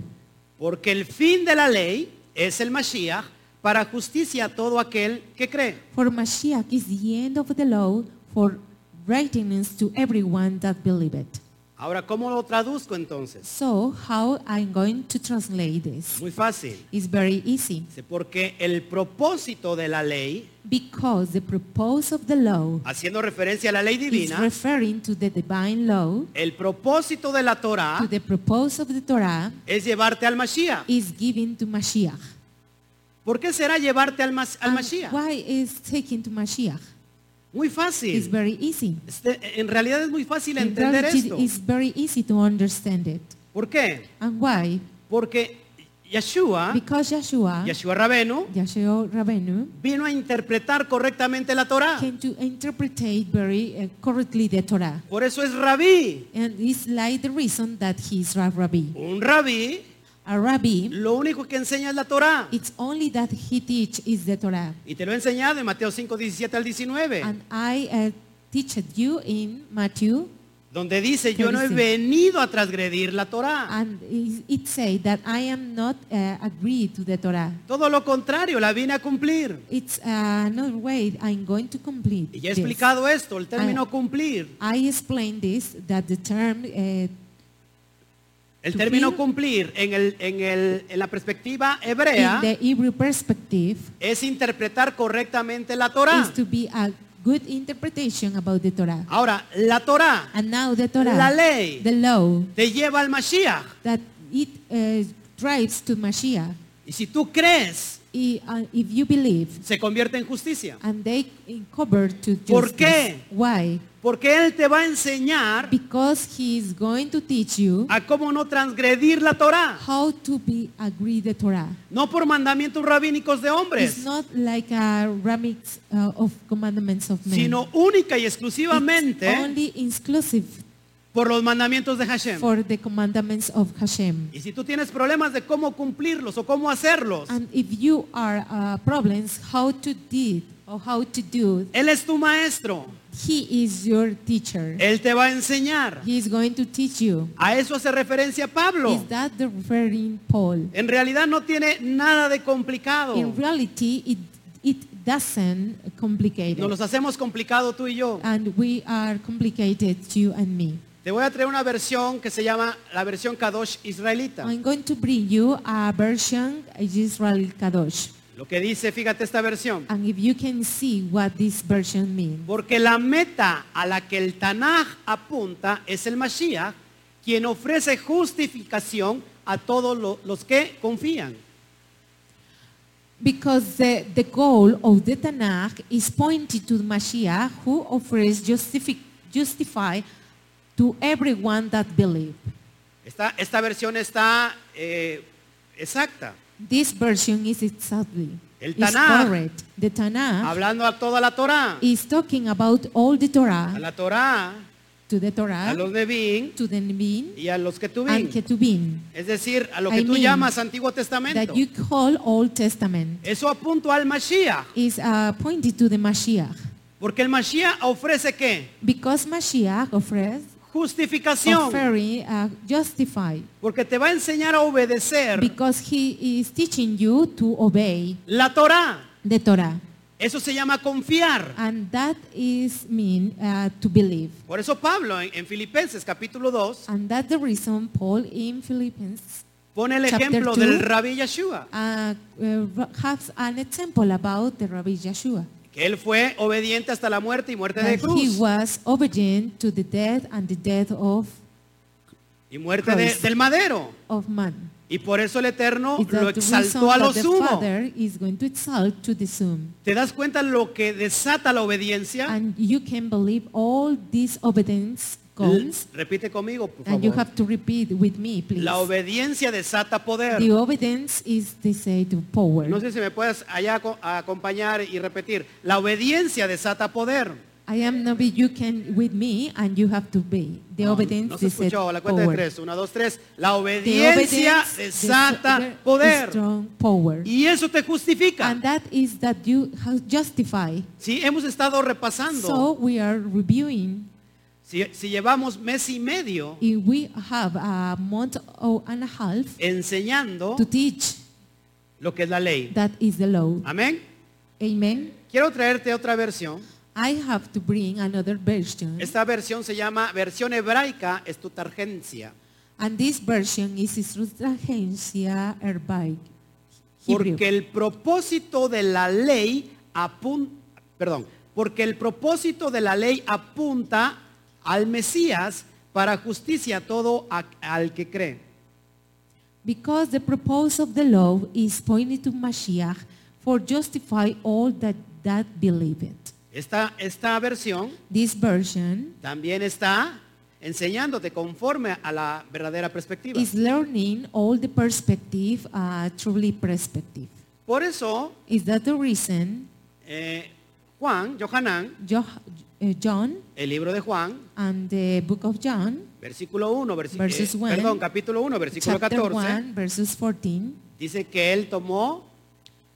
Speaker 1: Porque el fin de la ley es el Mashiach para justicia a todo aquel que cree.
Speaker 2: For Mashiach is the end of the law for righteousness to everyone that believe it.
Speaker 1: Ahora, ¿cómo lo traduzco entonces?
Speaker 2: So how I'm going to translate this
Speaker 1: Muy fácil.
Speaker 2: is very easy
Speaker 1: Dice, Porque el propósito de la ley,
Speaker 2: because the purpose of the law
Speaker 1: haciendo referencia a la ley
Speaker 2: is
Speaker 1: divina,
Speaker 2: referring to the divine law,
Speaker 1: el propósito de la
Speaker 2: to
Speaker 1: Torah
Speaker 2: the purpose of the Torah
Speaker 1: es llevarte al Mashiach.
Speaker 2: is given to Mashiach.
Speaker 1: ¿Por qué será llevarte al, Mas- al
Speaker 2: And
Speaker 1: Mashiach?
Speaker 2: Why is taken to Mashiach?
Speaker 1: Muy
Speaker 2: It's
Speaker 1: fácil.
Speaker 2: very easy.
Speaker 1: Este, en realidad es muy fácil
Speaker 2: In
Speaker 1: entender
Speaker 2: reality,
Speaker 1: esto.
Speaker 2: it's very easy to understand it.
Speaker 1: ¿Por qué?
Speaker 2: And why?
Speaker 1: Porque Yeshua,
Speaker 2: Because Yeshua,
Speaker 1: Ah. Yeshua Rabenu,
Speaker 2: Yeshua Rabenu,
Speaker 1: vino a interpretar correctamente la Torah.
Speaker 2: came to interpret very uh, correctly the Torah.
Speaker 1: Por eso es rabí.
Speaker 2: And it's like the reason that he is a rabbi.
Speaker 1: Un rabí
Speaker 2: A rabbi,
Speaker 1: lo único que enseña es la Torah.
Speaker 2: it's only that he teach is the Torah.
Speaker 1: Y te lo he enseñado en Mateo 5, 17 al 19,
Speaker 2: And I uh, teached you in Matthew,
Speaker 1: donde dice, Ah. yo no he
Speaker 2: 36.
Speaker 1: venido a transgredir la Torah.
Speaker 2: and it, it say that I am not uh, agree to the Torah.
Speaker 1: Todo lo contrario, la vine a cumplir.
Speaker 2: It's uh, another way I'm going to complete.
Speaker 1: Y ya he
Speaker 2: this.
Speaker 1: explicado esto, el término cumplir.
Speaker 2: I explained this that the term uh,
Speaker 1: El
Speaker 2: to
Speaker 1: término
Speaker 2: fill-
Speaker 1: cumplir en, el, en, el, en la perspectiva
Speaker 2: in
Speaker 1: hebrea
Speaker 2: the Hebrew perspective
Speaker 1: es interpretar correctamente la
Speaker 2: is
Speaker 1: Torah.
Speaker 2: to be a good interpretation about the Torah.
Speaker 1: Ahora, la Torah
Speaker 2: And now the Torah,
Speaker 1: La ley.
Speaker 2: the law
Speaker 1: te lleva al Mashiach.
Speaker 2: that it uh, drives to Mashiach.
Speaker 1: Y si tú crees,
Speaker 2: I- uh, if you believe
Speaker 1: se convierte en justicia.
Speaker 2: and they cover to justice.
Speaker 1: ¿Por qué?
Speaker 2: Why?
Speaker 1: Porque Él te va a enseñar
Speaker 2: Because he is going to teach you
Speaker 1: a cómo no transgredir la Torah.
Speaker 2: how to be agree the Torah.
Speaker 1: No por mandamientos rabínicos de
Speaker 2: It's
Speaker 1: hombres,
Speaker 2: not like a remix uh, of commandments of men.
Speaker 1: sino única y
Speaker 2: It's
Speaker 1: exclusivamente
Speaker 2: only exclusive
Speaker 1: por los mandamientos de Hashem.
Speaker 2: for the commandments of Hashem.
Speaker 1: Y si tú tienes problemas de cómo cumplirlos o cómo hacerlos,
Speaker 2: And if you are uh, problems, how to did or how to do,
Speaker 1: Él es tu maestro.
Speaker 2: he is your teacher.
Speaker 1: Él te va a enseñar.
Speaker 2: He is going to teach you.
Speaker 1: A eso hace referencia
Speaker 2: Is
Speaker 1: Pablo.
Speaker 2: that the referring Paul?
Speaker 1: En realidad no tiene nada de complicado.
Speaker 2: In reality, it, it doesn't complicate
Speaker 1: Nos
Speaker 2: it.
Speaker 1: los hacemos complicado tú y yo.
Speaker 2: And we are complicated, you and me.
Speaker 1: Te voy a traer una versión que se llama la versión Kadosh israelita.
Speaker 2: I'm going to bring you a version of Israel Kadosh.
Speaker 1: Lo que dice, fíjate esta versión.
Speaker 2: And if you can see what this version means.
Speaker 1: Porque la meta a la que el Tanaj apunta es el Mashiach, quien ofrece justificación a todos lo- los que confían.
Speaker 2: Because the, the goal of the Tanakh is pointed to Mashiach who offers justifi- justify to everyone that believe.
Speaker 1: Esta, esta versión está eh, exacta,
Speaker 2: This version is exactly
Speaker 1: El
Speaker 2: is
Speaker 1: Tanakh.
Speaker 2: correct. The Tanakh
Speaker 1: hablando a toda la Torah.
Speaker 2: is talking about all the
Speaker 1: A
Speaker 2: Torah
Speaker 1: la Torah
Speaker 2: to the
Speaker 1: a
Speaker 2: Torah,
Speaker 1: los Nebín
Speaker 2: to the Nebin,
Speaker 1: y a los Ketubín.
Speaker 2: and Ketubim,
Speaker 1: Es decir, a lo que
Speaker 2: I
Speaker 1: tú
Speaker 2: mean,
Speaker 1: llamas Antiguo Testamento.
Speaker 2: that you call Old Testament,
Speaker 1: Eso apunta al Mashiach.
Speaker 2: is uh, pointed to the Mashiach.
Speaker 1: Porque el Mashiach ofrece qué?
Speaker 2: Because Mashiach offers
Speaker 1: Justificación.
Speaker 2: offering uh, justify,
Speaker 1: Porque te va a enseñar a obedecer
Speaker 2: because he is teaching you to obey
Speaker 1: la Torah.
Speaker 2: the Torah,
Speaker 1: Eso se llama confiar.
Speaker 2: and that is mean uh, to believe.
Speaker 1: Por eso Pablo en, en Filipenses capítulo 2
Speaker 2: And that's the reason Paul in Philippines
Speaker 1: pone el
Speaker 2: Chapter
Speaker 1: ejemplo
Speaker 2: two.
Speaker 1: del rabí Yeshua,
Speaker 2: uh, uh, has an example about the Rabbi Yeshua.
Speaker 1: que él fue obediente hasta la muerte y muerte de
Speaker 2: That he
Speaker 1: cruz
Speaker 2: was obedient to the death and the death of,
Speaker 1: y muerte de-
Speaker 2: Christ.
Speaker 1: del madero.
Speaker 2: of man.
Speaker 1: Y por eso el Eterno
Speaker 2: Is
Speaker 1: Oh, lo
Speaker 2: that the reason
Speaker 1: exaltó a lo
Speaker 2: that the
Speaker 1: sumo.
Speaker 2: Father is going to exalt to the sum.
Speaker 1: ¿Te das cuenta lo que desata la obediencia?
Speaker 2: And you can believe all this obedience comes.
Speaker 1: L- Repite conmigo, por
Speaker 2: And you
Speaker 1: favor.
Speaker 2: have to repeat with me, please.
Speaker 1: La obediencia desata poder.
Speaker 2: The obedience is the say to power.
Speaker 1: No sé si me puedes allá aco- a acompañar y repetir. La obediencia desata poder.
Speaker 2: I am Nabi, you can with me and you have to be. The
Speaker 1: No,
Speaker 2: obedience
Speaker 1: no se
Speaker 2: is the
Speaker 1: escuchó. A la cuenta
Speaker 2: power.
Speaker 1: de tres. Una, dos, tres. La
Speaker 2: The
Speaker 1: obediencia
Speaker 2: obedience is
Speaker 1: desata
Speaker 2: the
Speaker 1: poder.
Speaker 2: Strong power.
Speaker 1: Y eso te justifica.
Speaker 2: And that is that you have justify.
Speaker 1: Si hemos estado repasando,
Speaker 2: So we are reviewing.
Speaker 1: si, si llevamos mes y medio
Speaker 2: If we have a month or and a half
Speaker 1: enseñando
Speaker 2: to teach,
Speaker 1: lo que es la ley.
Speaker 2: that is the law.
Speaker 1: Amén.
Speaker 2: Amen.
Speaker 1: Quiero traerte otra versión.
Speaker 2: I have to bring another version.
Speaker 1: Esta versión se llama versión hebraica estutargencia.
Speaker 2: And this version is Instructagencia Herbaic. Hebrew.
Speaker 1: Porque el propósito de la ley apun- perdón, porque el propósito de la ley apunta al Mesías para justicia a todo a- al que cree.
Speaker 2: Because the purpose of the law is pointed to Mashiach for justify all that, that believe it.
Speaker 1: Esta, esta versión
Speaker 2: This version
Speaker 1: también está enseñándote conforme a la verdadera perspectiva.
Speaker 2: is learning all the perspective, uh, truly perspective.
Speaker 1: Por eso,
Speaker 2: Is that the reason
Speaker 1: eh, Juan, Johanán,
Speaker 2: Jo- eh, John
Speaker 1: el libro de Juan,
Speaker 2: and the book of John,
Speaker 1: versículo 1, versi-
Speaker 2: Verses
Speaker 1: eh,
Speaker 2: one,
Speaker 1: perdón, capítulo 1, versículo
Speaker 2: chapter
Speaker 1: 14,
Speaker 2: 1, verses 14,
Speaker 1: dice que él tomó,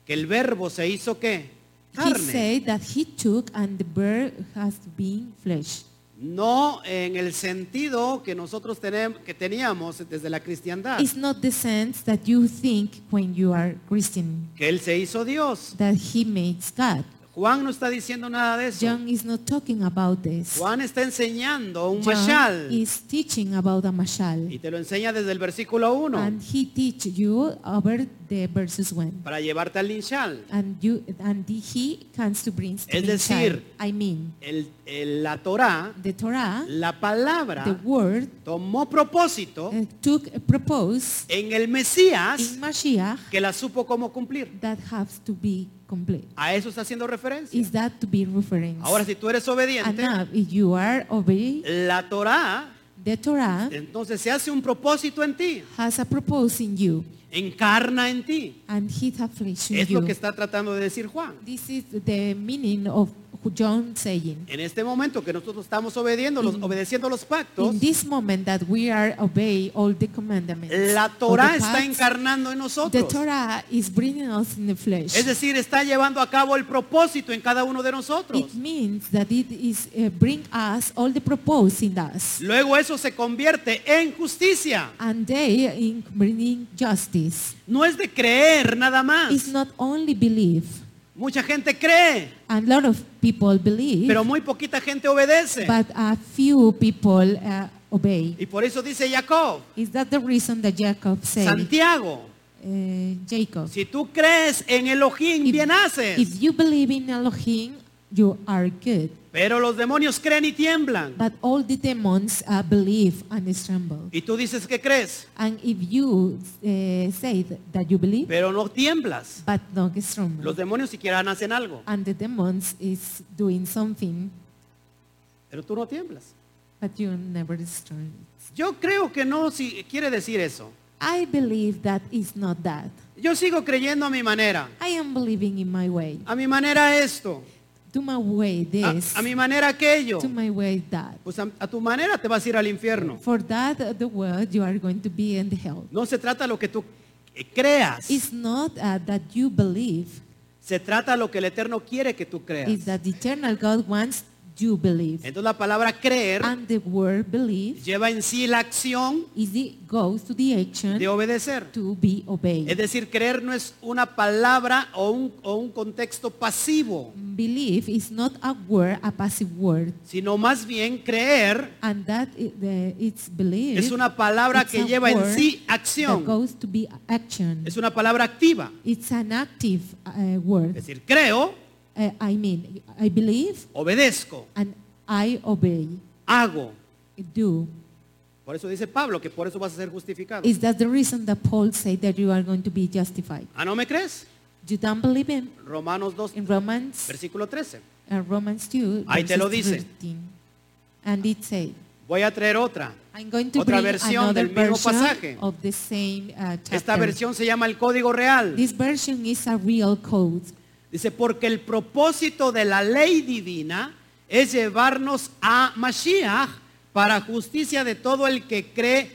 Speaker 1: que el verbo se hizo qué?
Speaker 2: he
Speaker 1: Carne.
Speaker 2: said that he took and the bird has been flesh.
Speaker 1: No en el sentido que nosotros tenem- que teníamos desde la cristiandad,
Speaker 2: It's not the sense that you think when you are Christian,
Speaker 1: que Él se hizo Dios.
Speaker 2: that he makes God.
Speaker 1: Juan no está diciendo nada de eso.
Speaker 2: John is not talking about this.
Speaker 1: Juan está enseñando un
Speaker 2: John
Speaker 1: mashal
Speaker 2: is teaching about a mashal.
Speaker 1: y te lo enseña desde el versículo 1
Speaker 2: And he teach you over the verses one.
Speaker 1: para llevarte al linshal.
Speaker 2: And you and he comes to bring
Speaker 1: Es decir,
Speaker 2: I mean
Speaker 1: El- el- la Torá,
Speaker 2: the Torah,
Speaker 1: la
Speaker 2: the
Speaker 1: palabra,
Speaker 2: word
Speaker 1: tomó propósito
Speaker 2: uh, took a propose
Speaker 1: en el
Speaker 2: in
Speaker 1: Mesías
Speaker 2: Mashiach
Speaker 1: que la supo cómo cumplir.
Speaker 2: that has to be complete.
Speaker 1: A eso está haciendo referencia.
Speaker 2: Is that to be referenced?
Speaker 1: Ahora, si tú eres
Speaker 2: and
Speaker 1: obediente,
Speaker 2: now if you are obeying
Speaker 1: la Torá,
Speaker 2: the Torah
Speaker 1: entonces se hace un propósito en ti.
Speaker 2: has a propose in you
Speaker 1: encarna en ti.
Speaker 2: and he affliction
Speaker 1: Es
Speaker 2: you.
Speaker 1: lo que está tratando de decir Juan.
Speaker 2: This is the meaning of John saying.
Speaker 1: En este momento que nosotros estamos obedeciendo
Speaker 2: Mm.
Speaker 1: los, obedeciendo los pactos,
Speaker 2: In this moment that we are obey all the commandments.
Speaker 1: la
Speaker 2: of the
Speaker 1: Torah
Speaker 2: past,
Speaker 1: está encarnando en
Speaker 2: The
Speaker 1: nosotros.
Speaker 2: Torah is bringing us in the flesh.
Speaker 1: Es decir, está llevando a cabo el propósito en cada uno de nosotros.
Speaker 2: It means that it is uh, bring us all the purpose in us.
Speaker 1: Luego eso se convierte en justicia.
Speaker 2: And they in bringing justice.
Speaker 1: No es de creer nada
Speaker 2: It's
Speaker 1: más.
Speaker 2: not only belief.
Speaker 1: Mucha gente cree,
Speaker 2: A lot of people believe,
Speaker 1: pero muy poquita gente obedece.
Speaker 2: but a few people uh, obey.
Speaker 1: Y por eso dice Jacob,
Speaker 2: Is that the reason that Jacob said,
Speaker 1: Santiago,
Speaker 2: eh, Jacob,
Speaker 1: si tú crees en Elohim, bien haces.
Speaker 2: if you believe in Elohim, you are good.
Speaker 1: Pero los demonios creen y tiemblan.
Speaker 2: But all the demons uh, believe and tremble.
Speaker 1: Y tú dices que crees,
Speaker 2: And if you uh, say th- that you believe,
Speaker 1: pero no tiemblas.
Speaker 2: but not
Speaker 1: Los
Speaker 2: tremble,
Speaker 1: demonios siquiera hacen algo,
Speaker 2: and the demons is doing something,
Speaker 1: pero tú no tiemblas.
Speaker 2: but you never strong.
Speaker 1: Yo creo que no si quiere decir eso.
Speaker 2: I believe that is not that.
Speaker 1: Yo sigo creyendo a mi manera.
Speaker 2: I am believing in my way.
Speaker 1: A mi manera esto.
Speaker 2: To my way this,
Speaker 1: A, a mi manera aquello.
Speaker 2: to my way that.
Speaker 1: Pues a, a tu manera te vas a ir al infierno.
Speaker 2: For that, uh, the world, you are going to be in the hell.
Speaker 1: No se trata lo que tú eh, creas.
Speaker 2: It's not uh, that you believe,
Speaker 1: Se trata lo que el Eterno quiere que tú creas.
Speaker 2: it's that the eternal God wants you believe.
Speaker 1: Entonces la palabra creer
Speaker 2: And the word believe
Speaker 1: lleva en sí la acción
Speaker 2: is the goes to the
Speaker 1: de
Speaker 2: action
Speaker 1: obedecer.
Speaker 2: to be
Speaker 1: Es
Speaker 2: obeyed.
Speaker 1: decir, creer no es una palabra o un, o un contexto pasivo,
Speaker 2: Believe is not a word, a passive word,
Speaker 1: sino más bien creer
Speaker 2: and that i- the- it's belief.
Speaker 1: es una palabra
Speaker 2: it's
Speaker 1: que
Speaker 2: a
Speaker 1: lleva en
Speaker 2: word
Speaker 1: sí
Speaker 2: That
Speaker 1: acción.
Speaker 2: goes to be action.
Speaker 1: Es una palabra activa.
Speaker 2: It's an active uh,
Speaker 1: Es
Speaker 2: word.
Speaker 1: decir, creo,
Speaker 2: Uh, I mean, I believe
Speaker 1: obedezco,
Speaker 2: and I obey,
Speaker 1: hago.
Speaker 2: do.
Speaker 1: Por eso dice Pablo que por eso vas a ser justificado.
Speaker 2: Is that the reason that Paul said that you are going to be justified?
Speaker 1: ¿Ah, no me crees?
Speaker 2: You don't believe him
Speaker 1: Romanos 2,
Speaker 2: in Romans,
Speaker 1: versículo 13.
Speaker 2: uh, Romans 2,
Speaker 1: Ahí te
Speaker 2: verses
Speaker 1: lo dice.
Speaker 2: 13. And it said,
Speaker 1: Voy a traer otra.
Speaker 2: I'm going to
Speaker 1: Otra
Speaker 2: bring
Speaker 1: versión
Speaker 2: another
Speaker 1: del mismo
Speaker 2: version
Speaker 1: pasaje.
Speaker 2: of the same uh, chapter.
Speaker 1: Esta versión se llama el Código Real.
Speaker 2: This version is a real code.
Speaker 1: Dice, porque el propósito de la ley divina es llevarnos a Mashiach para justicia de todo el que cree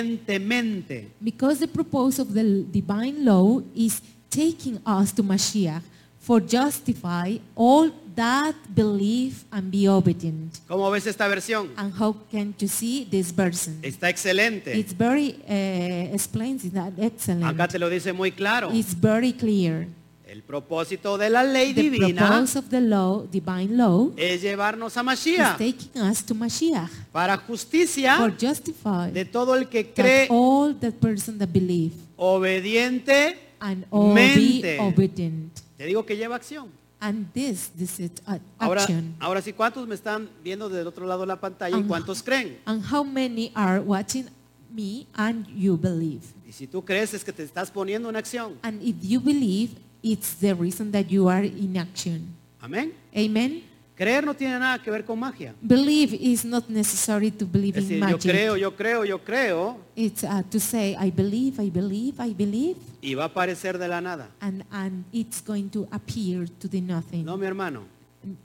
Speaker 1: obedientemente.
Speaker 2: Because the purpose of the divine law is taking us to Mashiach for justify all that believe and be obedient.
Speaker 1: ¿Cómo ves esta versión?
Speaker 2: And how can you see this person?
Speaker 1: Está excelente.
Speaker 2: It's very uh, explains it that excellent.
Speaker 1: Acá te lo dice muy claro.
Speaker 2: It's very clear.
Speaker 1: El propósito de la ley
Speaker 2: The
Speaker 1: divina
Speaker 2: purpose of the law, divine law,
Speaker 1: es llevarnos a
Speaker 2: is
Speaker 1: Mashiach
Speaker 2: taking us to Mashiach
Speaker 1: para
Speaker 2: for
Speaker 1: justicia
Speaker 2: justify
Speaker 1: de todo el que cree
Speaker 2: that all that person that believe
Speaker 1: obediente.
Speaker 2: and all be
Speaker 1: Mente.
Speaker 2: obedient.
Speaker 1: Te digo que lleva acción.
Speaker 2: And this, this is a-
Speaker 1: Ahora,
Speaker 2: action.
Speaker 1: ahora sí, ¿cuántos me están viendo del otro lado de la pantalla y
Speaker 2: Ajá.
Speaker 1: cuántos creen?
Speaker 2: And how many are watching me and you believe?
Speaker 1: Y si tú crees es que te estás poniendo en acción.
Speaker 2: And if you believe, it's the reason that you are in action.
Speaker 1: Amén.
Speaker 2: Amen?
Speaker 1: Creer no tiene nada que ver con magia.
Speaker 2: Believe is not necessary to
Speaker 1: Es
Speaker 2: believe in
Speaker 1: decir, yo
Speaker 2: magic.
Speaker 1: creo, yo creo, yo creo
Speaker 2: It's uh, to say, I believe, I believe, I believe,
Speaker 1: y va a aparecer de la nada.
Speaker 2: and, and it's going to appear to the nothing.
Speaker 1: No, mi hermano.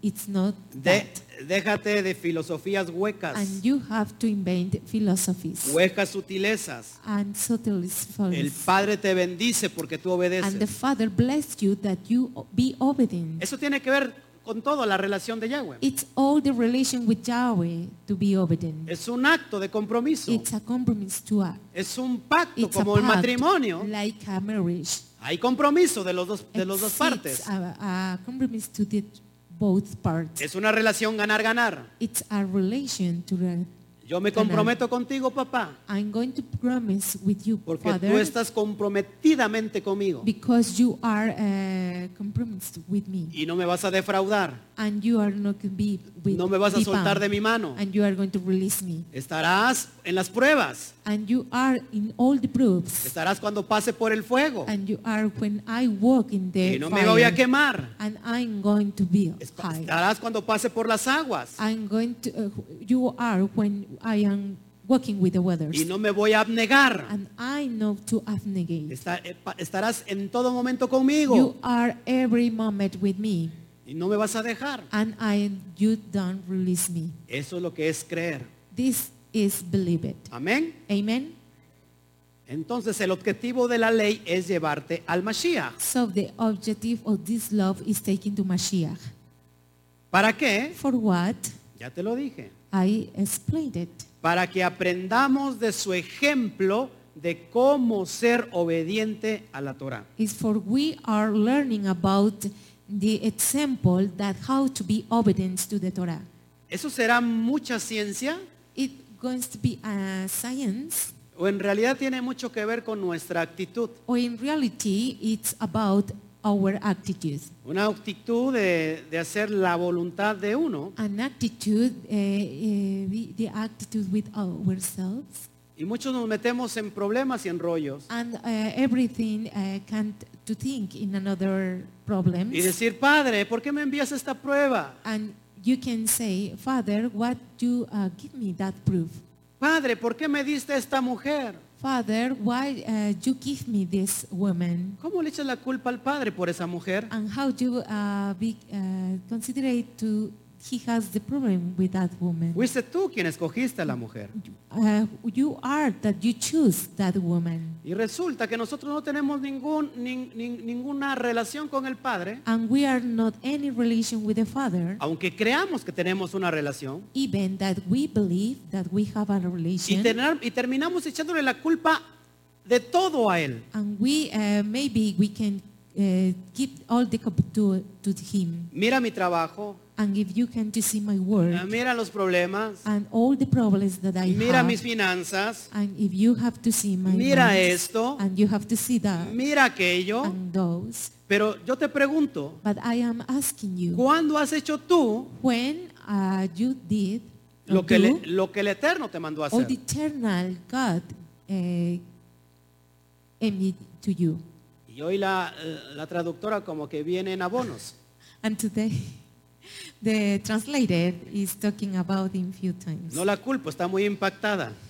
Speaker 2: It's not
Speaker 1: De-
Speaker 2: that.
Speaker 1: déjate de filosofías huecas,
Speaker 2: And you have to invent philosophies
Speaker 1: huecas sutilezas.
Speaker 2: and subtleties for
Speaker 1: El
Speaker 2: this.
Speaker 1: Padre te bendice porque tú
Speaker 2: And the
Speaker 1: obedeces.
Speaker 2: Father bless you that you o- be obedient.
Speaker 1: Eso tiene que ver con todo la relación de Yahweh.
Speaker 2: It's all the relation with Yahweh to be obedient.
Speaker 1: Es un acto de compromiso.
Speaker 2: It's a compromise to act.
Speaker 1: Es un pacto
Speaker 2: It's a
Speaker 1: como el
Speaker 2: pact,
Speaker 1: matrimonio.
Speaker 2: like a marriage.
Speaker 1: Hay compromiso de los dos de los dos
Speaker 2: It's
Speaker 1: partes.
Speaker 2: A, a compromise to the both parts.
Speaker 1: Es una relación ganar ganar.
Speaker 2: It's a relation to the.
Speaker 1: Yo me
Speaker 2: Ganar.
Speaker 1: comprometo contigo, papá,
Speaker 2: I'm going to promise with you,
Speaker 1: porque tú
Speaker 2: Father,
Speaker 1: estás comprometidamente conmigo
Speaker 2: because you are uh, compromised with me,
Speaker 1: y no me vas a defraudar.
Speaker 2: and you are not going to be with
Speaker 1: No me vas a
Speaker 2: be
Speaker 1: soltar
Speaker 2: bound,
Speaker 1: de mi mano.
Speaker 2: and you are going to release me,
Speaker 1: Estarás en las pruebas.
Speaker 2: and you are in all the proofs.
Speaker 1: Estarás cuando pase por el fuego
Speaker 2: And you are when I walk in the
Speaker 1: y no me
Speaker 2: fire,
Speaker 1: voy a quemar.
Speaker 2: and I'm going to be
Speaker 1: Espa-
Speaker 2: high.
Speaker 1: Estarás cuando pase por las aguas
Speaker 2: I'm going to. Uh, you are when I am walking with the waters,
Speaker 1: y no me voy a abnegar.
Speaker 2: and I know to abnegate.
Speaker 1: Esta- epa- Estarás en todo momento
Speaker 2: You
Speaker 1: conmigo
Speaker 2: are every moment with me,
Speaker 1: y no me vas a dejar.
Speaker 2: and I you don't release me.
Speaker 1: Eso es lo que es creer.
Speaker 2: This is believe it.
Speaker 1: Amén.
Speaker 2: Amen.
Speaker 1: Entonces el objetivo de la ley es llevarte al Mashiach.
Speaker 2: So the objective of this love is taken to Mashiach.
Speaker 1: ¿Para qué?
Speaker 2: For what?
Speaker 1: Ya te lo dije.
Speaker 2: I explained it.
Speaker 1: Para que aprendamos de su ejemplo de cómo ser obediente a la Torah.
Speaker 2: is for we are learning about the example that how to be obedient to the Torah.
Speaker 1: ¿Eso será mucha ciencia?
Speaker 2: It going to be a science,
Speaker 1: ¿O en realidad tiene mucho que ver con nuestra actitud?
Speaker 2: or in reality, it's about our attitude.
Speaker 1: Una actitud de, de hacer la voluntad de uno
Speaker 2: An attitude, eh, eh, the, the attitude with ourselves,
Speaker 1: y muchos nos metemos en problemas y en rollos.
Speaker 2: and uh, everything uh, can to think in another problem.
Speaker 1: Y decir, Padre, ¿por qué me envías esta prueba?
Speaker 2: And you can say, Father, what do uh, give me that proof?
Speaker 1: Padre, ¿por qué me diste esta mujer?
Speaker 2: Father, why uh, you give me this woman?
Speaker 1: ¿Cómo le echas la culpa al padre por esa mujer?
Speaker 2: And how you uh, be uh, considerate to he has the problem with that woman?
Speaker 1: Fuiste tú quien escogiste a la mujer.
Speaker 2: Uh, you are that you choose that woman.
Speaker 1: Y resulta que nosotros no tenemos ningún, nin- nin- ninguna relación con el padre,
Speaker 2: And we are not any relation with the Father,
Speaker 1: aunque creamos que tenemos una relación.
Speaker 2: even that we believe that we have a
Speaker 1: Y,
Speaker 2: relation.
Speaker 1: tener- y terminamos echándole la culpa de todo a él.
Speaker 2: And we uh, maybe we can uh, give all the cup to, to him.
Speaker 1: Mira mi trabajo,
Speaker 2: And if you can to see my work
Speaker 1: eh, mira los problemas,
Speaker 2: and all the problems that I
Speaker 1: mira
Speaker 2: have,
Speaker 1: mis finanzas,
Speaker 2: and if you have to see my
Speaker 1: mira
Speaker 2: wants,
Speaker 1: esto,
Speaker 2: and you have to see that
Speaker 1: mira aquello.
Speaker 2: and those.
Speaker 1: Pero yo te pregunto,
Speaker 2: But I am asking you,
Speaker 1: ¿cuándo has hecho tú
Speaker 2: when uh, you did or
Speaker 1: lo que, le-
Speaker 2: do,
Speaker 1: lo que el Eterno te mandó a
Speaker 2: all the
Speaker 1: hacer?
Speaker 2: eternal God uh, emit to you?
Speaker 1: Y hoy la, eh, la traductora como que viene en abonos.
Speaker 2: And today, the translated is talking about in few times.
Speaker 1: No la culpo, está muy impactada.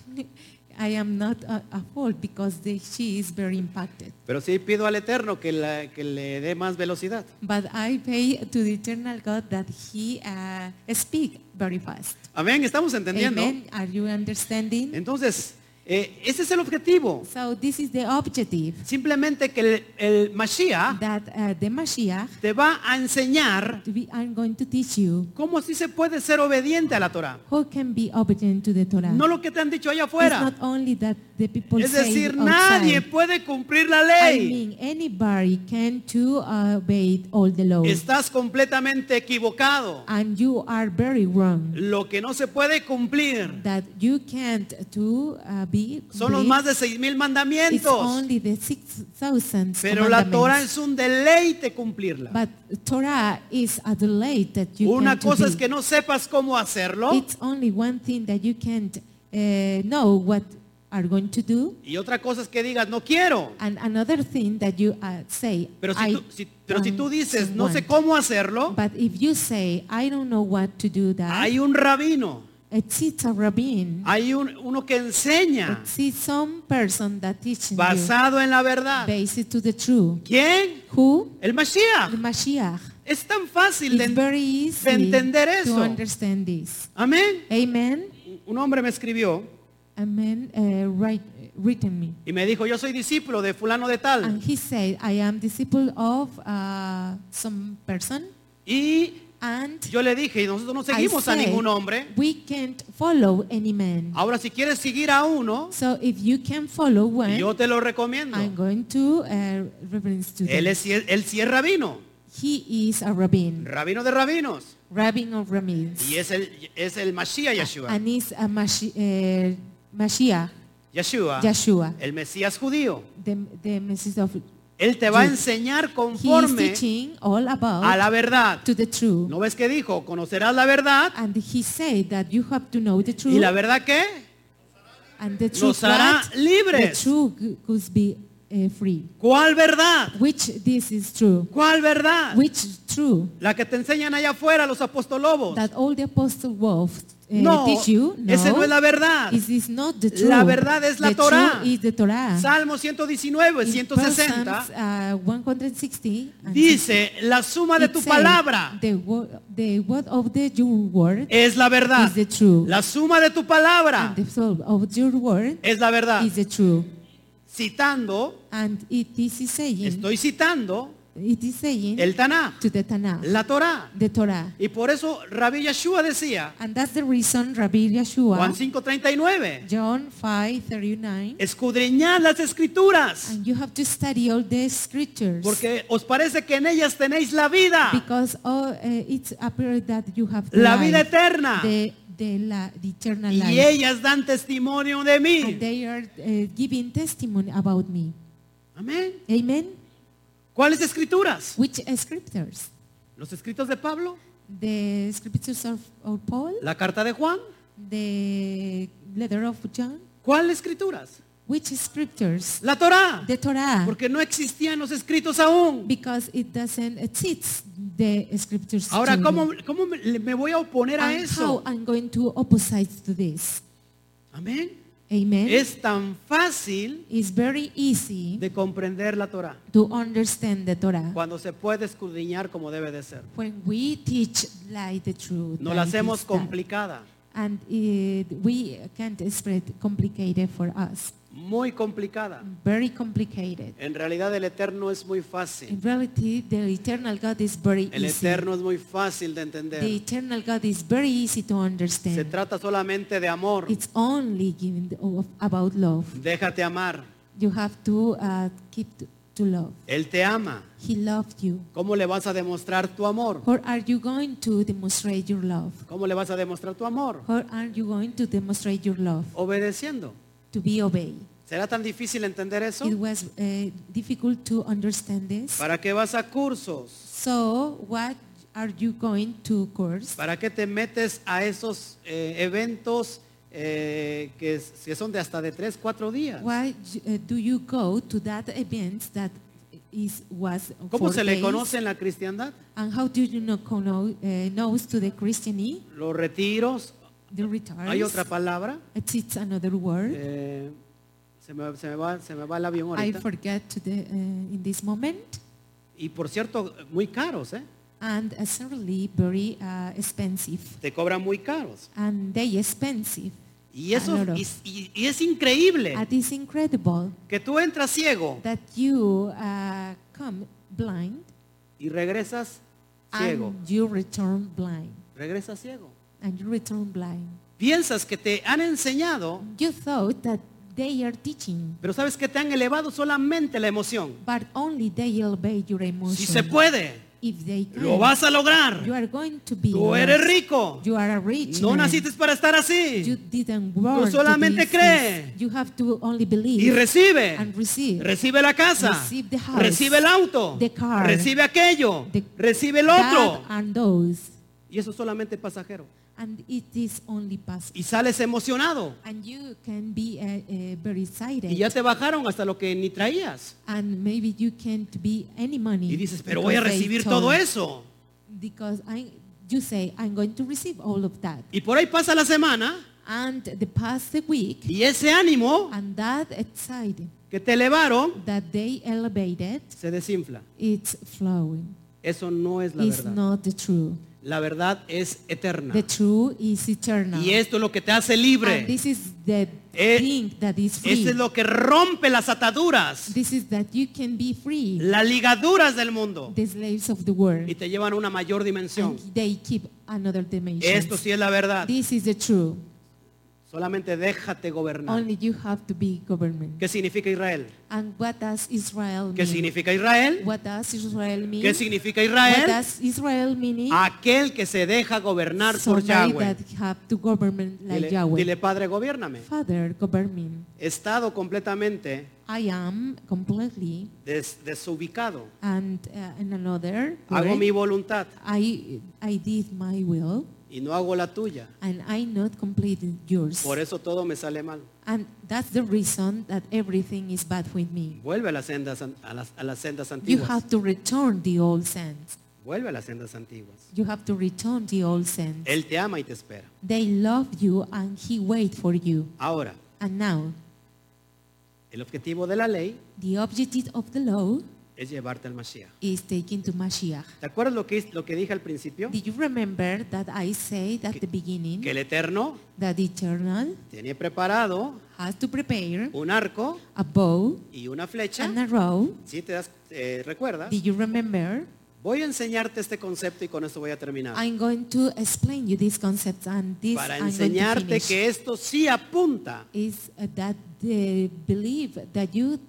Speaker 2: I am not a, a fault because the, she is very impacted.
Speaker 1: Pero sí pido al Eterno que, la- que le dé más velocidad.
Speaker 2: But I pay to the eternal God that He uh, speak very fast.
Speaker 1: Amén, estamos entendiendo.
Speaker 2: Amen. Are you understanding?
Speaker 1: Entonces, eh, ese es el objetivo.
Speaker 2: So this is the objective
Speaker 1: Simplemente que el, el Mashiach
Speaker 2: that uh, the Mashiach
Speaker 1: te va a enseñar
Speaker 2: we are going to teach you
Speaker 1: cómo sí se puede ser obediente a la Torah.
Speaker 2: who can be obedient to the Torah.
Speaker 1: No lo que te han dicho allá
Speaker 2: it's not
Speaker 1: afuera.
Speaker 2: only that the people
Speaker 1: Es
Speaker 2: say
Speaker 1: decir,
Speaker 2: outside.
Speaker 1: nadie puede cumplir la
Speaker 2: I
Speaker 1: ley.
Speaker 2: mean, anybody can to obey all the laws,
Speaker 1: Estás completamente equivocado.
Speaker 2: and you are very wrong.
Speaker 1: Lo que no se puede cumplir
Speaker 2: That you can't to uh, be.
Speaker 1: son los
Speaker 2: complete.
Speaker 1: más de seis mil
Speaker 2: It's
Speaker 1: mandamientos.
Speaker 2: only the six thousand
Speaker 1: Pero la Torah
Speaker 2: commandments.
Speaker 1: es un deleite cumplirla.
Speaker 2: But Torah is a delay that you
Speaker 1: Una
Speaker 2: can't to
Speaker 1: cosa es
Speaker 2: be.
Speaker 1: que no sepas cómo hacerlo
Speaker 2: It's only one thing that you can't uh, know what are going to do,
Speaker 1: y otra cosa es que digas no quiero.
Speaker 2: and another thing that you uh, say.
Speaker 1: Pero
Speaker 2: I
Speaker 1: si tú, si- pero si tú
Speaker 2: don't
Speaker 1: dices no sé
Speaker 2: want."
Speaker 1: cómo hacerlo,
Speaker 2: But if you say I don't know what to do, that
Speaker 1: hay un rabino,
Speaker 2: it's, it's a rabbin.
Speaker 1: hay un- uno que enseña
Speaker 2: It's it's some person that teaching you
Speaker 1: basado en la verdad.
Speaker 2: based to the true.
Speaker 1: ¿Quién?
Speaker 2: Who?
Speaker 1: El
Speaker 2: The
Speaker 1: Mashiach.
Speaker 2: Mashiach.
Speaker 1: Es tan Ah. fácil de,
Speaker 2: It's very
Speaker 1: en-
Speaker 2: easy
Speaker 1: de entender
Speaker 2: to
Speaker 1: eso.
Speaker 2: understand this.
Speaker 1: Amén.
Speaker 2: Amen.
Speaker 1: Un hombre me escribió
Speaker 2: Amen. Uh, write, written me.
Speaker 1: y me dijo, yo soy discípulo de fulano de tal.
Speaker 2: And he said, I am disciple of uh, some person.
Speaker 1: Y
Speaker 2: And
Speaker 1: yo le dije, y nosotros no seguimos a
Speaker 2: I said,
Speaker 1: ningún hombre.
Speaker 2: We can't follow any man.
Speaker 1: Ahora si quieres seguir a uno,
Speaker 2: So if you can follow one,
Speaker 1: yo te lo recomiendo.
Speaker 2: I'm going ¿eh? to uh, reference to
Speaker 1: Él,
Speaker 2: them.
Speaker 1: es, él sí es rabino,
Speaker 2: He is a rabbin,
Speaker 1: rabino de rabinos.
Speaker 2: rabbin of rabbins.
Speaker 1: Y es el, es el
Speaker 2: Ah,
Speaker 1: Mashiach Yeshua.
Speaker 2: And is a Mashi, uh, Mashiach,
Speaker 1: Yeshua,
Speaker 2: Yeshua,
Speaker 1: el Mesías judío.
Speaker 2: the, the message of
Speaker 1: Él te va a
Speaker 2: Jew.
Speaker 1: enseñar
Speaker 2: He is
Speaker 1: conforme
Speaker 2: teaching all about
Speaker 1: a la verdad.
Speaker 2: to the truth.
Speaker 1: ¿No ves que dijo? Conocerás la verdad.
Speaker 2: And he said that you have to know the truth.
Speaker 1: ¿Y la verdad qué?
Speaker 2: And the
Speaker 1: Los
Speaker 2: truth
Speaker 1: hará
Speaker 2: what?
Speaker 1: libres.
Speaker 2: The truth g- could be eh, free.
Speaker 1: ¿Cuál verdad?
Speaker 2: Which this is true.
Speaker 1: ¿Cuál verdad?
Speaker 2: Which true
Speaker 1: La que te enseñan allá afuera los apostolobos.
Speaker 2: that all the apostle wolf eh,
Speaker 1: No,
Speaker 2: teach you. No.
Speaker 1: esa no es la verdad.
Speaker 2: Is this not the truth?
Speaker 1: La verdad es la
Speaker 2: the
Speaker 1: Torah.
Speaker 2: Truth is the Torah.
Speaker 1: Salmo 119,
Speaker 2: In
Speaker 1: 160
Speaker 2: Psalms, uh, 160 and
Speaker 1: dice, la suma de
Speaker 2: It
Speaker 1: tu
Speaker 2: says,
Speaker 1: palabra
Speaker 2: The word, the word of the your word
Speaker 1: es la verdad.
Speaker 2: is the true.
Speaker 1: La suma de tu palabra
Speaker 2: and the soul of your word
Speaker 1: es la verdad.
Speaker 2: is the true.
Speaker 1: Citando,
Speaker 2: And it is saying,
Speaker 1: estoy citando
Speaker 2: it is saying
Speaker 1: el Tanakh,
Speaker 2: to the Tanakh,
Speaker 1: la Torah.
Speaker 2: the Torah.
Speaker 1: Y por eso Rabbi Yeshua decía,
Speaker 2: And that's the reason Rabbi Yeshua,
Speaker 1: Juan 5:39,
Speaker 2: John 5, 39,
Speaker 1: escudriñad las escrituras,
Speaker 2: and you have to study all the scriptures
Speaker 1: porque os parece que en ellas tenéis la vida,
Speaker 2: because all, uh, it's apparent that you have the
Speaker 1: la vida
Speaker 2: life,
Speaker 1: eterna.
Speaker 2: the, the, la, the eternal
Speaker 1: Y
Speaker 2: life.
Speaker 1: ellas dan testimonio de
Speaker 2: And
Speaker 1: mí.
Speaker 2: they are uh, giving testimony about me.
Speaker 1: Amén.
Speaker 2: Amen.
Speaker 1: ¿Cuáles escrituras?
Speaker 2: Which eh, scriptures?
Speaker 1: Los escritos de Pablo,
Speaker 2: The scriptures of, of Paul,
Speaker 1: la carta de Juan.
Speaker 2: the letter of John.
Speaker 1: ¿Cuáles escrituras?
Speaker 2: Which scriptures?
Speaker 1: La Torá,
Speaker 2: The Torah,
Speaker 1: porque no existían los escritos aún.
Speaker 2: because it doesn't exist the scriptures.
Speaker 1: Ahora,
Speaker 2: today.
Speaker 1: ¿cómo, cómo me me voy a oponer a
Speaker 2: And how
Speaker 1: eso?
Speaker 2: I'm going to opposite to this?
Speaker 1: Amén.
Speaker 2: Amen.
Speaker 1: Es tan fácil
Speaker 2: it's very easy
Speaker 1: de comprender la Torah
Speaker 2: to understand the Torah
Speaker 1: cuando se puede escudriñar como debe de ser.
Speaker 2: when we teach like the truth.
Speaker 1: No
Speaker 2: like
Speaker 1: la
Speaker 2: this
Speaker 1: hacemos
Speaker 2: time.
Speaker 1: complicada,
Speaker 2: And it, we can't spread complicated for us.
Speaker 1: muy complicada.
Speaker 2: Very complicated.
Speaker 1: En realidad el Eterno es muy
Speaker 2: In
Speaker 1: fácil.
Speaker 2: reality, the eternal God is very
Speaker 1: El
Speaker 2: easy.
Speaker 1: Eterno es muy fácil de
Speaker 2: The
Speaker 1: entender.
Speaker 2: eternal God is very easy
Speaker 1: Se
Speaker 2: to understand.
Speaker 1: trata solamente de amor.
Speaker 2: It's only given the- of- about love.
Speaker 1: Déjate amar.
Speaker 2: You have to uh, keep to, to love.
Speaker 1: Él te ama.
Speaker 2: He loved you.
Speaker 1: ¿Cómo le vas a demostrar tu amor?
Speaker 2: How are you going to demonstrate your love?
Speaker 1: ¿Cómo le vas a demostrar tu amor?
Speaker 2: How are you going to demonstrate your love?
Speaker 1: Obedeciendo.
Speaker 2: To be obeyed.
Speaker 1: ¿Será tan difícil entender eso?
Speaker 2: It was uh, difficult to understand this.
Speaker 1: ¿Para qué vas a cursos?
Speaker 2: So what are you going to course?
Speaker 1: ¿Para qué te metes a esos eh, eventos eh, que, es- que son de hasta de tres, cuatro días?
Speaker 2: Why uh, do you go to that event that is was
Speaker 1: ¿Cómo
Speaker 2: four
Speaker 1: se le
Speaker 2: days?
Speaker 1: conoce en la cristiandad?
Speaker 2: And how do you know, know uh, knows to the Christianity?
Speaker 1: Los retiros.
Speaker 2: The retards.
Speaker 1: Hay otra palabra.
Speaker 2: It's, it's another word.
Speaker 1: Eh, se, me, se me va, se me va el avión
Speaker 2: I
Speaker 1: ahorita.
Speaker 2: forget to the, uh, in this moment.
Speaker 1: Y por cierto, muy caros, ¿eh?
Speaker 2: And uh, certainly very uh, expensive.
Speaker 1: Te cobran muy caros.
Speaker 2: And they expensive.
Speaker 1: Y eso
Speaker 2: Adoro.
Speaker 1: y, y- y es increíble
Speaker 2: And it's incredible
Speaker 1: que tú entras ciego
Speaker 2: that you uh, come blind
Speaker 1: y regresas
Speaker 2: Ah,
Speaker 1: ciego.
Speaker 2: and you return blind.
Speaker 1: Regresas ciego.
Speaker 2: And you return blind.
Speaker 1: Piensas que te han enseñado,
Speaker 2: You thought that they are teaching,
Speaker 1: pero sabes que te han elevado solamente la emoción.
Speaker 2: but only they obey your emotions.
Speaker 1: Si se puede,
Speaker 2: If they can,
Speaker 1: lo vas a lograr.
Speaker 2: you are going to be.
Speaker 1: Tú
Speaker 2: rich.
Speaker 1: eres rico.
Speaker 2: You are a rich.
Speaker 1: No
Speaker 2: man.
Speaker 1: naciste para estar
Speaker 2: You
Speaker 1: así.
Speaker 2: didn't work. to
Speaker 1: solamente
Speaker 2: be
Speaker 1: cree.
Speaker 2: this. You have to only believe
Speaker 1: Y recibe.
Speaker 2: and receive.
Speaker 1: Recibe la casa.
Speaker 2: Receive the house.
Speaker 1: Recibe el auto.
Speaker 2: The car.
Speaker 1: Recibe aquello.
Speaker 2: The-
Speaker 1: Recibe el otro.
Speaker 2: That and those,
Speaker 1: Y eso solamente pasajero.
Speaker 2: and it is only possible.
Speaker 1: Y sales emocionado.
Speaker 2: And you can be uh, uh, very excited.
Speaker 1: Y ya te bajaron hasta lo que ni traías.
Speaker 2: And maybe you can't be any money.
Speaker 1: Y dices, pero voy a
Speaker 2: because they
Speaker 1: recibir
Speaker 2: told-
Speaker 1: todo eso.
Speaker 2: Because I, you say, I'm going to receive all of that.
Speaker 1: Y por ahí pasa la semana
Speaker 2: And the past the week,
Speaker 1: y ese ánimo
Speaker 2: and that exciting
Speaker 1: que te elevaron
Speaker 2: that they elevated,
Speaker 1: se desinfla.
Speaker 2: it's flowing.
Speaker 1: Eso no es la
Speaker 2: It's
Speaker 1: verdad.
Speaker 2: not the true.
Speaker 1: La verdad es eterna.
Speaker 2: The true is eternal.
Speaker 1: Y esto es lo que te hace
Speaker 2: And
Speaker 1: libre.
Speaker 2: this is the
Speaker 1: Eh,
Speaker 2: thing that is free.
Speaker 1: Esto es lo que rompe las ataduras,
Speaker 2: This is that you can be free,
Speaker 1: las ligaduras del mundo
Speaker 2: the slaves of the world.
Speaker 1: y te llevan a una mayor dimensión.
Speaker 2: And they keep another dimension.
Speaker 1: Esto sí es la verdad.
Speaker 2: This is the true.
Speaker 1: Solamente déjate gobernar.
Speaker 2: Only you have to be government.
Speaker 1: ¿Qué significa Israel?
Speaker 2: And what does Israel mean?
Speaker 1: ¿Qué significa Israel?
Speaker 2: What does Israel mean?
Speaker 1: ¿Qué significa
Speaker 2: What
Speaker 1: Israel?
Speaker 2: does Israel mean?
Speaker 1: Aquel que se deja gobernar por
Speaker 2: Somebody
Speaker 1: Yahweh.
Speaker 2: that have to government like
Speaker 1: Dile,
Speaker 2: Yahweh.
Speaker 1: dile, Padre, gobiérname.
Speaker 2: Father, govern me.
Speaker 1: He estado completamente
Speaker 2: I am completely
Speaker 1: des- desubicado.
Speaker 2: and uh, in another
Speaker 1: Hago
Speaker 2: way.
Speaker 1: mi voluntad
Speaker 2: I I did my will
Speaker 1: y no hago la tuya.
Speaker 2: and I not completed yours.
Speaker 1: Por eso todo me sale mal.
Speaker 2: And that's the reason that everything is bad with me.
Speaker 1: Vuelve a las sendas, an- a las, a las sendas
Speaker 2: You
Speaker 1: antiguas.
Speaker 2: have to return the old sense.
Speaker 1: Vuelve a las sendas antiguas.
Speaker 2: You have to return the old sense.
Speaker 1: Él te ama y te espera.
Speaker 2: They love you and he wait for you.
Speaker 1: Ahora,
Speaker 2: And now,
Speaker 1: el objetivo de la ley
Speaker 2: the objective of the law
Speaker 1: es llevarte al Mashiach.
Speaker 2: is taken to Mashiach.
Speaker 1: ¿Te acuerdas lo que, es- lo que dije al principio?
Speaker 2: Did you remember that I said at the
Speaker 1: Que
Speaker 2: beginning
Speaker 1: el Eterno
Speaker 2: that the eternal
Speaker 1: tiene preparado
Speaker 2: has to prepare
Speaker 1: un arco
Speaker 2: a bow
Speaker 1: y una flecha.
Speaker 2: and a row?
Speaker 1: Si te das, eh, recuerdas,
Speaker 2: Did you remember?
Speaker 1: voy a enseñarte este concepto y con esto voy a terminar.
Speaker 2: I'm going to explain you these concepts and this
Speaker 1: para
Speaker 2: I'm going to
Speaker 1: enseñarte
Speaker 2: finish.
Speaker 1: que esto sí apunta
Speaker 2: is uh, that the belief that you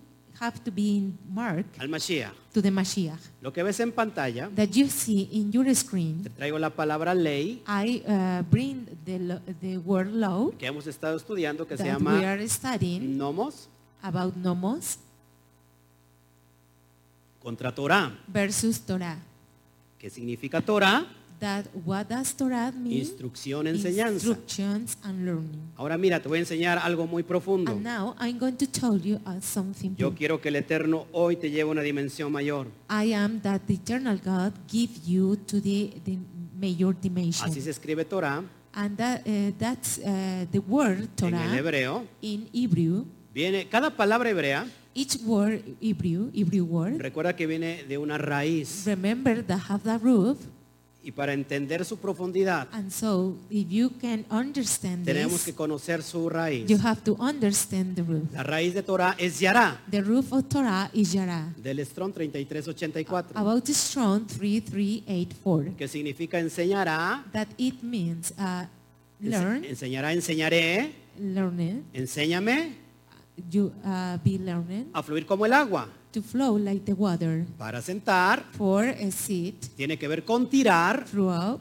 Speaker 2: have to be in mark
Speaker 1: al Mashiach.
Speaker 2: to the Mashiach.
Speaker 1: Lo que ves en pantalla,
Speaker 2: That you see in your
Speaker 1: te
Speaker 2: screen,
Speaker 1: traigo la palabra ley
Speaker 2: I uh, bring the, lo- the word law
Speaker 1: que hemos estado estudiando que se
Speaker 2: that we
Speaker 1: llama
Speaker 2: are studying
Speaker 1: nomos
Speaker 2: about nomos
Speaker 1: contra Torah,
Speaker 2: versus Torah.
Speaker 1: que significa Torah,
Speaker 2: That what does Torah mean?
Speaker 1: instrucción, enseñanza.
Speaker 2: Instructions and learning.
Speaker 1: Ahora mira, te voy a enseñar algo muy profundo.
Speaker 2: And now I'm going to tell you uh, something.
Speaker 1: Yo quiero que el Eterno hoy te lleve a una dimensión mayor.
Speaker 2: I am that the eternal God give you to the, the major dimension.
Speaker 1: Así se escribe Torah,
Speaker 2: And that, uh, that's uh, the word
Speaker 1: en el
Speaker 2: Torah
Speaker 1: hebreo,
Speaker 2: in Hebrew.
Speaker 1: viene, cada palabra hebrea,
Speaker 2: Each word Hebrew, Hebrew word,
Speaker 1: recuerda que viene de una raíz.
Speaker 2: remember that have the root.
Speaker 1: Y para entender su profundidad,
Speaker 2: And so if you can understand
Speaker 1: tenemos
Speaker 2: this,
Speaker 1: que conocer su raíz.
Speaker 2: you have to understand the root.
Speaker 1: La raíz de Torah es Yará,
Speaker 2: The roof of Torah is Yara.
Speaker 1: del Strong 3384,
Speaker 2: About the strong 3384.
Speaker 1: que significa enseñará,
Speaker 2: That it means uh,
Speaker 1: ense-
Speaker 2: learn,
Speaker 1: enseñará, enseñaré,
Speaker 2: learning,
Speaker 1: enséñame
Speaker 2: you uh, be learning,
Speaker 1: a fluir como el agua.
Speaker 2: to flow like the water.
Speaker 1: Para sentar,
Speaker 2: For a seat,
Speaker 1: tiene que ver con tirar,
Speaker 2: throughout,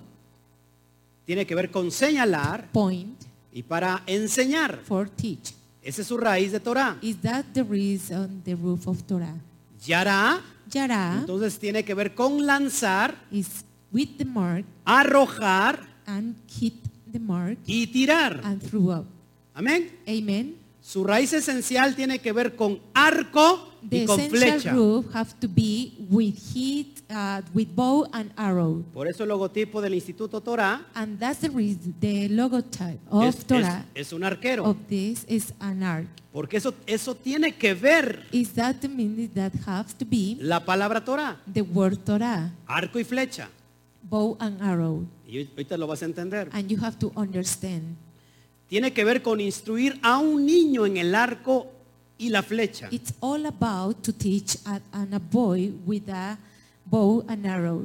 Speaker 1: tiene que ver con señalar
Speaker 2: point,
Speaker 1: y para enseñar.
Speaker 2: for teach.
Speaker 1: Esa es su raíz de Torah.
Speaker 2: Is that the reason the roof of Torah?
Speaker 1: Yará,
Speaker 2: Yara
Speaker 1: entonces tiene que ver con lanzar,
Speaker 2: is with the mark
Speaker 1: arrojar
Speaker 2: and hit the mark
Speaker 1: y tirar.
Speaker 2: and throughout.
Speaker 1: Amén.
Speaker 2: Amen.
Speaker 1: Su raíz esencial tiene que ver con arco
Speaker 2: The
Speaker 1: y con flecha.
Speaker 2: essential roof have to be with heat, uh, with bow and arrow.
Speaker 1: Por eso el logotipo del Instituto Torah
Speaker 2: And that's the reason the logotype
Speaker 1: es,
Speaker 2: of
Speaker 1: es-
Speaker 2: Torah
Speaker 1: es un arquero.
Speaker 2: of this is an arc.
Speaker 1: Porque eso, eso tiene que ver
Speaker 2: Is that the meaning that have to be
Speaker 1: la palabra Torah,
Speaker 2: the word Torah,
Speaker 1: arco y flecha.
Speaker 2: bow and arrow?
Speaker 1: Y ahorita lo vas a entender.
Speaker 2: And you have to understand.
Speaker 1: Tiene que ver con instruir a un niño en el arco y la flecha.
Speaker 2: It's all about to teach a, and a boy with a bow and arrow.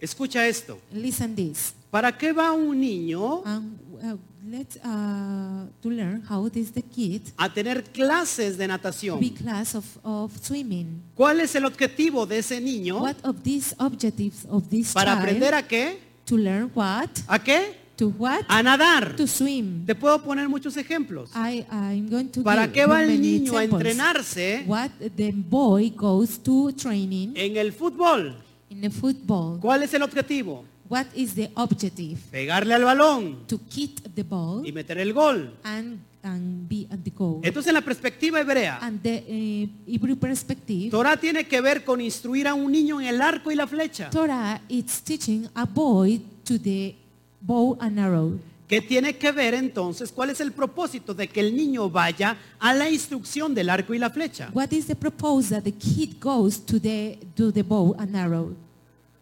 Speaker 1: Escucha esto.
Speaker 2: Listen this.
Speaker 1: ¿Para qué va un niño
Speaker 2: And uh, let's uh, to learn how this the kid
Speaker 1: a tener clases de natación?
Speaker 2: be class of, of swimming.
Speaker 1: ¿Cuál es el objetivo de ese niño
Speaker 2: What of these objectives of this
Speaker 1: para
Speaker 2: child
Speaker 1: aprender a qué?
Speaker 2: to learn what?
Speaker 1: ¿A qué?
Speaker 2: To what?
Speaker 1: A nadar.
Speaker 2: to swim.
Speaker 1: Te puedo poner muchos ejemplos.
Speaker 2: I, I'm going to
Speaker 1: ¿Para
Speaker 2: give
Speaker 1: qué va
Speaker 2: you
Speaker 1: el
Speaker 2: many
Speaker 1: niño a
Speaker 2: examples.
Speaker 1: entrenarse
Speaker 2: What the boy goes to training
Speaker 1: en el fútbol?
Speaker 2: in the football.
Speaker 1: ¿Cuál es el objetivo?
Speaker 2: What is the objective?
Speaker 1: Pegarle al balón
Speaker 2: To kick the ball
Speaker 1: y meter el gol.
Speaker 2: and, and be at the goal.
Speaker 1: Entonces, en la perspectiva hebrea,
Speaker 2: And the uh, Hebrew perspective,
Speaker 1: Torah tiene que ver con instruir a un niño en el arco y la flecha,
Speaker 2: Torah is teaching a boy to the bow and arrow.
Speaker 1: que tiene que ver entonces cuál es el propósito de que el niño vaya a la instrucción del arco y la flecha.
Speaker 2: What is the purpose that the kid goes to the to the bow and arrow?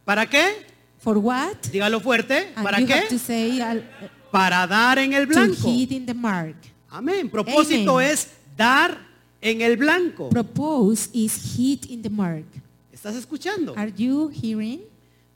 Speaker 1: ¿Para qué?
Speaker 2: For what?
Speaker 1: Dígalo fuerte.
Speaker 2: And
Speaker 1: ¿Para
Speaker 2: you have to
Speaker 1: qué?
Speaker 2: say uh,
Speaker 1: Para dar en el
Speaker 2: to
Speaker 1: blanco.
Speaker 2: hit in the mark.
Speaker 1: Amén. Propósito
Speaker 2: Amen.
Speaker 1: es dar en el blanco.
Speaker 2: Propose is hit in the mark.
Speaker 1: ¿Estás escuchando?
Speaker 2: Are you hearing?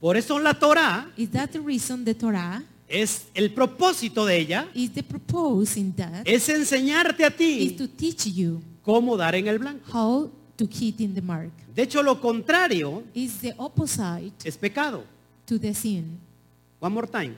Speaker 1: Por eso la Torah
Speaker 2: Is that the reason the Torah
Speaker 1: es el propósito de ella
Speaker 2: is the propose in that
Speaker 1: es enseñarte a
Speaker 2: is
Speaker 1: ti
Speaker 2: to teach you
Speaker 1: cómo dar en el blanco.
Speaker 2: how to hit in the mark.
Speaker 1: De hecho, lo contrario
Speaker 2: Is the opposite
Speaker 1: es pecado.
Speaker 2: to the sin.
Speaker 1: One more time.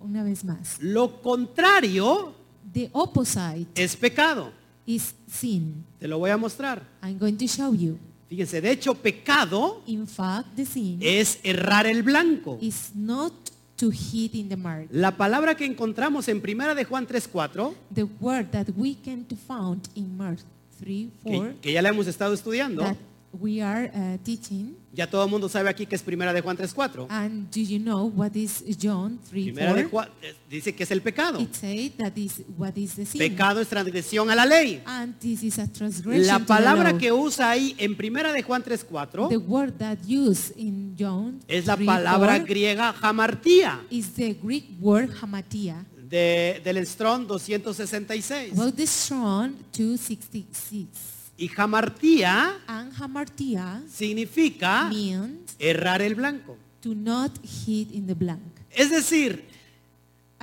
Speaker 2: Una vez más.
Speaker 1: Lo contrario
Speaker 2: The opposite
Speaker 1: es pecado.
Speaker 2: is sin.
Speaker 1: Te lo voy a mostrar.
Speaker 2: I'm going to show you.
Speaker 1: Fíjense, de hecho, pecado
Speaker 2: In fact, the sin
Speaker 1: es errar el blanco.
Speaker 2: is not to hit in the mark.
Speaker 1: La palabra que encontramos en Primera de Juan 3:4,
Speaker 2: The word that we can to found in Mark 3, 4,
Speaker 1: que, que ya la hemos estado estudiando,
Speaker 2: that we are uh, teaching.
Speaker 1: ya todo el mundo sabe aquí que es Primera de Juan 3:4.
Speaker 2: And do you know what is John 3,
Speaker 1: Primera de
Speaker 2: 4?
Speaker 1: Juan eh, dice que es el pecado.
Speaker 2: It says that is what is the sin.
Speaker 1: Pecado es transgresión a la ley.
Speaker 2: And this is a transgression
Speaker 1: La
Speaker 2: to the
Speaker 1: palabra
Speaker 2: law.
Speaker 1: que usa ahí en Primera de Juan
Speaker 2: The
Speaker 1: 3:4
Speaker 2: word that used in John
Speaker 1: es la
Speaker 2: 3,
Speaker 1: palabra
Speaker 2: 4
Speaker 1: griega hamartía
Speaker 2: is the Greek word hamatia.
Speaker 1: de, del Strong 266.
Speaker 2: About the strong 266.
Speaker 1: Y hamartía
Speaker 2: And hamartia
Speaker 1: significa
Speaker 2: means
Speaker 1: errar el blanco.
Speaker 2: to not hit in the blank.
Speaker 1: Es decir,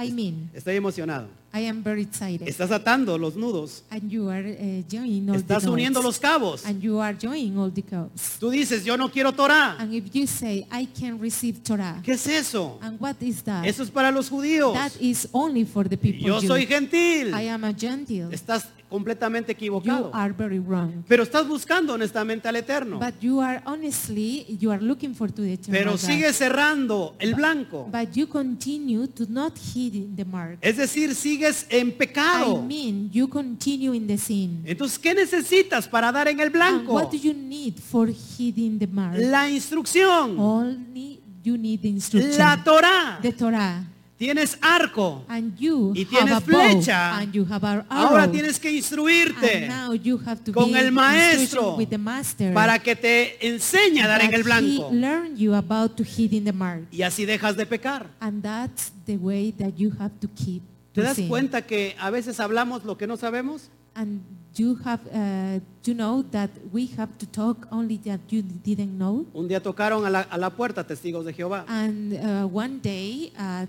Speaker 2: I mean,
Speaker 1: estoy emocionado.
Speaker 2: I am very excited.
Speaker 1: Estás atando los nudos.
Speaker 2: and you are uh, joining all
Speaker 1: Estás
Speaker 2: the
Speaker 1: uniendo
Speaker 2: knots.
Speaker 1: los cabos.
Speaker 2: And you are joining all the cups.
Speaker 1: Tú dices, yo no quiero Torah.
Speaker 2: And if you say, I can receive Torah.
Speaker 1: Ah. ¿Qué es eso?
Speaker 2: And what is that?
Speaker 1: Eso es para los judíos.
Speaker 2: That is only for the people.
Speaker 1: Yo
Speaker 2: Jew.
Speaker 1: soy gentil.
Speaker 2: I am a Gentile.
Speaker 1: Estás completamente
Speaker 2: You
Speaker 1: equivocado.
Speaker 2: are very wrong.
Speaker 1: Pero estás buscando honestamente al Eterno.
Speaker 2: But you are honestly, you are looking for to the eternal
Speaker 1: Pero
Speaker 2: God.
Speaker 1: sigue cerrando el blanco.
Speaker 2: But you continue to not hit in the mark.
Speaker 1: Es decir, sigues en
Speaker 2: I
Speaker 1: pecado.
Speaker 2: mean, you continue in the sin.
Speaker 1: Entonces, ¿qué necesitas para dar en el
Speaker 2: And
Speaker 1: blanco?
Speaker 2: what do you need for hitting the mark?
Speaker 1: La instrucción,
Speaker 2: Only you need Oh, the instruction.
Speaker 1: la Torah.
Speaker 2: The Torah.
Speaker 1: Tienes arco.
Speaker 2: And you
Speaker 1: Y
Speaker 2: have
Speaker 1: tienes
Speaker 2: a bow.
Speaker 1: flecha.
Speaker 2: And you have an arrow.
Speaker 1: Ahora tienes que
Speaker 2: and
Speaker 1: instruirte
Speaker 2: now you have to
Speaker 1: con
Speaker 2: be
Speaker 1: el
Speaker 2: in
Speaker 1: maestro
Speaker 2: instruction with the master.
Speaker 1: para que te enseñe a dar en
Speaker 2: that
Speaker 1: el blanco.
Speaker 2: He learned you about to hit in the mark.
Speaker 1: Y así dejas de pecar.
Speaker 2: And that's the way that you have to keep.
Speaker 1: ¿Te
Speaker 2: to
Speaker 1: das
Speaker 2: sin.
Speaker 1: cuenta que a veces hablamos lo que no sabemos?
Speaker 2: And you have uh, to know that we have to talk only that you didn't know.
Speaker 1: Un día tocaron a la, a la puerta testigos de Jehová.
Speaker 2: And uh, one day, uh,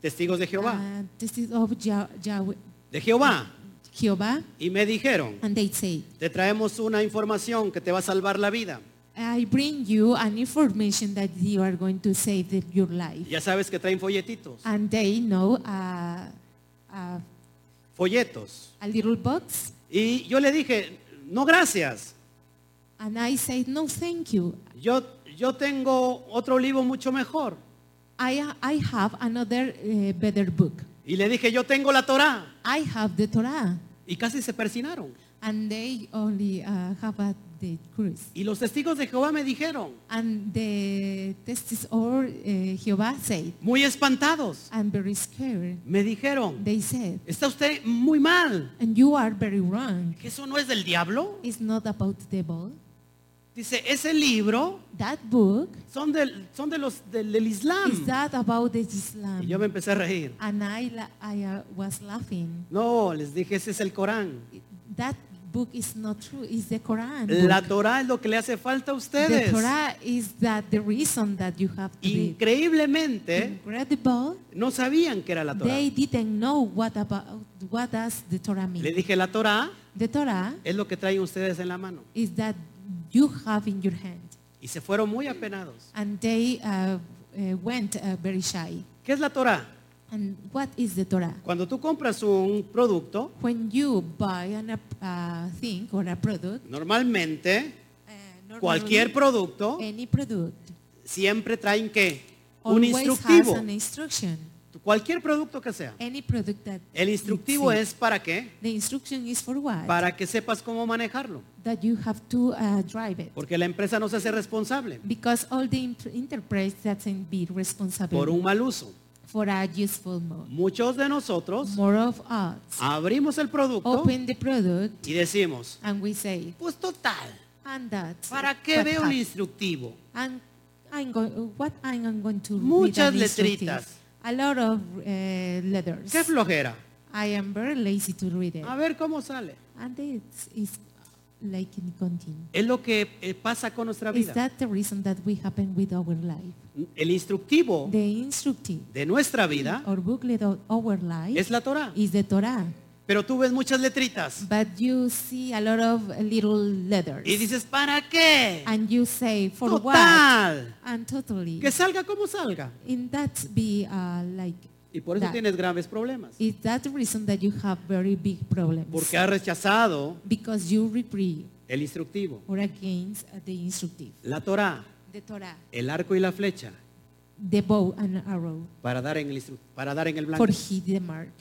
Speaker 1: Testigos de Jehová.
Speaker 2: uh, this is of Jah- Yahweh,
Speaker 1: De Jehová.
Speaker 2: Jehovah,
Speaker 1: Y me dijeron,
Speaker 2: and they say,
Speaker 1: te traemos una información que te va a salvar la vida.
Speaker 2: I bring you an information that you are going to save the- your life.
Speaker 1: Ya sabes que traen folletitos.
Speaker 2: And they know uh, uh,
Speaker 1: Folletos.
Speaker 2: a little box.
Speaker 1: Y yo le dije, no gracias.
Speaker 2: And I say, no, thank you.
Speaker 1: Yo, yo tengo otro libro mucho mejor.
Speaker 2: I, I have another uh, better book.
Speaker 1: Y le dije, yo tengo la Torá.
Speaker 2: I have the Torah.
Speaker 1: Y casi se persinaron.
Speaker 2: And they only uh, have a, the cruise.
Speaker 1: Y los testigos de Jehová me dijeron,
Speaker 2: And the testes or uh, Jehovah said,
Speaker 1: muy espantados,
Speaker 2: I'm very scared.
Speaker 1: me dijeron,
Speaker 2: They said,
Speaker 1: está usted muy mal.
Speaker 2: and you are very wrong.
Speaker 1: ¿Que eso no es del diablo?
Speaker 2: It's not about the ball.
Speaker 1: Dice, ese libro
Speaker 2: That book
Speaker 1: son del, son de los del, del
Speaker 2: is
Speaker 1: Islam.
Speaker 2: that about the
Speaker 1: Y Hmm. yo
Speaker 2: Islam.
Speaker 1: me empecé a reír.
Speaker 2: And I, la- I uh, was laughing.
Speaker 1: No, les dije, ese es el Corán.
Speaker 2: That book is not true. It's the Quran.
Speaker 1: La
Speaker 2: book.
Speaker 1: Torá es lo que le hace falta a
Speaker 2: The
Speaker 1: ustedes.
Speaker 2: Torah is that the reason that you have to be
Speaker 1: Increíblemente,
Speaker 2: incredible.
Speaker 1: no sabían que era la Torá.
Speaker 2: They didn't know what about what does the Torah mean.
Speaker 1: Le dije, la Torá
Speaker 2: The Torah
Speaker 1: es lo que traen ustedes en la mano.
Speaker 2: is that you have in your hand,
Speaker 1: Y se fueron muy apenados.
Speaker 2: and they uh, uh, went uh, very shy.
Speaker 1: ¿Qué es la Torá?
Speaker 2: And what is the Torah?
Speaker 1: Cuando tú compras un producto,
Speaker 2: When you buy an, ap- uh, thing or a product,
Speaker 1: normalmente
Speaker 2: uh, normally
Speaker 1: cualquier producto
Speaker 2: any product
Speaker 1: siempre traen que un
Speaker 2: always
Speaker 1: instructivo.
Speaker 2: has an instruction.
Speaker 1: Cualquier producto que sea.
Speaker 2: Any product that
Speaker 1: El
Speaker 2: it's
Speaker 1: instructivo
Speaker 2: in.
Speaker 1: es para qué?
Speaker 2: the instruction is for what?
Speaker 1: Para que sepas cómo manejarlo.
Speaker 2: that you have to uh, drive it.
Speaker 1: Porque la empresa no se hace responsable
Speaker 2: Because all the int- enterprise doesn't be responsible
Speaker 1: por un mal uso.
Speaker 2: for a useful mode.
Speaker 1: Muchos de nosotros
Speaker 2: More of us
Speaker 1: abrimos el producto
Speaker 2: open the product
Speaker 1: y decimos,
Speaker 2: and we say,
Speaker 1: pues total,
Speaker 2: and that's
Speaker 1: ¿para qué
Speaker 2: what
Speaker 1: veo un
Speaker 2: happened.
Speaker 1: instructivo?
Speaker 2: And I'm going, what I'm going to read
Speaker 1: Muchas
Speaker 2: an instructive.
Speaker 1: letritas.
Speaker 2: A lot of uh, letters.
Speaker 1: Qué flojera.
Speaker 2: I am very lazy to read it.
Speaker 1: A ver cómo sale.
Speaker 2: And it's, it's like in continue.
Speaker 1: Es lo que eh, pasa con nuestra
Speaker 2: Is
Speaker 1: vida.
Speaker 2: that the reason that we happen with our life?
Speaker 1: El instructivo
Speaker 2: The instructive
Speaker 1: de nuestra vida
Speaker 2: or booklet of our life
Speaker 1: es la Torah.
Speaker 2: is the Torah.
Speaker 1: Pero tú ves muchas letritas
Speaker 2: But you see a lot of little letters.
Speaker 1: y dices, ¿para qué?
Speaker 2: and you say, for what?
Speaker 1: Total.
Speaker 2: And totally.
Speaker 1: Que salga como salga.
Speaker 2: In that be uh, like,
Speaker 1: Y por eso
Speaker 2: That.
Speaker 1: tienes graves problemas.
Speaker 2: is that the reason that you have very big problems?
Speaker 1: Porque has rechazado
Speaker 2: because you repree
Speaker 1: el instructivo,
Speaker 2: or against uh, the instructive,
Speaker 1: la Torah,
Speaker 2: the Torah,
Speaker 1: el arco y la flecha
Speaker 2: the bow and arrow,
Speaker 1: para dar en el, instru- para dar en el blanco.
Speaker 2: for hit the mark.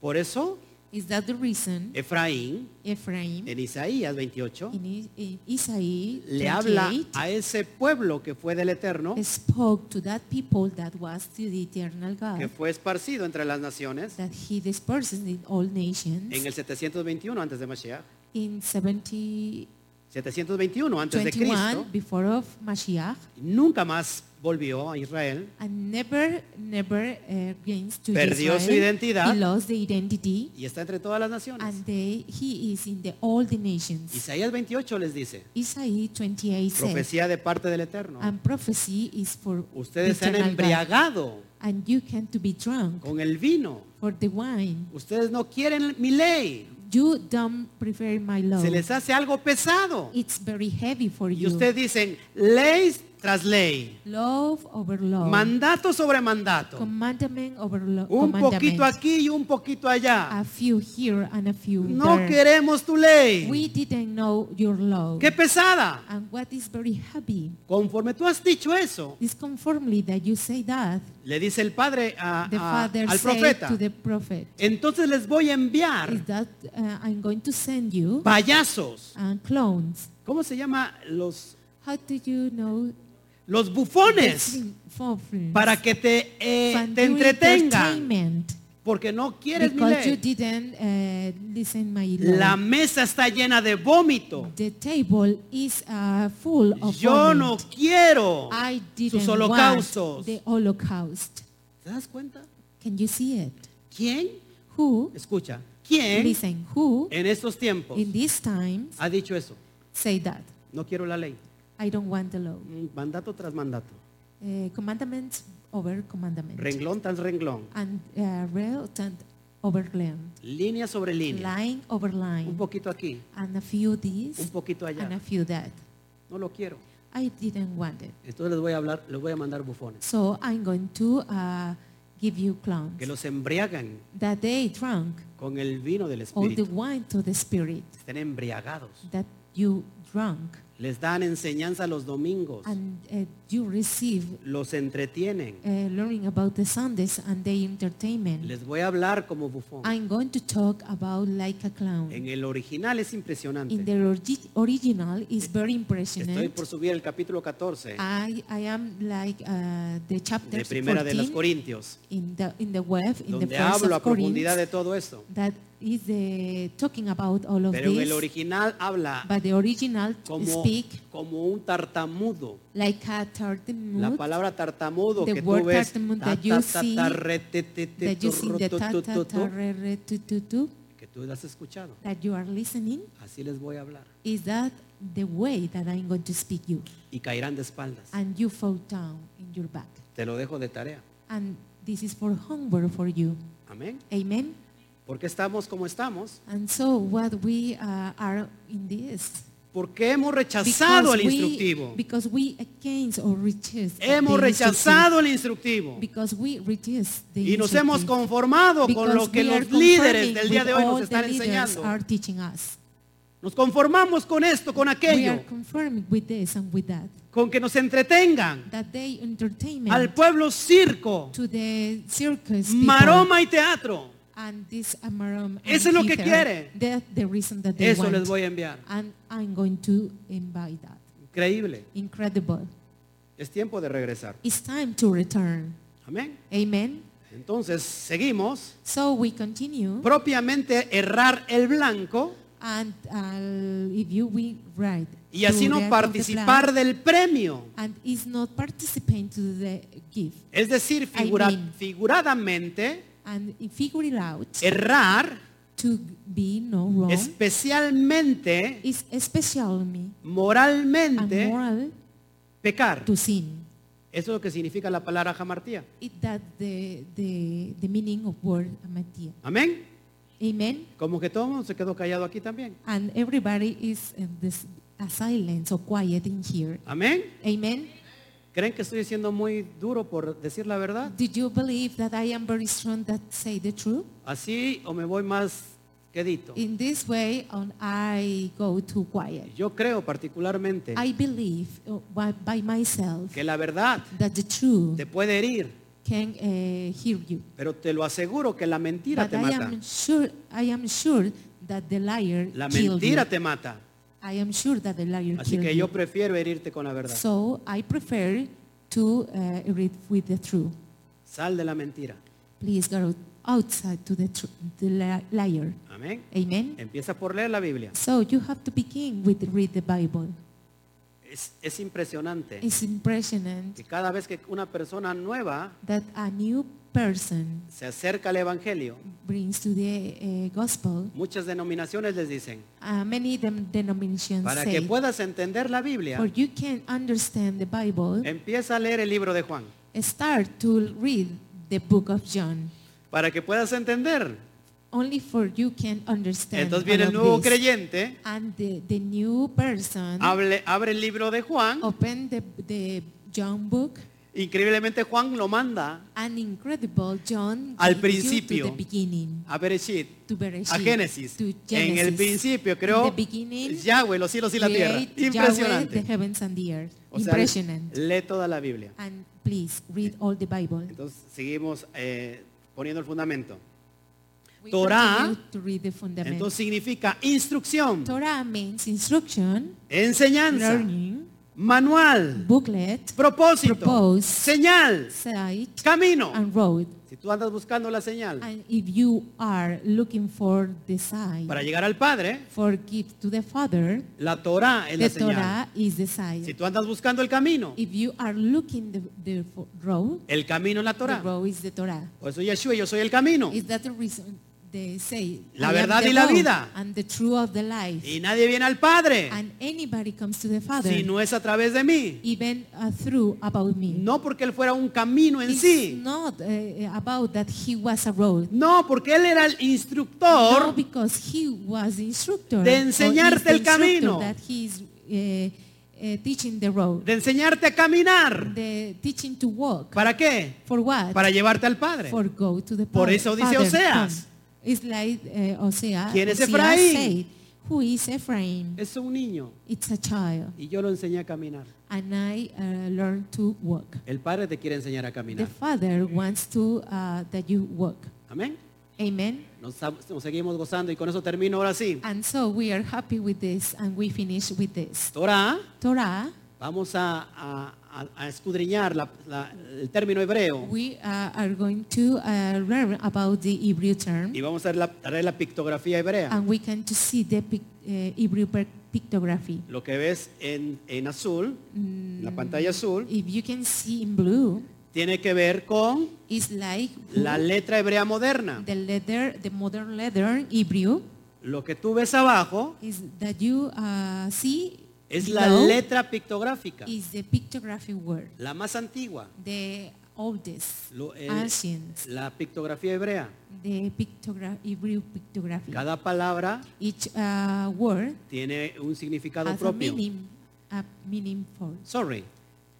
Speaker 1: Por eso
Speaker 2: Is that the reason
Speaker 1: Efraín
Speaker 2: Ephraim
Speaker 1: en Isaías 28
Speaker 2: in, I- in Isaiah
Speaker 1: eh, le habla
Speaker 2: 28,
Speaker 1: a ese pueblo que fue del Eterno,
Speaker 2: spoke to that people that was to the eternal God.
Speaker 1: que fue esparcido entre las naciones
Speaker 2: that he disperses in all nations
Speaker 1: en el 721 antes de Mashiach,
Speaker 2: in 70,
Speaker 1: 721 antes de
Speaker 2: 21
Speaker 1: Cristo,
Speaker 2: before of Mashiach
Speaker 1: nunca más volvió a Israel,
Speaker 2: and never never uh, gains to
Speaker 1: Perdió
Speaker 2: Israel.
Speaker 1: su identidad.
Speaker 2: he lost the identity
Speaker 1: y está entre todas las naciones.
Speaker 2: and they, he is in the all the nations
Speaker 1: Isaías 28 les dice,
Speaker 2: Isaiah 28 says
Speaker 1: profecía de parte del Eterno.
Speaker 2: and prophecy is for
Speaker 1: Ustedes se han
Speaker 2: eternal God.
Speaker 1: embriagado
Speaker 2: and you can't to be drunk
Speaker 1: con el vino.
Speaker 2: for the wine
Speaker 1: Ustedes no quieren mi ley.
Speaker 2: you don't prefer my love
Speaker 1: Se les hace algo pesado.
Speaker 2: it's very heavy for
Speaker 1: Y
Speaker 2: you
Speaker 1: ustedes dicen ley tras ley,
Speaker 2: love over love
Speaker 1: mandato sobre mandato.
Speaker 2: Commandment over lo-
Speaker 1: Un
Speaker 2: commandment.
Speaker 1: poquito aquí y un poquito allá.
Speaker 2: A few here and a few
Speaker 1: No
Speaker 2: there.
Speaker 1: queremos tu ley.
Speaker 2: We Ah. didn't know your love.
Speaker 1: Qué pesada.
Speaker 2: And what is very happy
Speaker 1: Conforme tú has dicho eso,
Speaker 2: is conformly that you say that
Speaker 1: le dice el padre a-
Speaker 2: the
Speaker 1: a-
Speaker 2: father
Speaker 1: Ah, al
Speaker 2: said
Speaker 1: profeta.
Speaker 2: to the prophet
Speaker 1: Entonces les voy a enviar
Speaker 2: is that uh, I'm going to send you
Speaker 1: payasos.
Speaker 2: and clones.
Speaker 1: ¿Cómo se llama los
Speaker 2: How do you know
Speaker 1: los bufones,
Speaker 2: Listen for friends.
Speaker 1: para que te, eh,
Speaker 2: Fan
Speaker 1: te
Speaker 2: doing
Speaker 1: entretengan,
Speaker 2: entertainment.
Speaker 1: porque no quieres mi
Speaker 2: Because you
Speaker 1: ley.
Speaker 2: didn't uh, listen my law.
Speaker 1: La mesa está llena de vómito.
Speaker 2: The table is uh, full of
Speaker 1: Yo
Speaker 2: vomit.
Speaker 1: no quiero.
Speaker 2: I didn't
Speaker 1: sus
Speaker 2: want
Speaker 1: holocaustos.
Speaker 2: the Holocaust.
Speaker 1: ¿Te das cuenta?
Speaker 2: Can you see it?
Speaker 1: ¿Quién?
Speaker 2: Who,
Speaker 1: Escucha. ¿Quién
Speaker 2: listen, who
Speaker 1: en estos tiempos
Speaker 2: in these times
Speaker 1: ha dicho eso?
Speaker 2: say that?
Speaker 1: No quiero la ley.
Speaker 2: I don't want the law.
Speaker 1: Mm, Mandato tras mandato.
Speaker 2: Uh, commandment over commandment.
Speaker 1: Renglón tras renglón.
Speaker 2: And uh, rail and over land.
Speaker 1: Línea sobre línea.
Speaker 2: Line over
Speaker 1: Un
Speaker 2: line.
Speaker 1: poquito aquí,
Speaker 2: And a few
Speaker 1: un
Speaker 2: this
Speaker 1: poquito
Speaker 2: and a
Speaker 1: allá.
Speaker 2: few that.
Speaker 1: No lo quiero.
Speaker 2: I didn't want it.
Speaker 1: Entonces les voy a hablar, les voy a mandar bufones.
Speaker 2: So I'm going to uh, give you clowns.
Speaker 1: Que los embriagan
Speaker 2: That they drank
Speaker 1: con el vino del
Speaker 2: all the
Speaker 1: Espíritu.
Speaker 2: wine to the spirit
Speaker 1: Estén embriagados.
Speaker 2: that you drank
Speaker 1: Les dan enseñanza los domingos.
Speaker 2: and uh, you receive
Speaker 1: Los entretienen.
Speaker 2: uh, learning about the Sundays and the entertainment.
Speaker 1: Les voy a hablar como bufón.
Speaker 2: I'm going to talk about like a clown.
Speaker 1: En el original es
Speaker 2: In
Speaker 1: impresionante.
Speaker 2: the orgi- original is
Speaker 1: Estoy
Speaker 2: very impressionant.
Speaker 1: por subir el capítulo 14
Speaker 2: I, I am like uh, the chapter
Speaker 1: de Primera de los
Speaker 2: 14
Speaker 1: Corintios,
Speaker 2: in the in the web in the
Speaker 1: donde
Speaker 2: first
Speaker 1: hablo a
Speaker 2: of
Speaker 1: profundidad de
Speaker 2: Corinthians
Speaker 1: todo esto.
Speaker 2: that is uh, talking about all of
Speaker 1: Pero en el
Speaker 2: this.
Speaker 1: original habla
Speaker 2: But the original
Speaker 1: como,
Speaker 2: speak
Speaker 1: como un tartamudo.
Speaker 2: like a
Speaker 1: La
Speaker 2: tartamude
Speaker 1: palabra tartamudo
Speaker 2: The
Speaker 1: que
Speaker 2: word
Speaker 1: tú ves.
Speaker 2: tartamudo
Speaker 1: ta,
Speaker 2: that you
Speaker 1: ta, ta,
Speaker 2: see,
Speaker 1: ta, re, te, te, te,
Speaker 2: that you
Speaker 1: tu,
Speaker 2: see
Speaker 1: ru,
Speaker 2: the
Speaker 1: tu,
Speaker 2: ta
Speaker 1: tu,
Speaker 2: ta
Speaker 1: tu,
Speaker 2: ta
Speaker 1: tu,
Speaker 2: re re tu tu tu
Speaker 1: Que tú las has escuchado.
Speaker 2: that you are listening
Speaker 1: Así les voy a hablar.
Speaker 2: is that the way that I'm going to speak you
Speaker 1: Y caerán de espaldas.
Speaker 2: and you fall down in your back
Speaker 1: Te lo dejo de tarea.
Speaker 2: and this is for homework for you
Speaker 1: Amén.
Speaker 2: amen
Speaker 1: Porque estamos como estamos.
Speaker 2: and so what we uh, are in this
Speaker 1: Porque hemos rechazado el
Speaker 2: we,
Speaker 1: instructivo.
Speaker 2: because we against or resist
Speaker 1: Hemos
Speaker 2: the
Speaker 1: rechazado el instructivo.
Speaker 2: instructive. because we resist the
Speaker 1: Y nos hemos
Speaker 2: instructive.
Speaker 1: conformado con lo
Speaker 2: Because
Speaker 1: que
Speaker 2: we are
Speaker 1: los líderes
Speaker 2: conforming
Speaker 1: del día
Speaker 2: with
Speaker 1: de hoy
Speaker 2: all
Speaker 1: nos
Speaker 2: the
Speaker 1: están
Speaker 2: leaders
Speaker 1: enseñando.
Speaker 2: are teaching us.
Speaker 1: Nos conformamos con esto, con
Speaker 2: We are
Speaker 1: aquello,
Speaker 2: confirmed with this and with that.
Speaker 1: con que nos entretengan.
Speaker 2: That they entertainment
Speaker 1: Al pueblo circo,
Speaker 2: to the circus people
Speaker 1: maroma y teatro.
Speaker 2: and this amarum and
Speaker 1: Eso es lo que
Speaker 2: theater.
Speaker 1: quiere.
Speaker 2: That's the reason that they
Speaker 1: Eso
Speaker 2: want.
Speaker 1: les voy a enviar.
Speaker 2: And I'm going to invite that.
Speaker 1: Increíble.
Speaker 2: Incredible.
Speaker 1: Es tiempo de regresar.
Speaker 2: It's time to return.
Speaker 1: Amén.
Speaker 2: Amen.
Speaker 1: Entonces, seguimos.
Speaker 2: So we continue.
Speaker 1: Propiamente errar el blanco
Speaker 2: And uh, if you will write
Speaker 1: y así
Speaker 2: to
Speaker 1: no
Speaker 2: that of the plan,
Speaker 1: participar del premio.
Speaker 2: and is not participating to the gift
Speaker 1: Es decir,
Speaker 2: I
Speaker 1: figura-
Speaker 2: mean.
Speaker 1: figuradamente,
Speaker 2: and figure it out
Speaker 1: errar
Speaker 2: to be no wrong
Speaker 1: especialmente
Speaker 2: is especially me and
Speaker 1: moralmente
Speaker 2: moral
Speaker 1: pecar.
Speaker 2: to sin.
Speaker 1: Eso es lo que significa la palabra jamartía.
Speaker 2: It that the the the meaning of word amatia.
Speaker 1: Amén.
Speaker 2: Amen.
Speaker 1: Como que todo el mundo se quedó callado aquí también.
Speaker 2: And everybody is in this a silence or quiet in here.
Speaker 1: Amén.
Speaker 2: Amen.
Speaker 1: ¿Creen que estoy siendo muy duro por decir la verdad?
Speaker 2: Did you believe that I am very strong that say the truth?
Speaker 1: ¿Así o me voy más quedito?
Speaker 2: In this way, on I go to quiet.
Speaker 1: Yo creo particularmente
Speaker 2: I believe uh, by, by myself
Speaker 1: que la verdad
Speaker 2: that the truth
Speaker 1: te puede herir,
Speaker 2: can uh, hear you.
Speaker 1: pero te lo aseguro que la mentira
Speaker 2: But
Speaker 1: te
Speaker 2: I
Speaker 1: mata.
Speaker 2: am sure I am sure that the liar
Speaker 1: La
Speaker 2: killed
Speaker 1: mentira
Speaker 2: you.
Speaker 1: te mata.
Speaker 2: I am sure that the liar
Speaker 1: Así
Speaker 2: killed
Speaker 1: que
Speaker 2: you.
Speaker 1: yo prefiero herirte con la verdad.
Speaker 2: So I prefer to uh, read with the truth.
Speaker 1: Sal de la mentira.
Speaker 2: Please go outside to the tr- the li- liar.
Speaker 1: Amén.
Speaker 2: Amen.
Speaker 1: Empieza por leer la Biblia.
Speaker 2: So you have to begin with read the Bible.
Speaker 1: Es, es impresionante
Speaker 2: It's impressionant
Speaker 1: que cada vez que una persona nueva
Speaker 2: that a new person
Speaker 1: se acerca al Evangelio,
Speaker 2: brings to the uh, gospel.
Speaker 1: muchas denominaciones les dicen,
Speaker 2: Uh, many dem- denominations
Speaker 1: para
Speaker 2: say,
Speaker 1: que puedas entender la Biblia,
Speaker 2: or you can understand the Bible, eh,
Speaker 1: empieza a leer el libro de Juan.
Speaker 2: start to read the book of John.
Speaker 1: Para que puedas entender.
Speaker 2: Only for you can understand.
Speaker 1: Entonces viene
Speaker 2: all
Speaker 1: el
Speaker 2: of
Speaker 1: nuevo
Speaker 2: this.
Speaker 1: creyente,
Speaker 2: And the, the new person
Speaker 1: hable- abre el libro de Juan,
Speaker 2: open the, the John book
Speaker 1: increíblemente Juan lo manda
Speaker 2: and incredible John
Speaker 1: Al
Speaker 2: gives you to the
Speaker 1: principio.
Speaker 2: beginning.
Speaker 1: a Bereshit,
Speaker 2: To Bereshit,
Speaker 1: a Génesis.
Speaker 2: to
Speaker 1: En el
Speaker 2: Genesis.
Speaker 1: principio
Speaker 2: In
Speaker 1: creó
Speaker 2: the beginning,
Speaker 1: Yahweh los cielos y la tierra.
Speaker 2: create Yahweh, the
Speaker 1: Impresionante.
Speaker 2: heavens Ah. and the earth.
Speaker 1: O sea,
Speaker 2: Impressionant.
Speaker 1: lee toda la Biblia.
Speaker 2: And please read all the Bible.
Speaker 1: Entonces seguimos eh, poniendo el fundamento.
Speaker 2: We
Speaker 1: Torah,
Speaker 2: continue to read the fundament.
Speaker 1: Entonces significa instrucción,
Speaker 2: Torah means instruction,
Speaker 1: enseñanza,
Speaker 2: learning,
Speaker 1: manual,
Speaker 2: booklet,
Speaker 1: propósito,
Speaker 2: Propose.
Speaker 1: señal,
Speaker 2: site,
Speaker 1: camino.
Speaker 2: and road.
Speaker 1: Si tú andas buscando la señal
Speaker 2: And if you are looking for the sign,
Speaker 1: para llegar al Padre,
Speaker 2: for give to the Father,
Speaker 1: la Torah es la
Speaker 2: the
Speaker 1: señal.
Speaker 2: Torah is the sign.
Speaker 1: Si tú andas buscando el camino,
Speaker 2: If you are looking the, the fo- road,
Speaker 1: el camino es la
Speaker 2: the
Speaker 1: Torah.
Speaker 2: road is the Torah.
Speaker 1: Por eso Yeshua, yo soy el camino.
Speaker 2: Is that the reason they say?
Speaker 1: La
Speaker 2: "I am
Speaker 1: verdad
Speaker 2: the
Speaker 1: y la
Speaker 2: road
Speaker 1: vida."
Speaker 2: And the truth of the life.
Speaker 1: Y nadie viene al Padre
Speaker 2: And anybody comes to the Father,
Speaker 1: si no es a través de mí.
Speaker 2: even uh, through about me.
Speaker 1: No porque él fuera un camino en
Speaker 2: It's
Speaker 1: sí.
Speaker 2: not uh, about that he was a road.
Speaker 1: No, porque él era el
Speaker 2: No,
Speaker 1: instructor
Speaker 2: because he was instructor.
Speaker 1: De
Speaker 2: or is the
Speaker 1: enseñarte el
Speaker 2: instructor
Speaker 1: camino.
Speaker 2: That he is uh, uh, teaching the road.
Speaker 1: de enseñarte a caminar.
Speaker 2: The teaching to walk.
Speaker 1: ¿Para qué?
Speaker 2: For what?
Speaker 1: Para llevarte al Padre.
Speaker 2: For go to the
Speaker 1: Por
Speaker 2: Father.
Speaker 1: eso dice
Speaker 2: Father,
Speaker 1: Oseas.
Speaker 2: come. It's like uh, Osea.
Speaker 1: ¿Quién es
Speaker 2: Oseas
Speaker 1: Efraín?
Speaker 2: said, Who is Ephraim?
Speaker 1: Es un niño
Speaker 2: It's a child.
Speaker 1: y yo lo enseñé a caminar.
Speaker 2: And I uh, learned to walk.
Speaker 1: El Padre te quiere enseñar a
Speaker 2: The
Speaker 1: caminar.
Speaker 2: Father wants to uh, that you walk.
Speaker 1: Amén.
Speaker 2: Amen.
Speaker 1: Nos, nos seguimos gozando y con eso termino ahora sí.
Speaker 2: And so we are happy with this and we finish with this.
Speaker 1: Torah,
Speaker 2: Torah,
Speaker 1: vamos a, a- a- a escudriñar la- la- el término hebreo
Speaker 2: we uh, are going to uh, learn about the Hebrew term
Speaker 1: y vamos a ver la, a ver la pictografía hebrea.
Speaker 2: and we can to see the pic, uh, Hebrew pic- pictography.
Speaker 1: Lo que ves en, en azul, en la pantalla azul,
Speaker 2: If you can see in blue,
Speaker 1: tiene que ver con
Speaker 2: it's like
Speaker 1: la letra hebrea moderna.
Speaker 2: the leather, the modern leather Hebrew
Speaker 1: Lo que tú ves abajo
Speaker 2: is that you uh, see
Speaker 1: es la
Speaker 2: below
Speaker 1: letra pictográfica,
Speaker 2: is the pictography word,
Speaker 1: la más antigua,
Speaker 2: the oldest,
Speaker 1: lo- el-
Speaker 2: Ah, ancient,
Speaker 1: la pictografía hebrea.
Speaker 2: the pictogra Hebrew pictography.
Speaker 1: Cada palabra
Speaker 2: Each uh, word
Speaker 1: tiene un significado
Speaker 2: has a
Speaker 1: propio.
Speaker 2: meaning, a meaning for.
Speaker 1: Sorry.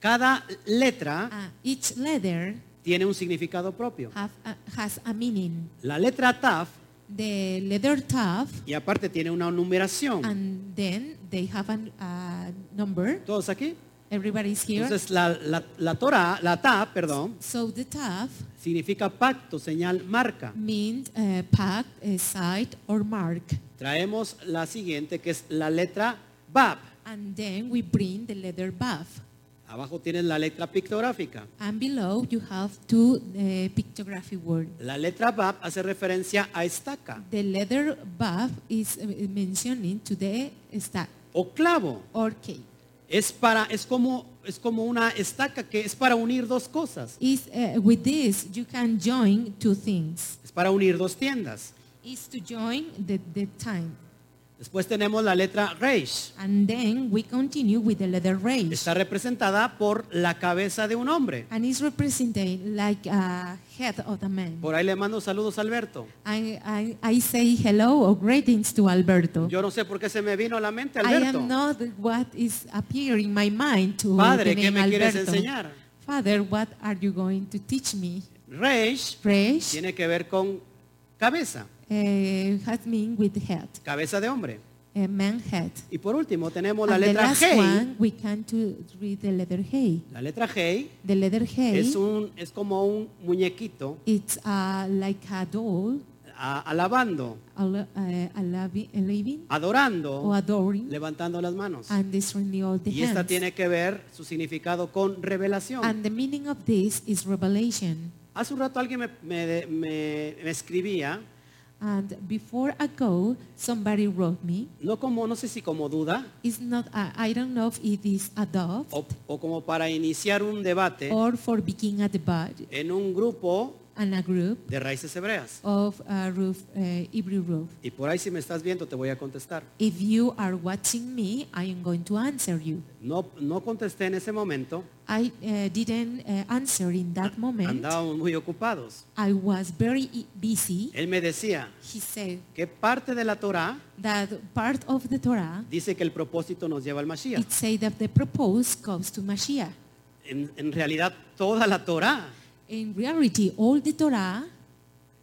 Speaker 1: Cada letra
Speaker 2: Uh, each letter
Speaker 1: tiene un significado propio.
Speaker 2: have a, has a meaning.
Speaker 1: La letra Taf,
Speaker 2: The letter "taf"
Speaker 1: y aparte tiene una numeración.
Speaker 2: and then they have a number.
Speaker 1: ¿Todos aquí?
Speaker 2: Everybody's here.
Speaker 1: Entonces la, la, la Torah, la Taf, perdón,
Speaker 2: so the "taf"
Speaker 1: significa pacto, señal, marca.
Speaker 2: means uh, pack, uh, site, or mark.
Speaker 1: Traemos la siguiente que es la letra Bab.
Speaker 2: And then we bring the letter "baf."
Speaker 1: Abajo tienes la letra pictográfica.
Speaker 2: And below you have two uh, pictography words.
Speaker 1: La letra Bab hace referencia a estaca
Speaker 2: The letter "baf" is uh, mentioning to the stack
Speaker 1: o clavo.
Speaker 2: or cake.
Speaker 1: Es para es como es como una estaca que es para unir dos cosas.
Speaker 2: is uh, with this you can join two things
Speaker 1: Es para unir dos tiendas.
Speaker 2: is to join the, the time
Speaker 1: Después tenemos la letra Reish.
Speaker 2: and then we continue with the letter raise
Speaker 1: Está representada por la cabeza de un hombre.
Speaker 2: and it's representing like a head of a man
Speaker 1: Por ahí le mando saludos a Alberto.
Speaker 2: I, I, I say hello or greetings to Alberto
Speaker 1: Yo no sé por qué se me vino a la mente
Speaker 2: I am
Speaker 1: Alberto.
Speaker 2: not what is appearing in my mind to
Speaker 1: Padre,
Speaker 2: the
Speaker 1: ¿qué
Speaker 2: name
Speaker 1: me quieres
Speaker 2: Alberto.
Speaker 1: enseñar?
Speaker 2: Father, what are you going to teach me?
Speaker 1: Reish
Speaker 2: Fresh
Speaker 1: tiene que ver con cabeza,
Speaker 2: uh, has mean with head,
Speaker 1: cabeza de hombre.
Speaker 2: a man head.
Speaker 1: Y por último tenemos la
Speaker 2: And the
Speaker 1: letra
Speaker 2: last
Speaker 1: Hei.
Speaker 2: one, we can to read the letter Hey.
Speaker 1: La letra Hei
Speaker 2: The letter Hey,
Speaker 1: es un es como un muñequito
Speaker 2: it's uh, like a doll,
Speaker 1: a- alabando,
Speaker 2: a, lo- uh, a lavi- a living or
Speaker 1: adorando,
Speaker 2: adoring,
Speaker 1: levantando las manos.
Speaker 2: and this renewal the
Speaker 1: Y esta
Speaker 2: hands.
Speaker 1: tiene que ver su significado con revelación.
Speaker 2: And the meaning of this is revelation.
Speaker 1: Hace un rato alguien me, me- me- me escribía,
Speaker 2: And before I go, somebody wrote me.
Speaker 1: no como, no sé si como duda
Speaker 2: It's not. I I don't know if it is a dove
Speaker 1: o, o como para iniciar un debate
Speaker 2: or for begin at the bud
Speaker 1: en un grupo
Speaker 2: and a group
Speaker 1: de raíces hebreas.
Speaker 2: of uh, roof, uh, Hebrew roof.
Speaker 1: Y por ahí si me estás viendo te voy a contestar.
Speaker 2: If you are watching me, I am going to answer you.
Speaker 1: No, no contesté en ese momento,
Speaker 2: I uh, didn't uh, answer in that moment.
Speaker 1: andábamos muy ocupados.
Speaker 2: I was very e- busy.
Speaker 1: Él me decía
Speaker 2: He said
Speaker 1: que parte de la Torah
Speaker 2: that part of the Torah,
Speaker 1: dice que el propósito nos lleva al Mashiach.
Speaker 2: it says that the propose comes to Mashiach.
Speaker 1: En, en realidad toda la Torah,
Speaker 2: In reality, all the Torah,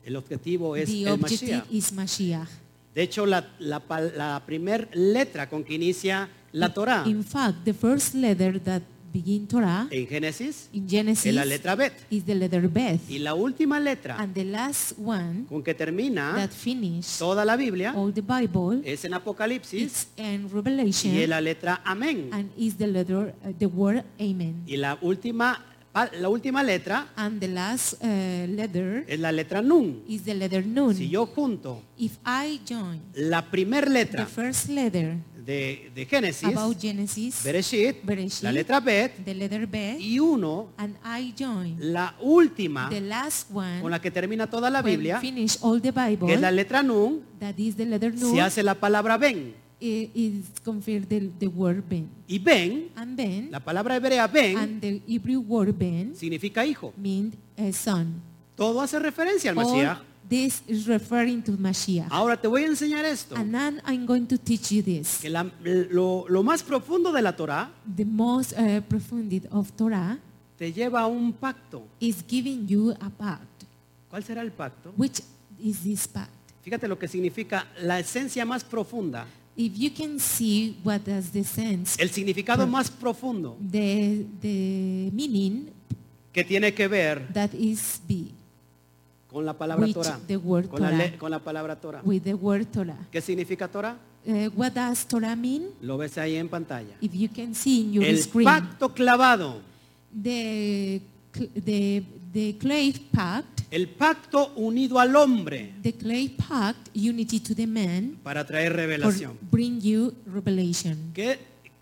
Speaker 1: el objetivo Oh, es
Speaker 2: the
Speaker 1: el
Speaker 2: objective
Speaker 1: Mashiach.
Speaker 2: is Mashiach.
Speaker 1: De hecho, la, la, pal- la primer letra con que inicia la Torah
Speaker 2: In fact, the first letter that begin Torah
Speaker 1: En Génesis
Speaker 2: in Genesis
Speaker 1: es la letra Bet.
Speaker 2: is the letter Beth.
Speaker 1: Y la última letra
Speaker 2: And the last one
Speaker 1: con que termina
Speaker 2: that finished
Speaker 1: toda la Biblia
Speaker 2: all the Bible
Speaker 1: es en Apocalipsis
Speaker 2: is in
Speaker 1: y es
Speaker 2: Revelation
Speaker 1: la letra Amén.
Speaker 2: and is the letter uh, the word Amen.
Speaker 1: Y la última, pa- la última letra
Speaker 2: And the last uh, letter
Speaker 1: es la letra Nun.
Speaker 2: is the letter
Speaker 1: Si
Speaker 2: Nun.
Speaker 1: yo junto
Speaker 2: If I join
Speaker 1: la primer
Speaker 2: the
Speaker 1: letra
Speaker 2: first letter
Speaker 1: de, de Génesis,
Speaker 2: about Genesis,
Speaker 1: Bereshit,
Speaker 2: Bereshit,
Speaker 1: la letra Bet,
Speaker 2: the letter B,
Speaker 1: y uno,
Speaker 2: and I join
Speaker 1: la última
Speaker 2: the last one
Speaker 1: con la que termina toda la
Speaker 2: when
Speaker 1: Biblia,
Speaker 2: finish all the Bible,
Speaker 1: que es la letra Nun,
Speaker 2: that is the letter Nun,
Speaker 1: se hace la palabra Ben.
Speaker 2: i- is confirmed the, the word Ben.
Speaker 1: Y Ben,
Speaker 2: And Ben,
Speaker 1: la palabra hebrea Ben,
Speaker 2: and the Hebrew word Ben,
Speaker 1: significa hijo.
Speaker 2: means a son.
Speaker 1: Todo hace referencia al
Speaker 2: All
Speaker 1: Mesías.
Speaker 2: this is referring to Mashiach.
Speaker 1: Ahora te voy a enseñar esto,
Speaker 2: And then I'm going to teach you this.
Speaker 1: que la- lo, lo más profundo de la Torah
Speaker 2: The most uh, profundity of Torah
Speaker 1: te lleva a un pacto.
Speaker 2: is giving you a pact.
Speaker 1: ¿Cuál será el pacto?
Speaker 2: Which is this pact?
Speaker 1: Fíjate lo que significa la esencia más profunda,
Speaker 2: If you can see what does the sense,
Speaker 1: el significado
Speaker 2: Mm.
Speaker 1: más profundo
Speaker 2: the, the meaning
Speaker 1: que tiene que ver
Speaker 2: that is be
Speaker 1: con la palabra
Speaker 2: Which
Speaker 1: Torah,
Speaker 2: the word
Speaker 1: con, la
Speaker 2: Torah.
Speaker 1: le- con la palabra Torah.
Speaker 2: with the word Torah.
Speaker 1: ¿Qué significa Torah?
Speaker 2: Uh, what does Torah mean?
Speaker 1: Lo ves ahí en pantalla.
Speaker 2: If you can see in your
Speaker 1: El
Speaker 2: screen,
Speaker 1: pacto clavado,
Speaker 2: the cl- the the clay pact,
Speaker 1: el pacto unido al hombre
Speaker 2: the clay pact, unity to the man,
Speaker 1: para traer
Speaker 2: for
Speaker 1: revelación.
Speaker 2: bring you revelation.
Speaker 1: ¿Qué,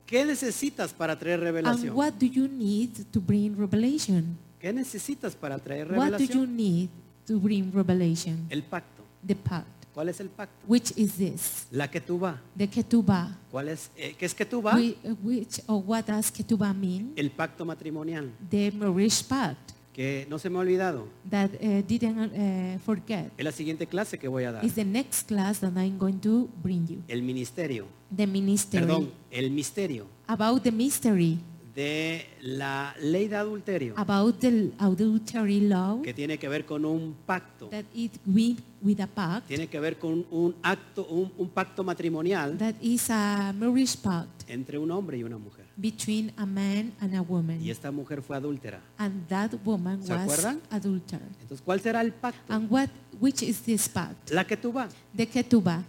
Speaker 1: qué necesitas para traer
Speaker 2: And
Speaker 1: revelación?
Speaker 2: what do you need to bring revelation?
Speaker 1: ¿Qué necesitas para traer
Speaker 2: What do you
Speaker 1: revelación?
Speaker 2: need to bring revelation?
Speaker 1: El pacto.
Speaker 2: The pact.
Speaker 1: ¿Cuál es el pacto?
Speaker 2: Which is this?
Speaker 1: La ketubá.
Speaker 2: The ketubah.
Speaker 1: ¿Cuál es? eh, ¿Qué es ketubá?
Speaker 2: Whi- Which or what does ketubah mean?
Speaker 1: El pacto matrimonial.
Speaker 2: The marriage pact
Speaker 1: que no se me ha olvidado.
Speaker 2: that uh, didn't uh, forget
Speaker 1: Es la siguiente clase que voy a dar.
Speaker 2: is the next class that I'm going to bring you.
Speaker 1: El ministerio,
Speaker 2: The ministry
Speaker 1: perdón, el misterio
Speaker 2: about the mystery
Speaker 1: de la ley de adulterio
Speaker 2: about the adultery law
Speaker 1: que tiene que ver con un pacto,
Speaker 2: that it with with a pact
Speaker 1: tiene que ver con un acto, un, un pacto matrimonial
Speaker 2: that is a marriage pact
Speaker 1: entre un hombre y una mujer.
Speaker 2: between a man and a woman.
Speaker 1: Y esta mujer fue adúltera.
Speaker 2: And that woman
Speaker 1: ¿Se
Speaker 2: was
Speaker 1: acuerdan?
Speaker 2: adulterer.
Speaker 1: Entonces, ¿cuál será el pacto?
Speaker 2: And what which is this pact?
Speaker 1: La que tú vas,
Speaker 2: The ketubah,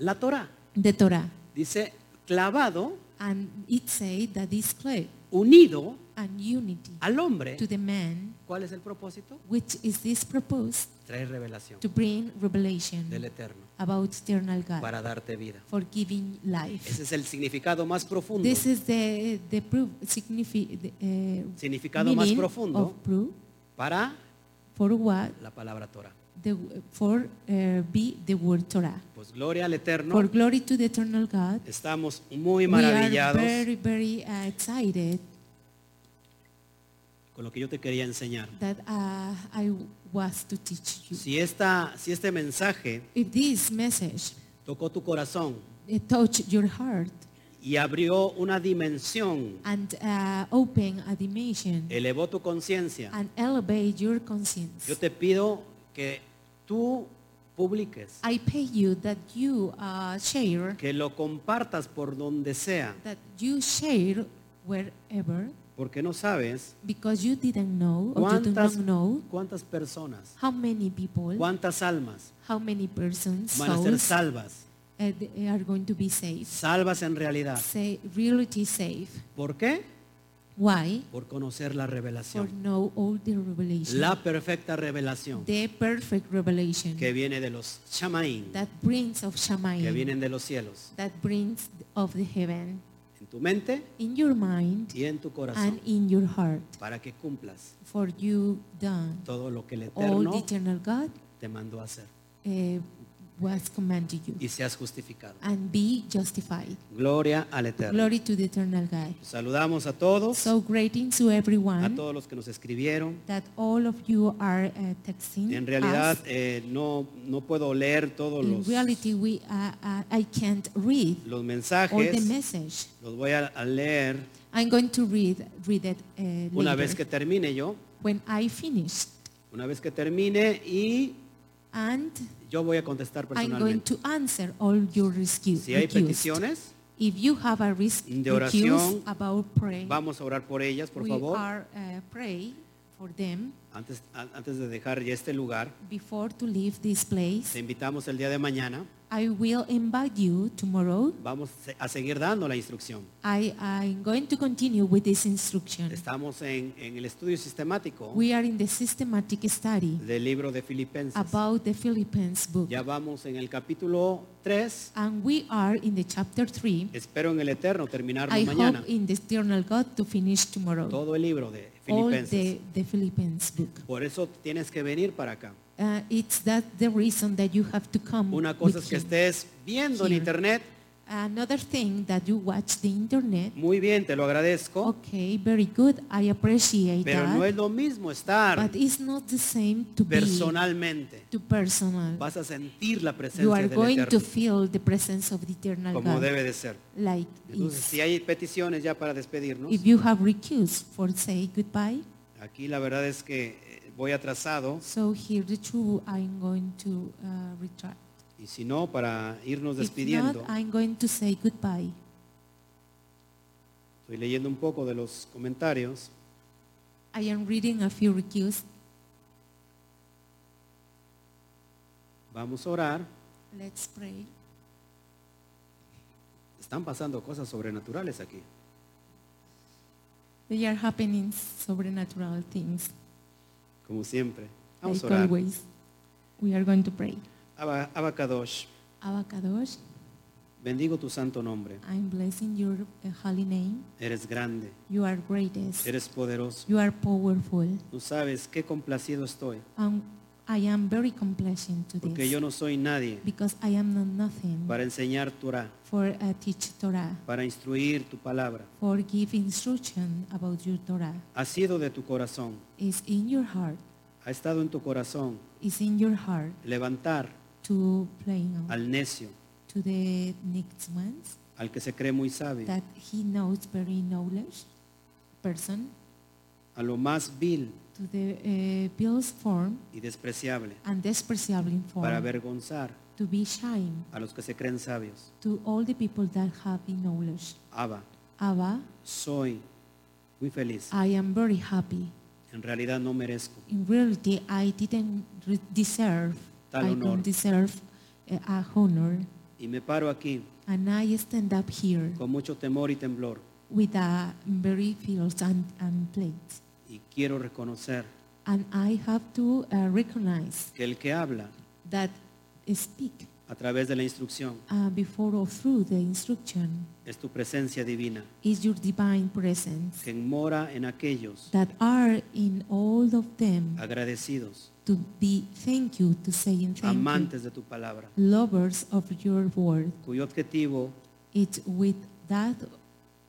Speaker 1: la Torah.
Speaker 2: the Torah.
Speaker 1: Dice clavado,
Speaker 2: And it say that this clay
Speaker 1: unido
Speaker 2: and unity
Speaker 1: al hombre.
Speaker 2: to the man,
Speaker 1: ¿Cuál es el propósito?
Speaker 2: which is this proposed
Speaker 1: Traer revelación
Speaker 2: to bring
Speaker 1: del
Speaker 2: revelation
Speaker 1: Eterno
Speaker 2: about eternal God,
Speaker 1: para darte vida.
Speaker 2: for giving life.
Speaker 1: Ese es el significado más profundo.
Speaker 2: This is the the proof signifi, the, uh,
Speaker 1: Significado más
Speaker 2: meaning
Speaker 1: profundo
Speaker 2: of proof
Speaker 1: para
Speaker 2: for what
Speaker 1: la palabra Torah.
Speaker 2: the for uh, be the word Torah.
Speaker 1: Pues gloria al
Speaker 2: For
Speaker 1: Eterno.
Speaker 2: glory to the eternal God.
Speaker 1: Estamos muy
Speaker 2: We are
Speaker 1: maravillados
Speaker 2: very, very uh, excited
Speaker 1: con lo que yo te quería enseñar.
Speaker 2: that uh, I was to teach you.
Speaker 1: Si, esta, si este mensaje
Speaker 2: If this message
Speaker 1: tocó tu corazón
Speaker 2: it touched your heart
Speaker 1: y abrió una dimensión,
Speaker 2: and uh, open a dimension
Speaker 1: elevó tu conciencia,
Speaker 2: and elevate your conscience,
Speaker 1: Eh. yo te pido que tú publiques,
Speaker 2: I pay you that you uh, share,
Speaker 1: que lo compartas por donde sea,
Speaker 2: that you share wherever,
Speaker 1: porque no sabes
Speaker 2: because you didn't know or you do
Speaker 1: cuántas,
Speaker 2: not know
Speaker 1: cuántas personas,
Speaker 2: how many people,
Speaker 1: cuántas almas
Speaker 2: how many persons,
Speaker 1: van a ser
Speaker 2: souls,
Speaker 1: salvas.
Speaker 2: uh, they are going to be saved.
Speaker 1: salvas en realidad.
Speaker 2: Say, reality safe.
Speaker 1: ¿Por qué?
Speaker 2: Why?
Speaker 1: Por conocer la
Speaker 2: For
Speaker 1: revelación.
Speaker 2: know all the revelation.
Speaker 1: La perfecta revelación
Speaker 2: the perfect revelation
Speaker 1: que viene de los chamaín,
Speaker 2: that brings of
Speaker 1: que
Speaker 2: Shammai,
Speaker 1: vienen de los cielos,
Speaker 2: that brings of the heaven
Speaker 1: en tu mente
Speaker 2: in your mind
Speaker 1: y en tu
Speaker 2: and
Speaker 1: corazón,
Speaker 2: in your heart
Speaker 1: para que cumplas
Speaker 2: for you done.
Speaker 1: todo lo que el
Speaker 2: All
Speaker 1: Eterno
Speaker 2: the eternal God
Speaker 1: te mandó a hacer
Speaker 2: eh, was commanded you
Speaker 1: y seas justificado.
Speaker 2: and be justified.
Speaker 1: Gloria al Eterno.
Speaker 2: Glory to the eternal God.
Speaker 1: Saludamos a todos,
Speaker 2: So greetings to
Speaker 1: a
Speaker 2: everyone
Speaker 1: todos los que nos escribieron.
Speaker 2: that all of you are uh, texting
Speaker 1: En realidad
Speaker 2: us.
Speaker 1: eh, no, no puedo leer todos
Speaker 2: In
Speaker 1: los,
Speaker 2: reality, we uh, uh, I can't read
Speaker 1: los
Speaker 2: all the
Speaker 1: mensajes,
Speaker 2: message.
Speaker 1: los voy a a leer
Speaker 2: I'm going to read read it uh,
Speaker 1: una
Speaker 2: later
Speaker 1: vez que termine yo.
Speaker 2: when I finish,
Speaker 1: Una vez que termine y
Speaker 2: and
Speaker 1: yo voy a contestar
Speaker 2: I'm going
Speaker 1: personalmente.
Speaker 2: to answer all your rescu-
Speaker 1: Si hay
Speaker 2: requests.
Speaker 1: peticiones,
Speaker 2: If you have a risk
Speaker 1: De
Speaker 2: recuse
Speaker 1: oración.
Speaker 2: about prayer,
Speaker 1: Vamos a orar por ellas, por
Speaker 2: we
Speaker 1: favor.
Speaker 2: are uh, pray for them
Speaker 1: Antes, a- antes de dejar ya este lugar,
Speaker 2: before to leave this place.
Speaker 1: te invitamos el día de mañana.
Speaker 2: I will invite you tomorrow.
Speaker 1: Vamos se- a seguir dando la instrucción.
Speaker 2: I am going to continue with this instruction.
Speaker 1: Estamos en, en el estudio sistemático
Speaker 2: We are in the systematic study
Speaker 1: del libro de Filipenses.
Speaker 2: about the Philippines book.
Speaker 1: Ya vamos en el capítulo 3.
Speaker 2: And we are in the chapter 3.
Speaker 1: Espero en el Eterno terminarlo
Speaker 2: I
Speaker 1: mañana.
Speaker 2: hope in the eternal God to finish tomorrow.
Speaker 1: Todo el libro de
Speaker 2: All
Speaker 1: Filipenses.
Speaker 2: the, the Philippines book.
Speaker 1: Por eso tienes que venir para acá.
Speaker 2: Uh, it's that the reason that you have to come
Speaker 1: Una cosa
Speaker 2: with
Speaker 1: es que
Speaker 2: him.
Speaker 1: estés viendo en
Speaker 2: Here.
Speaker 1: internet.
Speaker 2: Another thing that you watch the internet.
Speaker 1: Muy bien, te lo agradezco.
Speaker 2: Okay, very good. I appreciate
Speaker 1: Pero
Speaker 2: that.
Speaker 1: no es lo mismo estar
Speaker 2: but it's not the same to
Speaker 1: personalmente.
Speaker 2: be to personal.
Speaker 1: Vas a sentir la
Speaker 2: you
Speaker 1: presencia
Speaker 2: are
Speaker 1: del
Speaker 2: going to
Speaker 1: Eterno
Speaker 2: feel the presence of the eternal
Speaker 1: como
Speaker 2: God.
Speaker 1: debe de ser.
Speaker 2: Like
Speaker 1: Entonces,
Speaker 2: is.
Speaker 1: si hay peticiones ya para despedirnos,
Speaker 2: if you have recused for say goodbye,
Speaker 1: aquí la verdad es que eh, voy atrasado
Speaker 2: so here the two I'm going to uh, retract.
Speaker 1: y si no, para irnos
Speaker 2: If not,
Speaker 1: despidiendo,
Speaker 2: I'm going to say goodbye.
Speaker 1: estoy leyendo un poco de los comentarios.
Speaker 2: I am reading a few recused.
Speaker 1: Vamos a orar.
Speaker 2: Let's pray.
Speaker 1: Están pasando cosas sobrenaturales aquí.
Speaker 2: They are happening sobrenatural things.
Speaker 1: como siempre. Vamos a
Speaker 2: Like
Speaker 1: orar.
Speaker 2: always, we are going to pray.
Speaker 1: Abba- Abba Kadosh,
Speaker 2: Abacadosh,
Speaker 1: bendigo tu santo nombre.
Speaker 2: I'm blessing your uh, holy name.
Speaker 1: Eres grande,
Speaker 2: You are greatest.
Speaker 1: eres poderoso.
Speaker 2: You are powerful.
Speaker 1: Tú sabes qué complacido estoy,
Speaker 2: And Um, I am very complacent to
Speaker 1: porque yo
Speaker 2: this
Speaker 1: no soy nadie
Speaker 2: because I am not nothing
Speaker 1: para enseñar tu Torah,
Speaker 2: for a teach Torah,
Speaker 1: para instruir tu palabra.
Speaker 2: for give instruction about your Torah.
Speaker 1: Ha sido de tu corazón,
Speaker 2: It's in your heart.
Speaker 1: ha estado en tu corazón
Speaker 2: It's in your heart
Speaker 1: levantar
Speaker 2: to playing on
Speaker 1: al necio,
Speaker 2: to the next ones
Speaker 1: al que se cree muy sabio,
Speaker 2: that he knows very knowledge person
Speaker 1: a lo más vil
Speaker 2: to the uh, Bill's form
Speaker 1: y despreciable,
Speaker 2: and despreciable form
Speaker 1: para avergonzar
Speaker 2: to be shame
Speaker 1: a los que se creen sabios.
Speaker 2: to all the people that have the knowledge.
Speaker 1: Abba,
Speaker 2: Abba,
Speaker 1: soy muy feliz.
Speaker 2: I am very happy.
Speaker 1: En realidad no merezco.
Speaker 2: In reality, I didn't re- deserve,
Speaker 1: Tal
Speaker 2: I
Speaker 1: honor.
Speaker 2: don't deserve uh, a honor.
Speaker 1: Y me paro aquí
Speaker 2: And I stand up here
Speaker 1: con mucho temor y temblor
Speaker 2: with a very fierce and, and plate.
Speaker 1: y quiero reconocer
Speaker 2: And I have to uh, recognize
Speaker 1: que el que habla
Speaker 2: that speak
Speaker 1: a través de la instrucción
Speaker 2: uh, before or through the instruction
Speaker 1: es tu presencia divina,
Speaker 2: is your divine presence
Speaker 1: que mora en aquellos
Speaker 2: that are in all of them
Speaker 1: agradecidos,
Speaker 2: to be thank you, to saying thank you.
Speaker 1: amantes de tu palabra,
Speaker 2: Lovers of your word.
Speaker 1: cuyo objetivo
Speaker 2: It's with that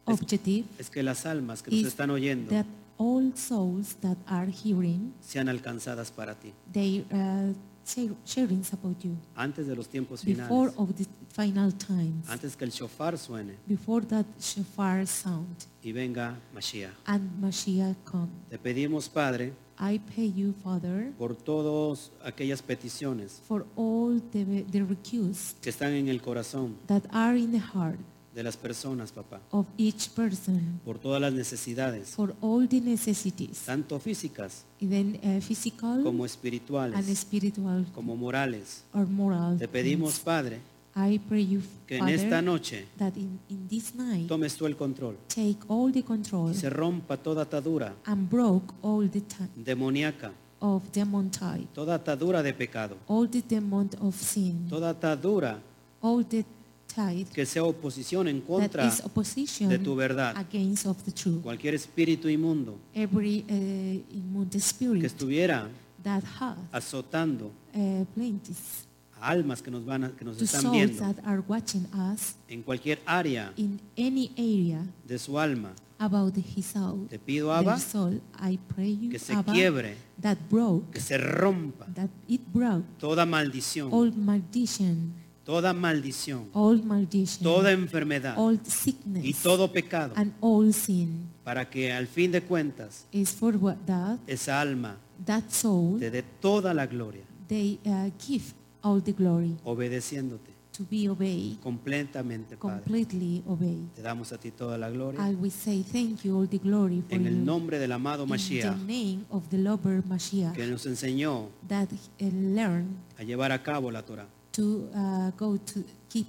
Speaker 2: objective
Speaker 1: es que las almas que nos
Speaker 2: Is
Speaker 1: están oyendo
Speaker 2: that all souls that are hearing,
Speaker 1: sean alcanzadas para ti,
Speaker 2: they uh, share- sharings about you
Speaker 1: antes de los tiempos
Speaker 2: before
Speaker 1: finales,
Speaker 2: of the final times,
Speaker 1: antes que el shofar suene
Speaker 2: before that shofar sound
Speaker 1: y venga Mashiach.
Speaker 2: and Mashiach come.
Speaker 1: Te pedimos, Padre,
Speaker 2: I pay you, Father,
Speaker 1: por todas aquellas peticiones
Speaker 2: for all the the recused
Speaker 1: que están en el corazón
Speaker 2: that are in the heart
Speaker 1: de las personas, papá,
Speaker 2: of each person,
Speaker 1: por todas las necesidades,
Speaker 2: for all the necessities,
Speaker 1: tanto físicas
Speaker 2: then uh, physical
Speaker 1: como
Speaker 2: and
Speaker 1: espirituales,
Speaker 2: spiritual
Speaker 1: como morales.
Speaker 2: or moral.
Speaker 1: Te pedimos,
Speaker 2: things.
Speaker 1: Padre,
Speaker 2: I pray you,
Speaker 1: que en
Speaker 2: Father,
Speaker 1: esta noche
Speaker 2: that in, in this night
Speaker 1: tomes tú el control
Speaker 2: take all the control
Speaker 1: y se rompa toda atadura
Speaker 2: and broke all the time
Speaker 1: demoníaca,
Speaker 2: of demon type,
Speaker 1: toda atadura de pecado,
Speaker 2: all the demon of sin,
Speaker 1: toda atadura
Speaker 2: all the tide
Speaker 1: que sea oposición en
Speaker 2: that
Speaker 1: contra
Speaker 2: is opposition
Speaker 1: de tu verdad,
Speaker 2: against of the truth.
Speaker 1: cualquier espíritu inmundo
Speaker 2: Every uh, immune
Speaker 1: que Ah.
Speaker 2: spirit
Speaker 1: estuviera
Speaker 2: that has
Speaker 1: azotando
Speaker 2: uh, plaintiffs
Speaker 1: a almas que nos van a- que nos
Speaker 2: to
Speaker 1: están
Speaker 2: souls
Speaker 1: viendo
Speaker 2: that are watching us
Speaker 1: en cualquier área
Speaker 2: in any area
Speaker 1: de su alma.
Speaker 2: about his soul,
Speaker 1: Te pido,
Speaker 2: their
Speaker 1: Abba,
Speaker 2: soul, I pray you,
Speaker 1: que se
Speaker 2: Abba,
Speaker 1: quiebre,
Speaker 2: that broke,
Speaker 1: que se rompa
Speaker 2: that it broke
Speaker 1: toda maldición,
Speaker 2: all maldition,
Speaker 1: toda maldición,
Speaker 2: all maldition,
Speaker 1: toda enfermedad
Speaker 2: all
Speaker 1: y
Speaker 2: sickness,
Speaker 1: todo pecado,
Speaker 2: and all sin
Speaker 1: para que al fin de cuentas
Speaker 2: is for what that
Speaker 1: esa alma
Speaker 2: that soul
Speaker 1: te dé toda la gloria,
Speaker 2: they uh, give all the glory,
Speaker 1: obedeciéndote,
Speaker 2: to be obeyed,
Speaker 1: completamente, Padre.
Speaker 2: completely obeyed.
Speaker 1: Te damos a ti toda la gloria.
Speaker 2: I will say thank you, all the glory for
Speaker 1: En
Speaker 2: you.
Speaker 1: el nombre del amado
Speaker 2: in
Speaker 1: Mashiach,
Speaker 2: the name of the Lord Mashiach
Speaker 1: que nos enseñó
Speaker 2: that he learned
Speaker 1: a llevar a cabo la Torah,
Speaker 2: to uh, go to keep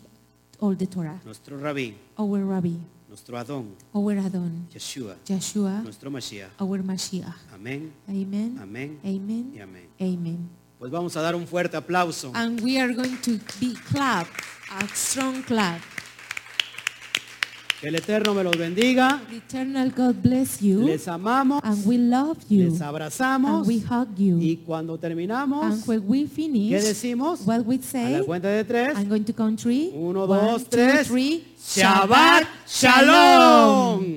Speaker 2: all the Torah.
Speaker 1: nuestro rabí,
Speaker 2: Our Rabbi,
Speaker 1: nuestro Adón,
Speaker 2: our Adon,
Speaker 1: Yeshua,
Speaker 2: Joshua,
Speaker 1: nuestro Mashiach.
Speaker 2: our Mashiach.
Speaker 1: Amén,
Speaker 2: Amen.
Speaker 1: amén
Speaker 2: Amen.
Speaker 1: y amén.
Speaker 2: Amen.
Speaker 1: Pues vamos a dar un fuerte aplauso.
Speaker 2: And we are going to be clap, a strong clap.
Speaker 1: Que el Eterno me los bendiga.
Speaker 2: The eternal God bless you,
Speaker 1: Les amamos,
Speaker 2: and we love you,
Speaker 1: les
Speaker 2: and
Speaker 1: abrazamos.
Speaker 2: we hug you.
Speaker 1: Y cuando terminamos,
Speaker 2: And when we
Speaker 1: ¿qué
Speaker 2: finish,
Speaker 1: decimos?
Speaker 2: what we
Speaker 1: A la
Speaker 2: say,
Speaker 1: cuenta de tres.
Speaker 2: I'm going to count three.
Speaker 1: Uno,
Speaker 2: One,
Speaker 1: dos,
Speaker 2: two,
Speaker 1: tres.
Speaker 2: three.
Speaker 1: Shabbat Shalom.